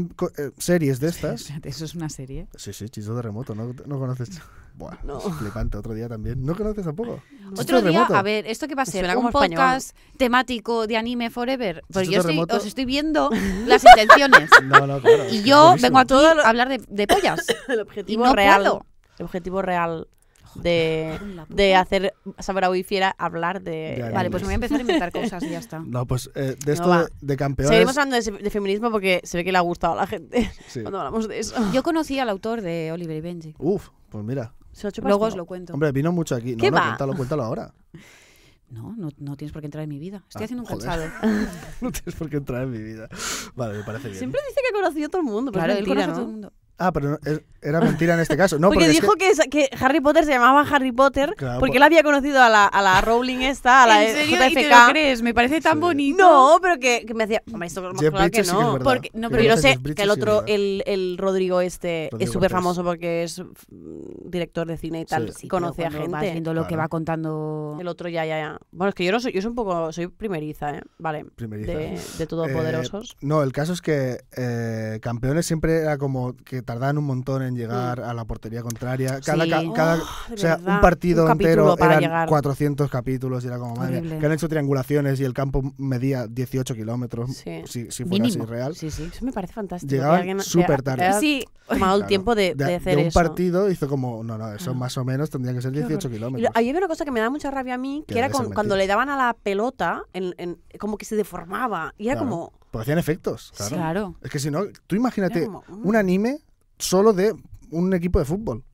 C: series de estas.
B: Eso es una serie.
C: Sí, sí, Chicho Terremoto, no, no conoces. Buah,
A: No.
C: es flipante, otro día también. ¿No conoces tampoco? Chicho
B: Otro día,
C: Terremoto.
B: a ver, ¿esto qué va a
A: Me
B: ser?
A: suena como
B: ¿Un
A: español.
B: podcast temático de anime forever? Porque
C: Instituto
B: yo estoy,
C: Remoto.
B: os estoy viendo las intenciones.
C: No, no, claro.
B: Y yo
C: buenísimo.
B: vengo aquí a hablar de, de pollas.
A: El objetivo
B: Y no
A: real.
B: puedo.
A: El objetivo real de,
B: la puta.
A: de hacer saber a Wifi era hablar de.
C: Ya,
B: Vale, pues me voy a empezar a inventar cosas y ya está.
C: No, pues eh, de esto
A: va.
C: de, de campeones.
A: Seguimos hablando de, de feminismo porque se ve que le ha gustado a la gente
C: Sí.
A: cuando hablamos de eso.
B: Yo conocí al autor de Oliver y Benji.
C: Uf, pues mira.
A: Se lo chupas
B: Luego
A: todo.
B: os lo cuento.
C: Hombre, vino mucho aquí. No,
A: ¿Qué
C: no,
A: va?
C: cuéntalo, cuéntalo ahora.
B: No, no, no tienes por qué entrar en mi vida. Estoy
C: Ah,
B: haciendo un
C: joder.
B: calzado.
C: No tienes por qué entrar en mi vida. Vale, me parece bien.
A: Siempre dice que ha conocido a todo el mundo, pero
B: Claro,
A: es
B: él
A: mentira,
B: conoce a todo el
A: ¿no?
B: mundo.
C: Ah, pero no, es- era mentira en este caso. No,
A: porque,
C: porque, es
A: dijo
C: que-
A: que... esa- que Harry Potter se llamaba Harry Potter
C: Claro, pues
A: porque
C: por-
A: él había conocido a la, a la Rowling esta, a la
B: ¿En serio? ¿Y te lo
A: JFK.
B: crees? Me parece tan
C: Sí.
B: bonito.
A: No, pero que, que me decía, hombre, esto es más
C: Jeff
A: claro que
C: Bridges sí que es
A: no.
C: verdad.
A: porque, no, pero
C: Que
A: yo
C: Jeff
A: sé
C: Bridges
A: que el
C: sí es
A: otro,
C: verdad.
A: el, el Rodrigo este, es
C: Rodrigo
A: súper
C: Cortés.
A: famoso porque es mm, director de cine y tal,
C: Sí,
A: y conoce a
B: Pero cuando Vas
A: gente.
B: viendo lo que
C: Claro.
B: va contando.
A: El otro ya, ya, ya. Bueno, es que yo no soy, yo soy un poco, soy primeriza, ¿eh? Vale.
C: Primeriza.
A: De, de
C: Eh,
A: todopoderosos.
C: no, el caso es que eh, campeones siempre era como que tardaban un montón en llegar a la portería contraria. Cada,
B: Sí.
C: ca-
B: Oh,
C: Eh, cada-
A: Ah, de
C: o sea,
A: verdad.
C: un partido
A: Un capítulo
C: entero
A: para
C: eran
A: llegar.
C: 400 capítulos y era como madre.
B: Horrible.
C: mía, Que han hecho triangulaciones y el campo medía 18 kilómetros.
A: Sí.
C: Si, si fuera
B: Mínimo.
C: así real.
B: Sí, sí.
A: Eso me parece fantástico.
C: Llegaban
A: que alguien-
C: súper
A: que-
C: tarde.
A: que haya
B: Sí.
A: tomado el
C: Claro.
A: tiempo de, de hacer
C: un
A: eso. Ah.
C: partido hizo como, no, no, eso más o menos tendría que ser 18
A: Y lo-
C: kilómetros.
A: ahí había una cosa que me da mucha rabia a mí, que
C: Que
A: era
C: debe
A: con-
C: ser
A: cuando
C: mentira.
A: le daban a la pelota, en- en- como que se deformaba. Y era
C: Claro.
A: como.
C: Pues hacían efectos,
B: Claro.
C: claro. Es que si no, tú imagínate
A: Era como, mm.
C: un anime solo de un equipo de fútbol.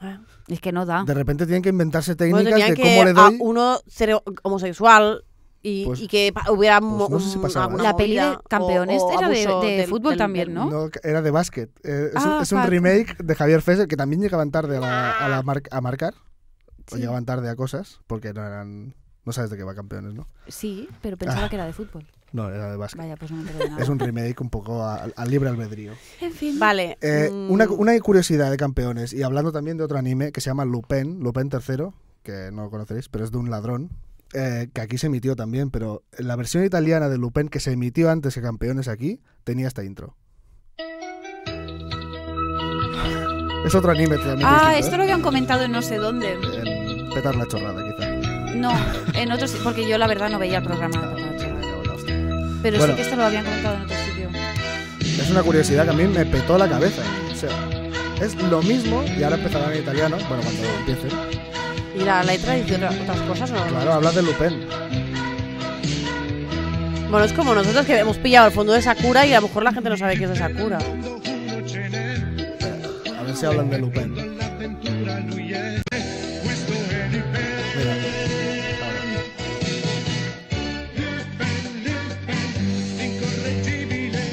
A: ah.
B: Es que no da.
C: De repente tienen que inventarse
A: Bueno,
C: técnicas
A: tenían
C: de
A: que
C: cómo le
A: a
C: doy.
A: uno ser homosexual y,
C: Pues-
A: y que pa- hubiera mo-
C: no sé si
A: un-
C: pasaba,
A: alguna
C: ¿eh?
B: La peli de
A: movida
B: Campeones era de-
A: abuso
B: de fútbol también, ¿no?
C: No, era de básquet. Eh, es, un-
B: Ah,
C: es un,
B: fuck.
C: remake de Javier Fesser que también llegaban tarde a, la- a la mar- a marcar. O
B: Ah. Sí.
C: llegaban tarde a cosas porque no eran. No sabes de qué va campeones, ¿no?
B: Sí, pero pensaba que era de fútbol.
C: No, era de básquet.
B: Vaya, pues no me entero de nada.
C: Ah. Es un remake un poco a- al libre albedrío.
B: En fin.
A: Vale.
C: Eh,
A: mm,
C: una, una curiosidad de campeones, y hablando también de otro anime que se llama Lupin, Lupin III, que no lo conoceréis, pero es de un ladrón, eh, que aquí se emitió también, pero la versión italiana de Lupin que se emitió antes que campeones aquí tenía esta intro. Es otro anime también.
B: Ah, esto
C: distinto,
B: lo habían comentado en no sé dónde.
C: ¿eh? En petar la chorrada, quizá.
B: No, en otros. Porque yo la verdad no veía el programa. de Patata Chorra. Pero
C: Bueno.
B: sí que esto lo habían comentado en otro sitio.
C: Es una curiosidad que a mí me petó la cabeza. O sea, es lo mismo, y ahora empezarán en italiano, bueno, cuando empiece.
A: ¿Y la letra dice otra- otras cosas o no?
C: Claro, habla de Lupin.
A: Bueno, es como nosotros que hemos pillado el fondo de Sakura y a lo mejor la gente no sabe qué es de Sakura.
C: A ver si hablan de Lupin. Mira. ahora.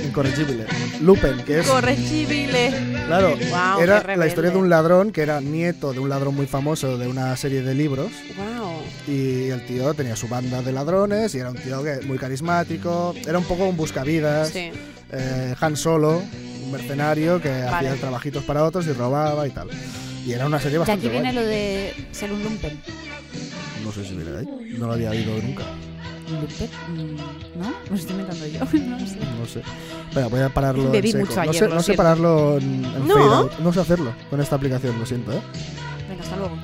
C: Incorregible. Lupin, que es,
A: Corregible.
C: claro,
A: Guau, qué
C: era la
A: rebelde.
C: historia de un ladrón que era nieto de un ladrón muy famoso de una serie de libros
A: Wow.
C: y el tío tenía su banda de ladrones y era un tío que, muy carismático, era un poco un buscavidas,
A: Sí.
C: eh, Han Solo, un mercenario que hacía trabajitos para otros y robaba y tal. Y era una serie
B: De
C: bastante
B: aquí viene
C: guay.
B: lo de ser un lumpen.
C: No sé si viene de ahí. No lo había oído nunca.
B: ¿Un lumpen? Mm, ¿No? Me lo estoy inventando yo. No lo sé.
C: No sé. Espera, voy a pararlo
B: Bebí
C: en seco.
B: mucho
C: no
B: ayer,
C: sé,
B: lo
C: no sé
B: siento.
C: pararlo en, en
A: No.
C: fade out. No sé hacerlo con esta aplicación, lo siento, ¿eh?
B: Venga, hasta luego.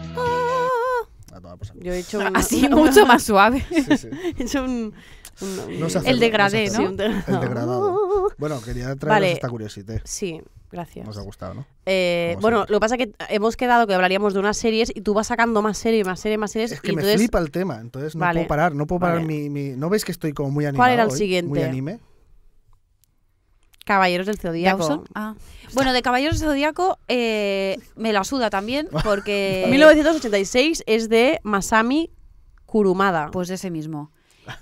C: A tomar por saco.
A: Yo he hecho un-
B: Así, mucho más suave.
C: Sí, sí.
A: he hecho un, un- un-
C: No se hace.
B: El degradé,
C: se
B: ¿no?
C: hace. El degradado. Bueno, quería traeros
A: Vale.
C: esta curiosidad.
A: Sí, gracias.
C: Nos ha gustado, ¿no?
A: Eh,
C: Como
A: bueno,
C: siempre.
A: lo que pasa es que hemos quedado que hablaríamos de unas series y tú vas sacando más series, más series, más series.
C: Es que
A: y
C: me
A: entonces,
C: flipa el tema, entonces no
A: Vale.
C: puedo parar, no puedo parar
A: Vale.
C: mi, mi- ¿No veis que estoy como muy animado
A: ¿Cuál era el
C: hoy?
A: siguiente?
C: Muy anime.
A: Caballeros del Zodíaco.
B: Dawson. Ah. Bueno, de Caballeros del Zodíaco eh, me la suda también
A: Eh,
B: porque...
A: 1986 es de Masami Kurumada.
B: Pues ese mismo.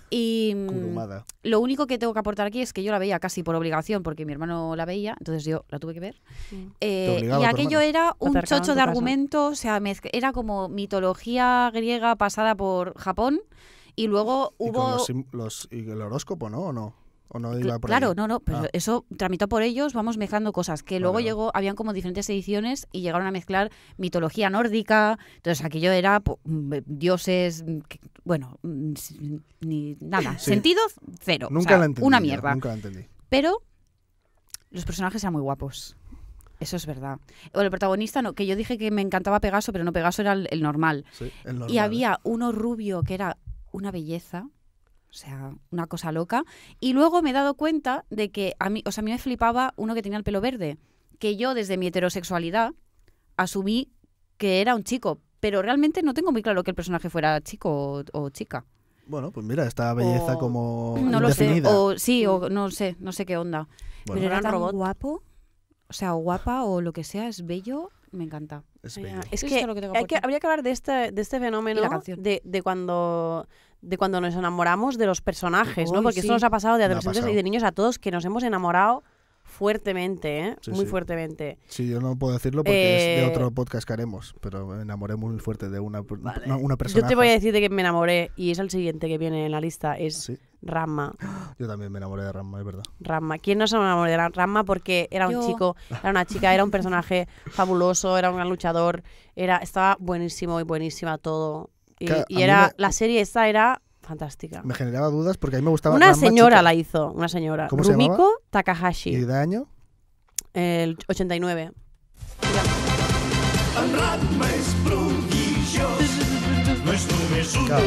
B: Y mm,
C: Kurumada.
B: lo único que tengo que aportar aquí es que yo la veía casi por obligación porque mi hermano la veía, entonces yo la tuve que ver. Eh,
C: Te obligaba
B: y
C: tu
B: aquello
C: hermano.
B: era
A: Lo
B: un
A: acercaban en tu
B: chocho de
A: casa.
B: argumento, o sea, mezc- era como mitología griega pasada por Japón y luego
C: Y con
B: hubo...
C: los sim- los- y el horóscopo, ¿no? ¿O no? ¿O no
B: Cl-
C: iba por
B: claro,
C: ahí?
B: no, no, pero
C: Ah.
B: eso tramitó por ellos, vamos mezclando cosas, que luego
C: vale.
B: llegó, habían como diferentes ediciones y llegaron a mezclar mitología nórdica, entonces aquello era po- mm, dioses, mm, que- bueno, mm, s- ni nada,
C: Sí.
B: sentido cero, o
C: Nunca
B: sea,
C: la entendí.
B: una
C: yo,
B: mierda,
C: Nunca la entendí.
B: pero los personajes eran muy guapos. Eso es verdad. Bueno, el protagonista, no, que yo dije que me encantaba Pegaso, pero no, Pegaso era el, el normal.
C: Sí, el
B: Y
C: normal,
B: había uno rubio que era una belleza, o sea, una cosa loca. Y luego me he dado cuenta de que a mí, o sea, a mí me flipaba uno que tenía el pelo verde, que yo desde mi heterosexualidad asumí que era un chico, pero realmente no tengo muy claro que el personaje fuera chico o, o chica.
C: ¿eh? Bueno, pues mira, esta belleza
A: O-
C: como
B: No lo sé,
C: indefinida.
B: o sí, o no sé, no sé qué onda. pero
C: Bueno.
B: era
A: Gran
B: tan
A: robot.
B: guapo, o sea, o guapa o lo que sea, es bello, me encanta.
C: Es
A: Ya,
C: bello.
A: ah, Es
B: Eso
A: que,
B: es lo que tengo
A: hay que-
B: aportar.
A: habría que hablar de este, de este fenómeno
B: Y la canción.
A: De, de cuando de cuando nos enamoramos de los personajes, ¿no?
B: Uy,
A: Porque esto
B: sí.
A: nos ha pasado de
C: Me ha
A: adolescentes
C: pasado.
A: y de niños a todos que nos hemos enamorado fuertemente, ¿eh?
C: Sí,
A: muy
C: sí.
A: fuertemente.
C: Sí, yo no puedo decirlo porque es
A: Eh,
C: de otro podcast que haremos, pero me enamoré muy fuerte de una,
A: Vale.
C: una, una persona.
A: Yo te voy a decir de que me enamoré y es el siguiente que viene en la lista, es
C: Sí,
A: Rama.
C: yo también me enamoré de Ramma, es verdad.
A: Rama. ¿Quién no se enamoró de la- Rama? Porque era un
B: Yo.
A: chico, era una chica, era un personaje fabuloso, era un gran luchador, era, estaba buenísimo y buenísima todo. Y,
C: Claro,
A: y
C: a mí
A: era,
C: me-
A: la serie esta era fantástica.
C: Me generaba dudas porque a mí me gustaba
A: una
C: Ranma
A: señora
C: chica.
A: la hizo, una señora.
C: ¿Cómo se
A: Rumiko
C: llamaba? ¿Y Ah,
A: Takahashi,
C: de año?
A: el 89.
C: Claro.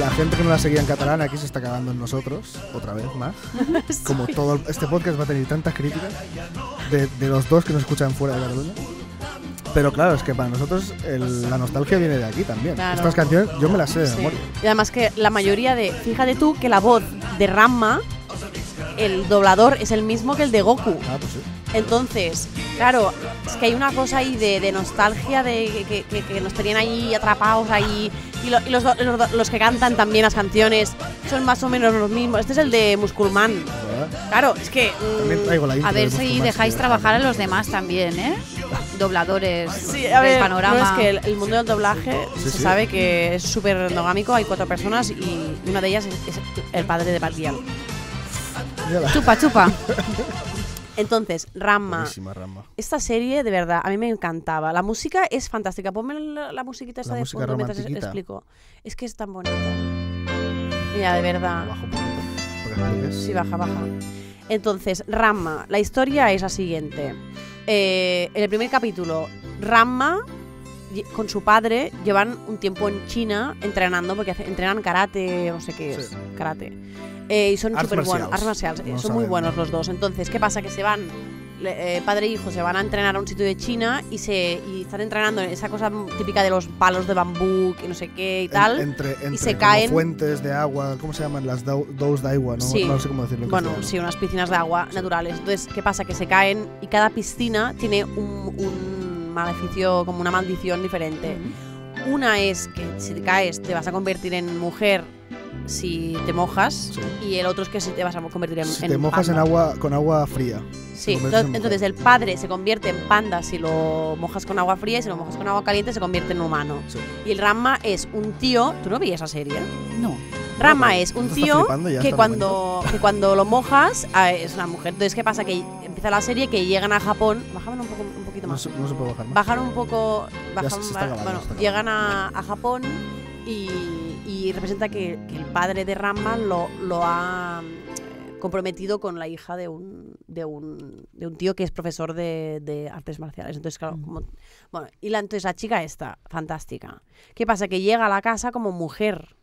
C: La gente que no la seguía en catalán aquí se está cagando en nosotros, otra vez más. Como todo el- este podcast va a tener tantas críticas de, de los dos que nos escuchan fuera de Cataluña. Pero claro, es que para nosotros el- la nostalgia viene de aquí también.
A: Claro.
C: Estas canciones yo me las sé de
A: Sí.
C: memoria.
A: Y además que la mayoría de... Fíjate tú que la voz de Ranma, el doblador, es el mismo que el de Goku.
C: Ah, pues sí.
A: Entonces, claro, es que hay una cosa ahí de, de nostalgia de que, que- que nos tenían ahí atrapados ahí. Y, lo- y los, do- los do- los que cantan también las canciones son más o menos los mismos. Este es el de Musculmán.
C: ¿verdad?
A: Claro, es que... mm,
C: También traigo la intro
B: A
C: de
B: ver
C: Busco
B: si
C: Más
B: dejáis
C: que-
B: trabajar a los demás también, ¿eh? Dobladores
A: Sí, a ver,
B: del panorama.
A: no, es que el, el mundo del doblaje
C: Sí,
A: se
C: sí.
A: sabe que es súper endogámico, hay cuatro personas y una de ellas es, es el padre de Batial.
C: Ya la-
B: Chupa, chupa.
A: Entonces, Rama,
C: Buenísima Ranma.
A: esta serie de verdad a mí me encantaba. La música es fantástica. Ponme la, la musiquita esa
C: La
A: de
C: música
A: fondo mientras es-
C: romantiquita.
A: explico. Es que es tan bonita. Mira, de verdad.
C: Abajo un poquito, para que expliques.
A: Sí, baja, baja. Entonces, Ramma, la historia es la siguiente. Eh, en el primer capítulo, Ramma lle- con su padre llevan un tiempo en China entrenando, porque hace- entrenan karate, no sé qué es,
C: Sí.
A: karate. Eh, y son
C: Arts
A: súper buenos,
C: marcials.
A: artes marciales, eh,
C: No
A: son muy
C: saben.
A: buenos los dos. Entonces, ¿qué pasa? Que se van, le- eh, padre e hijo, se van a entrenar a un sitio de China y, se, y están entrenando en esa cosa típica de los palos de bambú, que no sé qué y
C: En-
A: tal.
C: entre, entre
A: se
C: como
A: caen.
C: fuentes de agua, ¿cómo se llaman? Las dau- dos de agua, ¿no?
A: Sí.
C: No sé cómo decirlo. en
A: Bueno,
C: castellano.
A: sí, unas piscinas de agua naturales. Entonces, ¿qué pasa? Que se caen y cada piscina tiene un, un maleficio, como una maldición diferente. Una es que si te caes te vas a convertir en mujer si te mojas
C: Sí.
A: y el otro es que si te vas a convertir en
C: Si
A: en
C: te mojas en
A: panda.
C: agua, con agua fría.
A: Sí,
C: te conviertes
A: entonces,
C: en mujer.
A: entonces el padre se convierte en panda si lo mojas con agua fría y si lo mojas con agua caliente se convierte en humano.
C: Sí.
A: Y el Rama es un tío... ¿Tú no veías esa serie?
B: No.
A: Rama
C: Bueno,
A: es un
C: esto está
A: tío
C: flipando ya
A: que
C: hasta el
A: cuando, que cuando lo mojas ah, es una mujer. Entonces, ¿qué pasa? Que empieza la serie, que llegan a Japón. Bajaban un, poco, un poquito
C: No
A: más.
C: se, no se puede bajar más.
A: Bajaron un poco. bajan-
C: se está acabando,
A: bueno,
C: se está acabando.
A: llegan a, a Japón y, y representa que, que el padre de Rama lo, lo ha eh, comprometido con la hija de un, de un, de un tío que es profesor de, de artes marciales. Entonces,
C: Mm.
A: claro, como- bueno, y la,
C: Mm.
A: entonces la chica esta, fantástica. ¿Qué pasa? Que llega a la casa como mujer.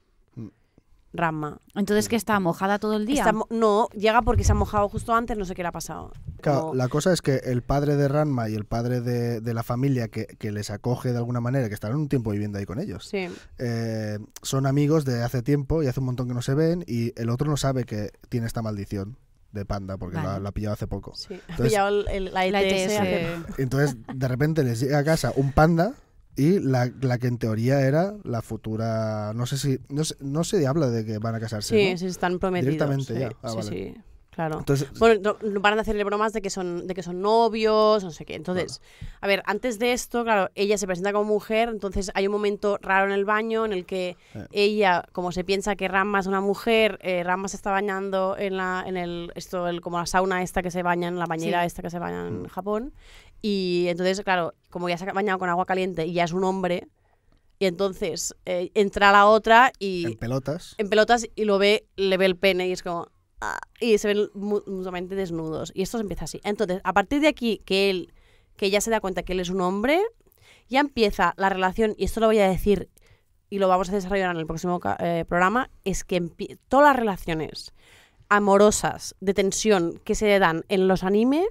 A: Ramma.
B: Entonces, que está mojada todo el día.
A: Está mo- no, llega porque se ha mojado justo antes, no sé qué le ha pasado.
C: Claro,
A: Como-
C: la cosa es que el padre de Ranma y el padre de, de la familia que, que les acoge de alguna manera, que estarán un tiempo viviendo ahí con ellos,
A: Sí.
C: eh, son amigos de hace tiempo y hace un montón que no se ven y el otro no sabe que tiene esta maldición de panda porque la,
B: Vale.
C: la ha pillado hace poco.
A: Sí, ha
C: Entonces-
A: pillado el- el- la ETS.
B: la E ETS. eh,
A: hace-
C: Entonces, de repente les llega a casa un panda y la, la que en teoría era la futura... No sé si... No se, no se habla de que van a casarse.
A: Sí,
C: ¿no?
A: sí, están prometidos.
C: Directamente
A: sí,
C: ya. Ah,
A: sí,
C: vale.
A: sí, claro.
C: Entonces,
A: Bueno, no- van a hacerle bromas de que son, de que son novios, no sé qué. Entonces, a ver, antes de esto, claro, ella se presenta como mujer, entonces hay un momento raro en el baño en el que
C: Eh.
A: ella, como se piensa que Ramma es una mujer, eh, Ramma se está bañando en la, en el, esto, el, como la sauna esta que se baña, en la bañera
B: Sí.
A: esta que se baña en Japón. Y entonces, claro, como ya se ha bañado con agua caliente y ya es un hombre, y entonces eh, entra la otra y
C: en pelotas.
A: en pelotas y lo ve, le ve el pene y es como. "Ah", y se ven mu- mutuamente desnudos. Y esto se empieza así. Entonces, a partir de aquí, que él, que ya se da cuenta que él es un hombre, ya empieza la relación, y esto lo voy a decir y lo vamos a desarrollar en el próximo ca- eh, programa, es que empie- todas las relaciones amorosas de tensión que se dan en los anime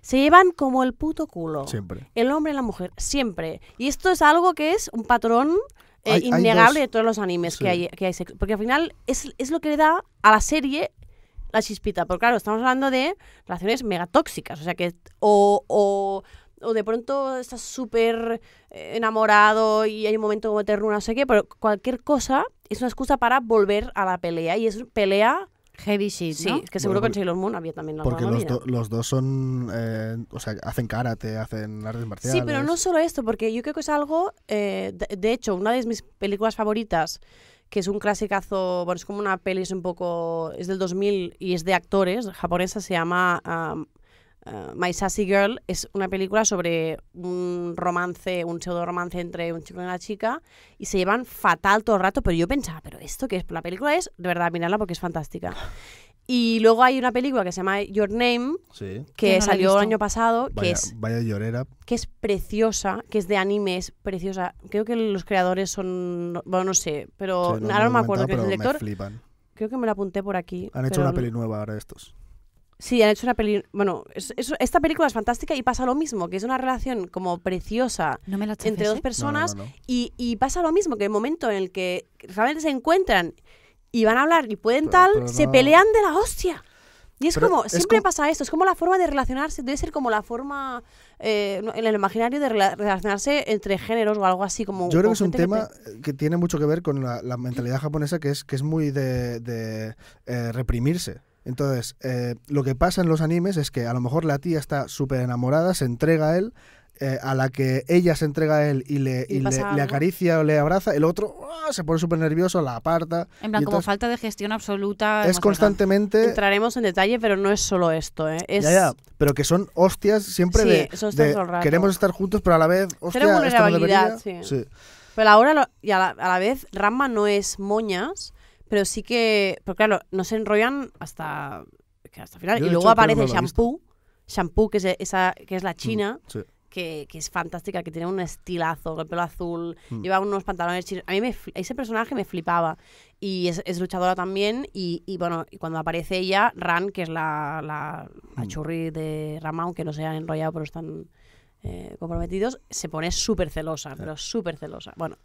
A: se llevan como el puto culo.
C: Siempre.
A: El hombre y la mujer, siempre. Y esto es algo que es un patrón eh,
C: Hay- hay
A: innegable
C: dos.
A: de todos los animes
C: Sí.
A: que, hay, que hay sexo. Porque al final es, es lo que le da a la serie la chispita. Porque claro, estamos hablando de relaciones megatóxicas. O sea que. O, o, o de pronto estás súper eh, enamorado y hay un momento como ternura, no sé qué. Pero cualquier cosa es una excusa para volver a la pelea. Y es pelea.
B: Heavy shit,
A: Sí,
B: ¿no?
A: que seguro
C: Bueno,
A: que en Sailor Moon había también la
C: Porque
A: misma
C: los,
A: movida.
C: do- los dos son. eh, o sea, hacen karate, hacen artes marciales.
A: Sí, pero no solo esto, porque yo creo que es algo, eh, de, de hecho, una de mis películas favoritas, que es un clasicazo, bueno, es como una peli, es un poco, es del 2000 y es de actores, japonesa, se llama um, uh, My Sassy Girl, es una película sobre un romance, un pseudo romance entre un chico y una chica, y se llevan fatal todo el rato, pero yo pensaba, pero esto que es, la película es, de verdad, mirarla porque es fantástica. Y luego hay una película que se llama Your Name,
C: Sí.
B: Que
A: que
B: no la he
A: salió el
B: visto.
A: año pasado, que
C: Vaya,
A: es
C: vaya llorera.
A: que es preciosa, que es de anime, es preciosa. Creo que los creadores son, bueno, no sé, pero
C: Sí, no,
A: ahora no
C: lo
A: me
C: he
A: acuerdo
C: comentado,
A: quién es el
C: pero
A: director.
C: Me flipan.
A: Creo que me lo apunté por aquí.
C: Han hecho
A: pero
C: una
A: no-
C: peli nueva ahora estos.
A: Sí, han hecho una peli. Bueno, es- es- esta película es fantástica y pasa lo mismo, que es una relación como preciosa
B: No me la chafes,
A: entre dos
B: ¿eh?
A: personas
C: no, no.
A: Y, y pasa lo mismo, que el momento en el que realmente se encuentran y van a hablar y pueden
C: Pero-
A: tal,
C: pero
A: se
C: no-
A: pelean de la hostia. Y es
C: Pero
A: como,
C: es
A: siempre
C: como-
A: pasa esto, es como la forma de relacionarse, debe ser como la forma eh, no, en el imaginario de rela- relacionarse entre géneros o algo así. Como,
C: Yo creo
A: como
C: que es un
A: gente te-
C: tema eh, que tiene mucho que ver con la, la mentalidad japonesa, que es, que es muy de, de, eh, reprimirse. Entonces, eh, lo que pasa en los animes es que a lo mejor la tía está súper enamorada, se entrega a él, eh, a la que ella se entrega a él y le,
A: Y
C: y le-
A: pasa
C: le
A: algo.
C: acaricia o le abraza, el otro ¡ah! se pone súper nervioso, la aparta.
B: En plan,
C: y
B: como
C: entonces
B: falta de gestión absoluta.
C: es
B: emocional.
C: constantemente...
A: Entraremos en detalle, pero no es solo esto, ¿eh? Es,
C: Ya, ya, pero que son hostias siempre
A: Sí,
C: de,
A: eso está
C: de
A: todo el rato.
C: queremos estar juntos, pero a la vez, hostia, esto no
A: vulnerabilidad,
C: debería.
A: sí. Pero ahora, lo- y a la, a la vez, Ramma no es moñas, pero sí que. Pero claro, no se enrollan hasta, que hasta el final.
C: Yo,
A: y
C: de
A: luego
C: hecho, creo que
A: aparece
C: no lo he Mm.
A: Shampoo, Shampoo, que es, e- esa, que es la china.
C: sí.
A: Que, que es fantástica, que tiene un estilazo, con el pelo azul,
C: Mm.
A: lleva unos pantalones chinos. A mí me, fli- ese personaje me flipaba. Y es, es luchadora también. Y, y bueno, y cuando aparece ella, Ran, que es la, la, la churri de Rama, aunque no se han enrollado, pero están eh, comprometidos, se pone súper celosa, pero súper celosa. Bueno,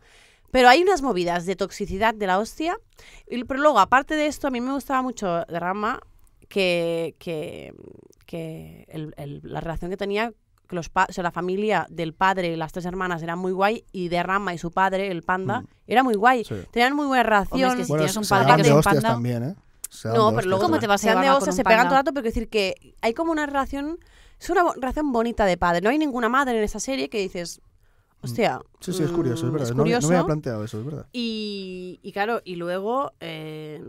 A: pero hay unas movidas de toxicidad de la hostia. Y- Pero luego, aparte de esto, a mí me gustaba mucho de Rama que, que, que el- el- la relación que tenía, que los pa- o sea, la familia del padre y las tres hermanas era muy guay, y de Rama y su padre, el panda, era muy guay.
C: Sí.
A: Tenían muy buena relación.
B: Hombre, es que si
C: Bueno,
B: tienes un
C: se
B: padre
C: dan
B: que
C: de
B: es un pues
C: hostias
B: panda-
C: también, ¿eh? Se dan
A: No,
C: de
A: pero luego
C: hostias
B: ¿Cómo te
C: también.
B: vas a
A: se dan
B: llevar
A: de
B: con
A: hostias,
B: un
A: se pegan
B: panda?
A: todo el rato, pero quiero decir que hay como una relación, es una bo- relación bonita de padre. No hay ninguna madre en esa serie que dices, hostia.
C: Sí, sí, es
A: mm,
C: curioso, es verdad.
A: es
C: no, había- no me
A: curioso.
C: había planteado eso, es verdad.
A: Y, y claro, y luego, eh,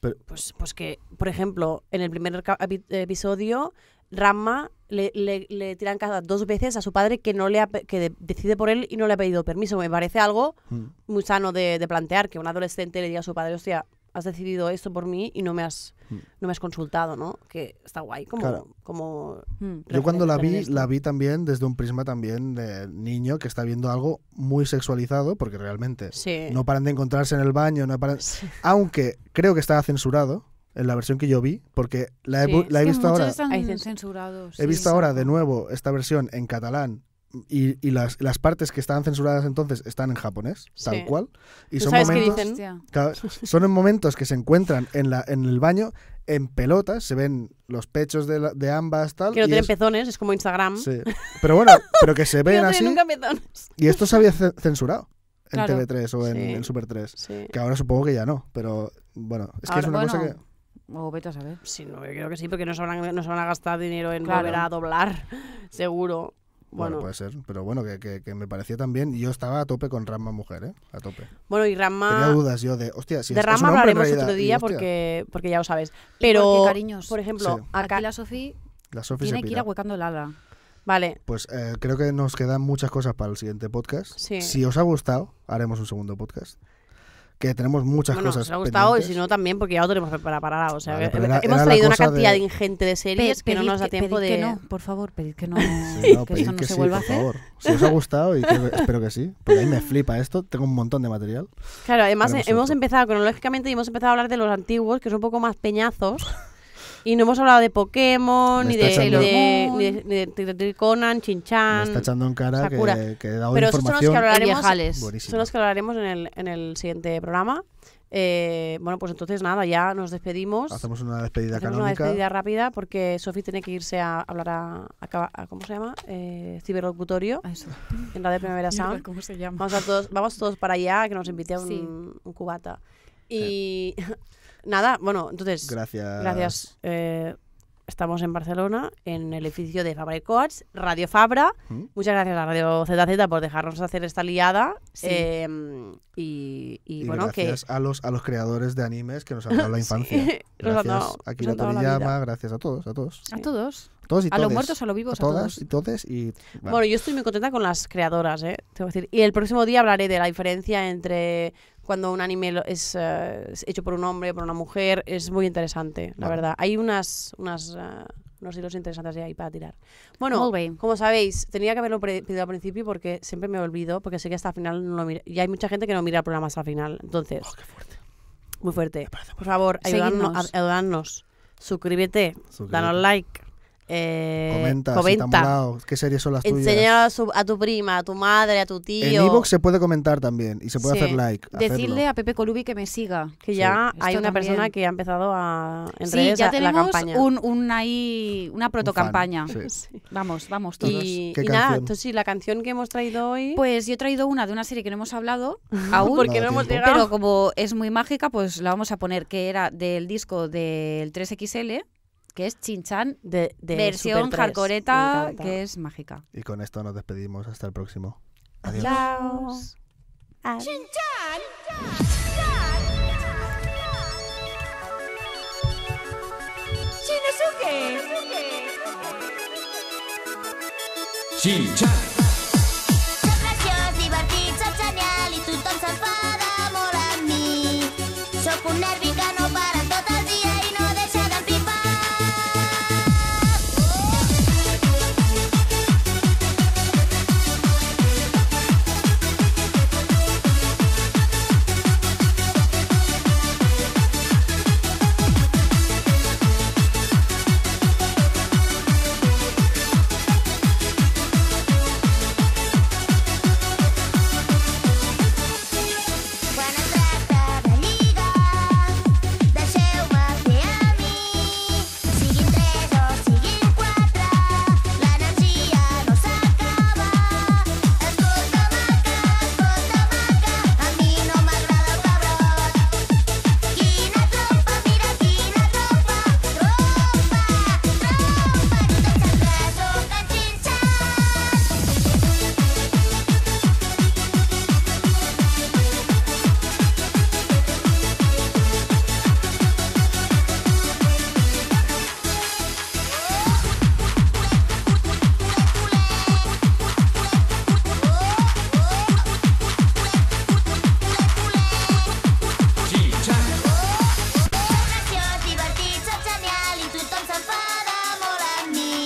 C: Pero-
A: pues, pues que, por ejemplo, en el primer ca- epi- episodio, Ramma le, le- le tira en casa dos veces a su padre que no le ha pe- que de- decide por él y no le ha pedido permiso. Me parece algo
C: Mm.
A: muy sano de, de plantear que un adolescente le diga a su padre, hostia, has decidido esto por mí y no me has, no me has consultado, ¿no? Que está guay, como...
C: Hmm. Claro.
A: como
B: Mm.
C: Yo cuando la vi,
A: referencia
C: la vi también desde un prisma también de niño que está viendo algo muy sexualizado, porque realmente
A: Sí.
C: no paran de encontrarse en el baño, no paran... Aunque creo que estaba censurado en la versión que yo vi, porque la he,
A: Sí,
C: bu-
A: es
C: la he
B: Es que
C: visto
B: muchos
C: ahora,
B: están
A: Hay cens-
B: censurados.
C: he
B: sí.
C: visto ahora de nuevo esta versión en catalán y, y las, las partes que estaban censuradas entonces están en japonés,
A: Sí.
C: tal cual. Y
A: ¿Tú
C: son
A: sabes qué
C: momentos...
A: dicen?
B: Hostia.
C: Claro, son en momentos que se encuentran en, la, en el baño en pelotas, se ven los pechos de, la- de ambas, tal.
A: Que no
C: y
A: tienen
C: es-
A: pezones, es como Instagram.
C: sí. Pero bueno, pero que se
A: Que
C: ven
A: no
C: así.
A: tienen nunca pezones.
C: Y esto se había ce- censurado en
B: Claro.
C: TV3 o en,
A: Sí.
C: en Super 3.
A: Sí.
C: Que ahora supongo que ya no, pero bueno, es que
A: Ahora,
C: es una cosa
B: bueno,
C: que.
B: O vete a saber.
A: Sí, no, yo creo que sí, porque no se van a, no se van a gastar dinero en
B: Claro.
A: volver a doblar, seguro. Bueno, bueno,
C: Bueno, pues, puede ser, pero bueno, que, que- que me parecía también. Yo estaba a tope con Rama Mujer, ¿eh? A tope.
A: y
C: Tenía
A: Rama...
C: dudas yo de, hostia,
A: Ah.
C: si
A: de
C: es,
A: Rama
C: es un hombre en
A: hablaremos
C: realidad,
A: otro
C: y,
A: día
C: hostia,
A: porque, porque ya lo sabes.
B: porque,
A: Pero,
B: cariños,
A: por ejemplo,
C: Sí.
A: acá...
B: Aquí la Sofía
C: La Sophie se
B: tiene que ir
C: pira.
B: ahuecando el ala.
A: Vale,
C: Pues eh, creo que nos quedan muchas cosas para el siguiente podcast.
A: Sí.
C: Si os ha gustado, haremos un segundo podcast. Que tenemos muchas
A: bueno,
C: cosas.
A: os ha gustado y
C: pendientes.
A: si no también, porque ya lo tenemos preparado. O sea,
C: Vale,
A: que-
C: pero era-
A: hemos
C: era la
A: traído una
C: cosa
A: cantidad
C: de-
A: ingente de series
B: Pe-
A: que no
B: pedid
A: nos da
B: que-
A: tiempo
B: pedid
A: de...
B: que no, por favor, pedid que no,
C: Sí, no,
B: que
C: pedid
B: esto no
C: que
B: se
C: sí,
B: vuelva a
C: por
B: hacer.
C: favor. Si os ha gustado, y creo que- espero que sí, porque a mí me flipa esto, tengo un montón de material.
A: Claro, además
C: Haremos
A: hemos
C: otro.
A: empezado cronológicamente y hemos empezado a hablar de los antiguos, que son un poco más peñazos. Y no hemos hablado de Pokémon,
C: Me
A: ni de,
C: está
A: ni
C: echando-
A: de, ni de- ni de- ni de- ni de Conan,
C: Me está
A: Chinchan.
C: echando en cara que,
A: Sakura.
C: que he dado
A: Pero esos son los que
C: información
A: hablaremos-
B: Viejales.
C: buenísima.
A: Son los que hablaremos en el, en el siguiente programa. Eh, bueno, pues entonces nada, ya nos despedimos.
C: Hacemos una despedida
A: Hacemos una
C: canónica.
A: despedida rápida porque Sofi tiene que irse a hablar a, a caba- a- ¿cómo se llama? Eh, ciberlocutorio
B: A eso.
A: en Radio Primavera Sound.
B: ¿Cómo se llama?
A: Vamos, a todos, vamos todos para allá, que nos invite un,
B: Sí.
A: un cubata. Y nada, bueno, entonces,
C: Gracias.
A: gracias. eh, estamos en Barcelona, en el edificio de Fabra y Coats, Radio Fabra.
C: ¿Mm?
A: Muchas gracias a Radio ZZ por dejarnos hacer esta liada.
B: Sí.
A: eh, y, y
C: Y
A: bueno,
C: gracias
A: que...
C: a los a los creadores de animes que nos han dado la infancia.
A: nos han
C: Gracias
A: dado-
C: a
A: nos han
C: Kira
A: dado la vida.
C: Toriyama, gracias a todos, a todos.
B: A todos.
C: Todos y
B: A los
C: todes.
B: muertos, a los vivos, a,
C: todas
B: todos.
C: y todes y vale.
A: Bueno, yo estoy muy contenta con las creadoras, ¿eh? Tengo que decir. Y el próximo día hablaré de la diferencia entre cuando un anime lo- es, eh, es hecho por un hombre, por una mujer. Es muy interesante, la
C: Vale.
A: verdad. Hay unas, unas, eh, unos hilos interesantes ahí para tirar. Bueno,
B: Muy bien.
A: como sabéis, tenía que haberlo pre- pedido al principio porque siempre me olvido, porque sé que hasta el final no lo mira. Y hay mucha gente que no mira el programa hasta el final. Entonces,
C: Oh, qué fuerte.
A: muy fuerte. Por favor,
B: Seguidnos.
A: ayudadnos. ayudadnos. Suscríbete, danos
C: Suscríbete.
A: like. eh,
C: Comenta,
A: comenta.
C: si te ha molado, qué series son las tuyas.
A: Enseñar a, su- a tu prima, a tu madre, a tu
C: En
A: tío.
C: Evox se puede comentar también y se puede
A: Sí.
C: hacer like.
B: Decirle
C: hacerlo.
B: a Pepe Colubi que me siga.
A: que ya
B: Sí,
A: hay
B: esto
A: una persona
B: también.
A: que ha empezado a en
B: Sí,
A: redes la-
B: ya
A: la
B: tenemos
A: campaña.
B: un, un ahí, una protocampaña.
C: sí.
B: Vamos, vamos todos.
A: Y,
C: ¿Qué
A: y nada,
C: canción?
A: entonces sí, la canción que hemos traído hoy.
B: Pues yo he traído una de una serie que no hemos hablado aún.
A: porque
C: Nada
A: no hemos
C: tiempo.
A: llegado.
B: Pero como es muy mágica, pues la vamos a poner, que era del disco del 3XL, que es Chinchan,
A: de, de
B: versión
A: Super 3, me
B: hardcoreta,
A: encanta.
B: que es mágica.
C: Y con esto nos despedimos. Hasta el próximo. Adiós.
A: Chao.
E: Que preciós, divertit, soc genial i tothom s'enfada molt amb mi. Sóc un nervi que no para tot el dia i no deixa d'empipar.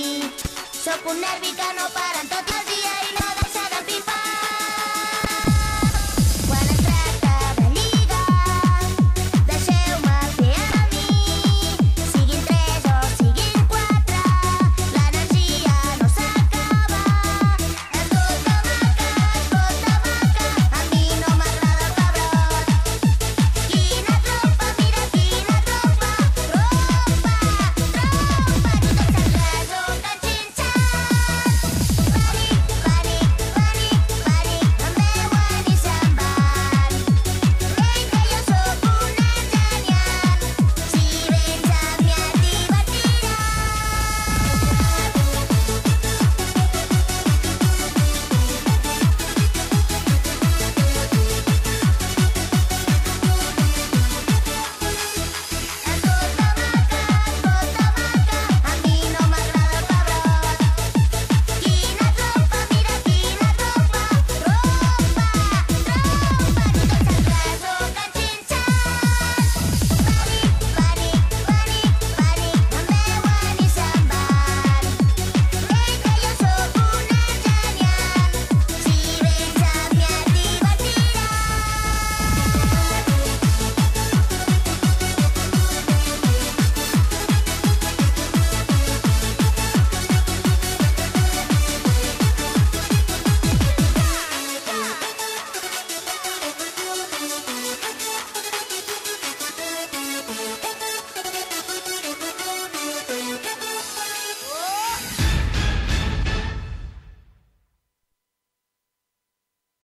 I: loco, un nervi que no para en tot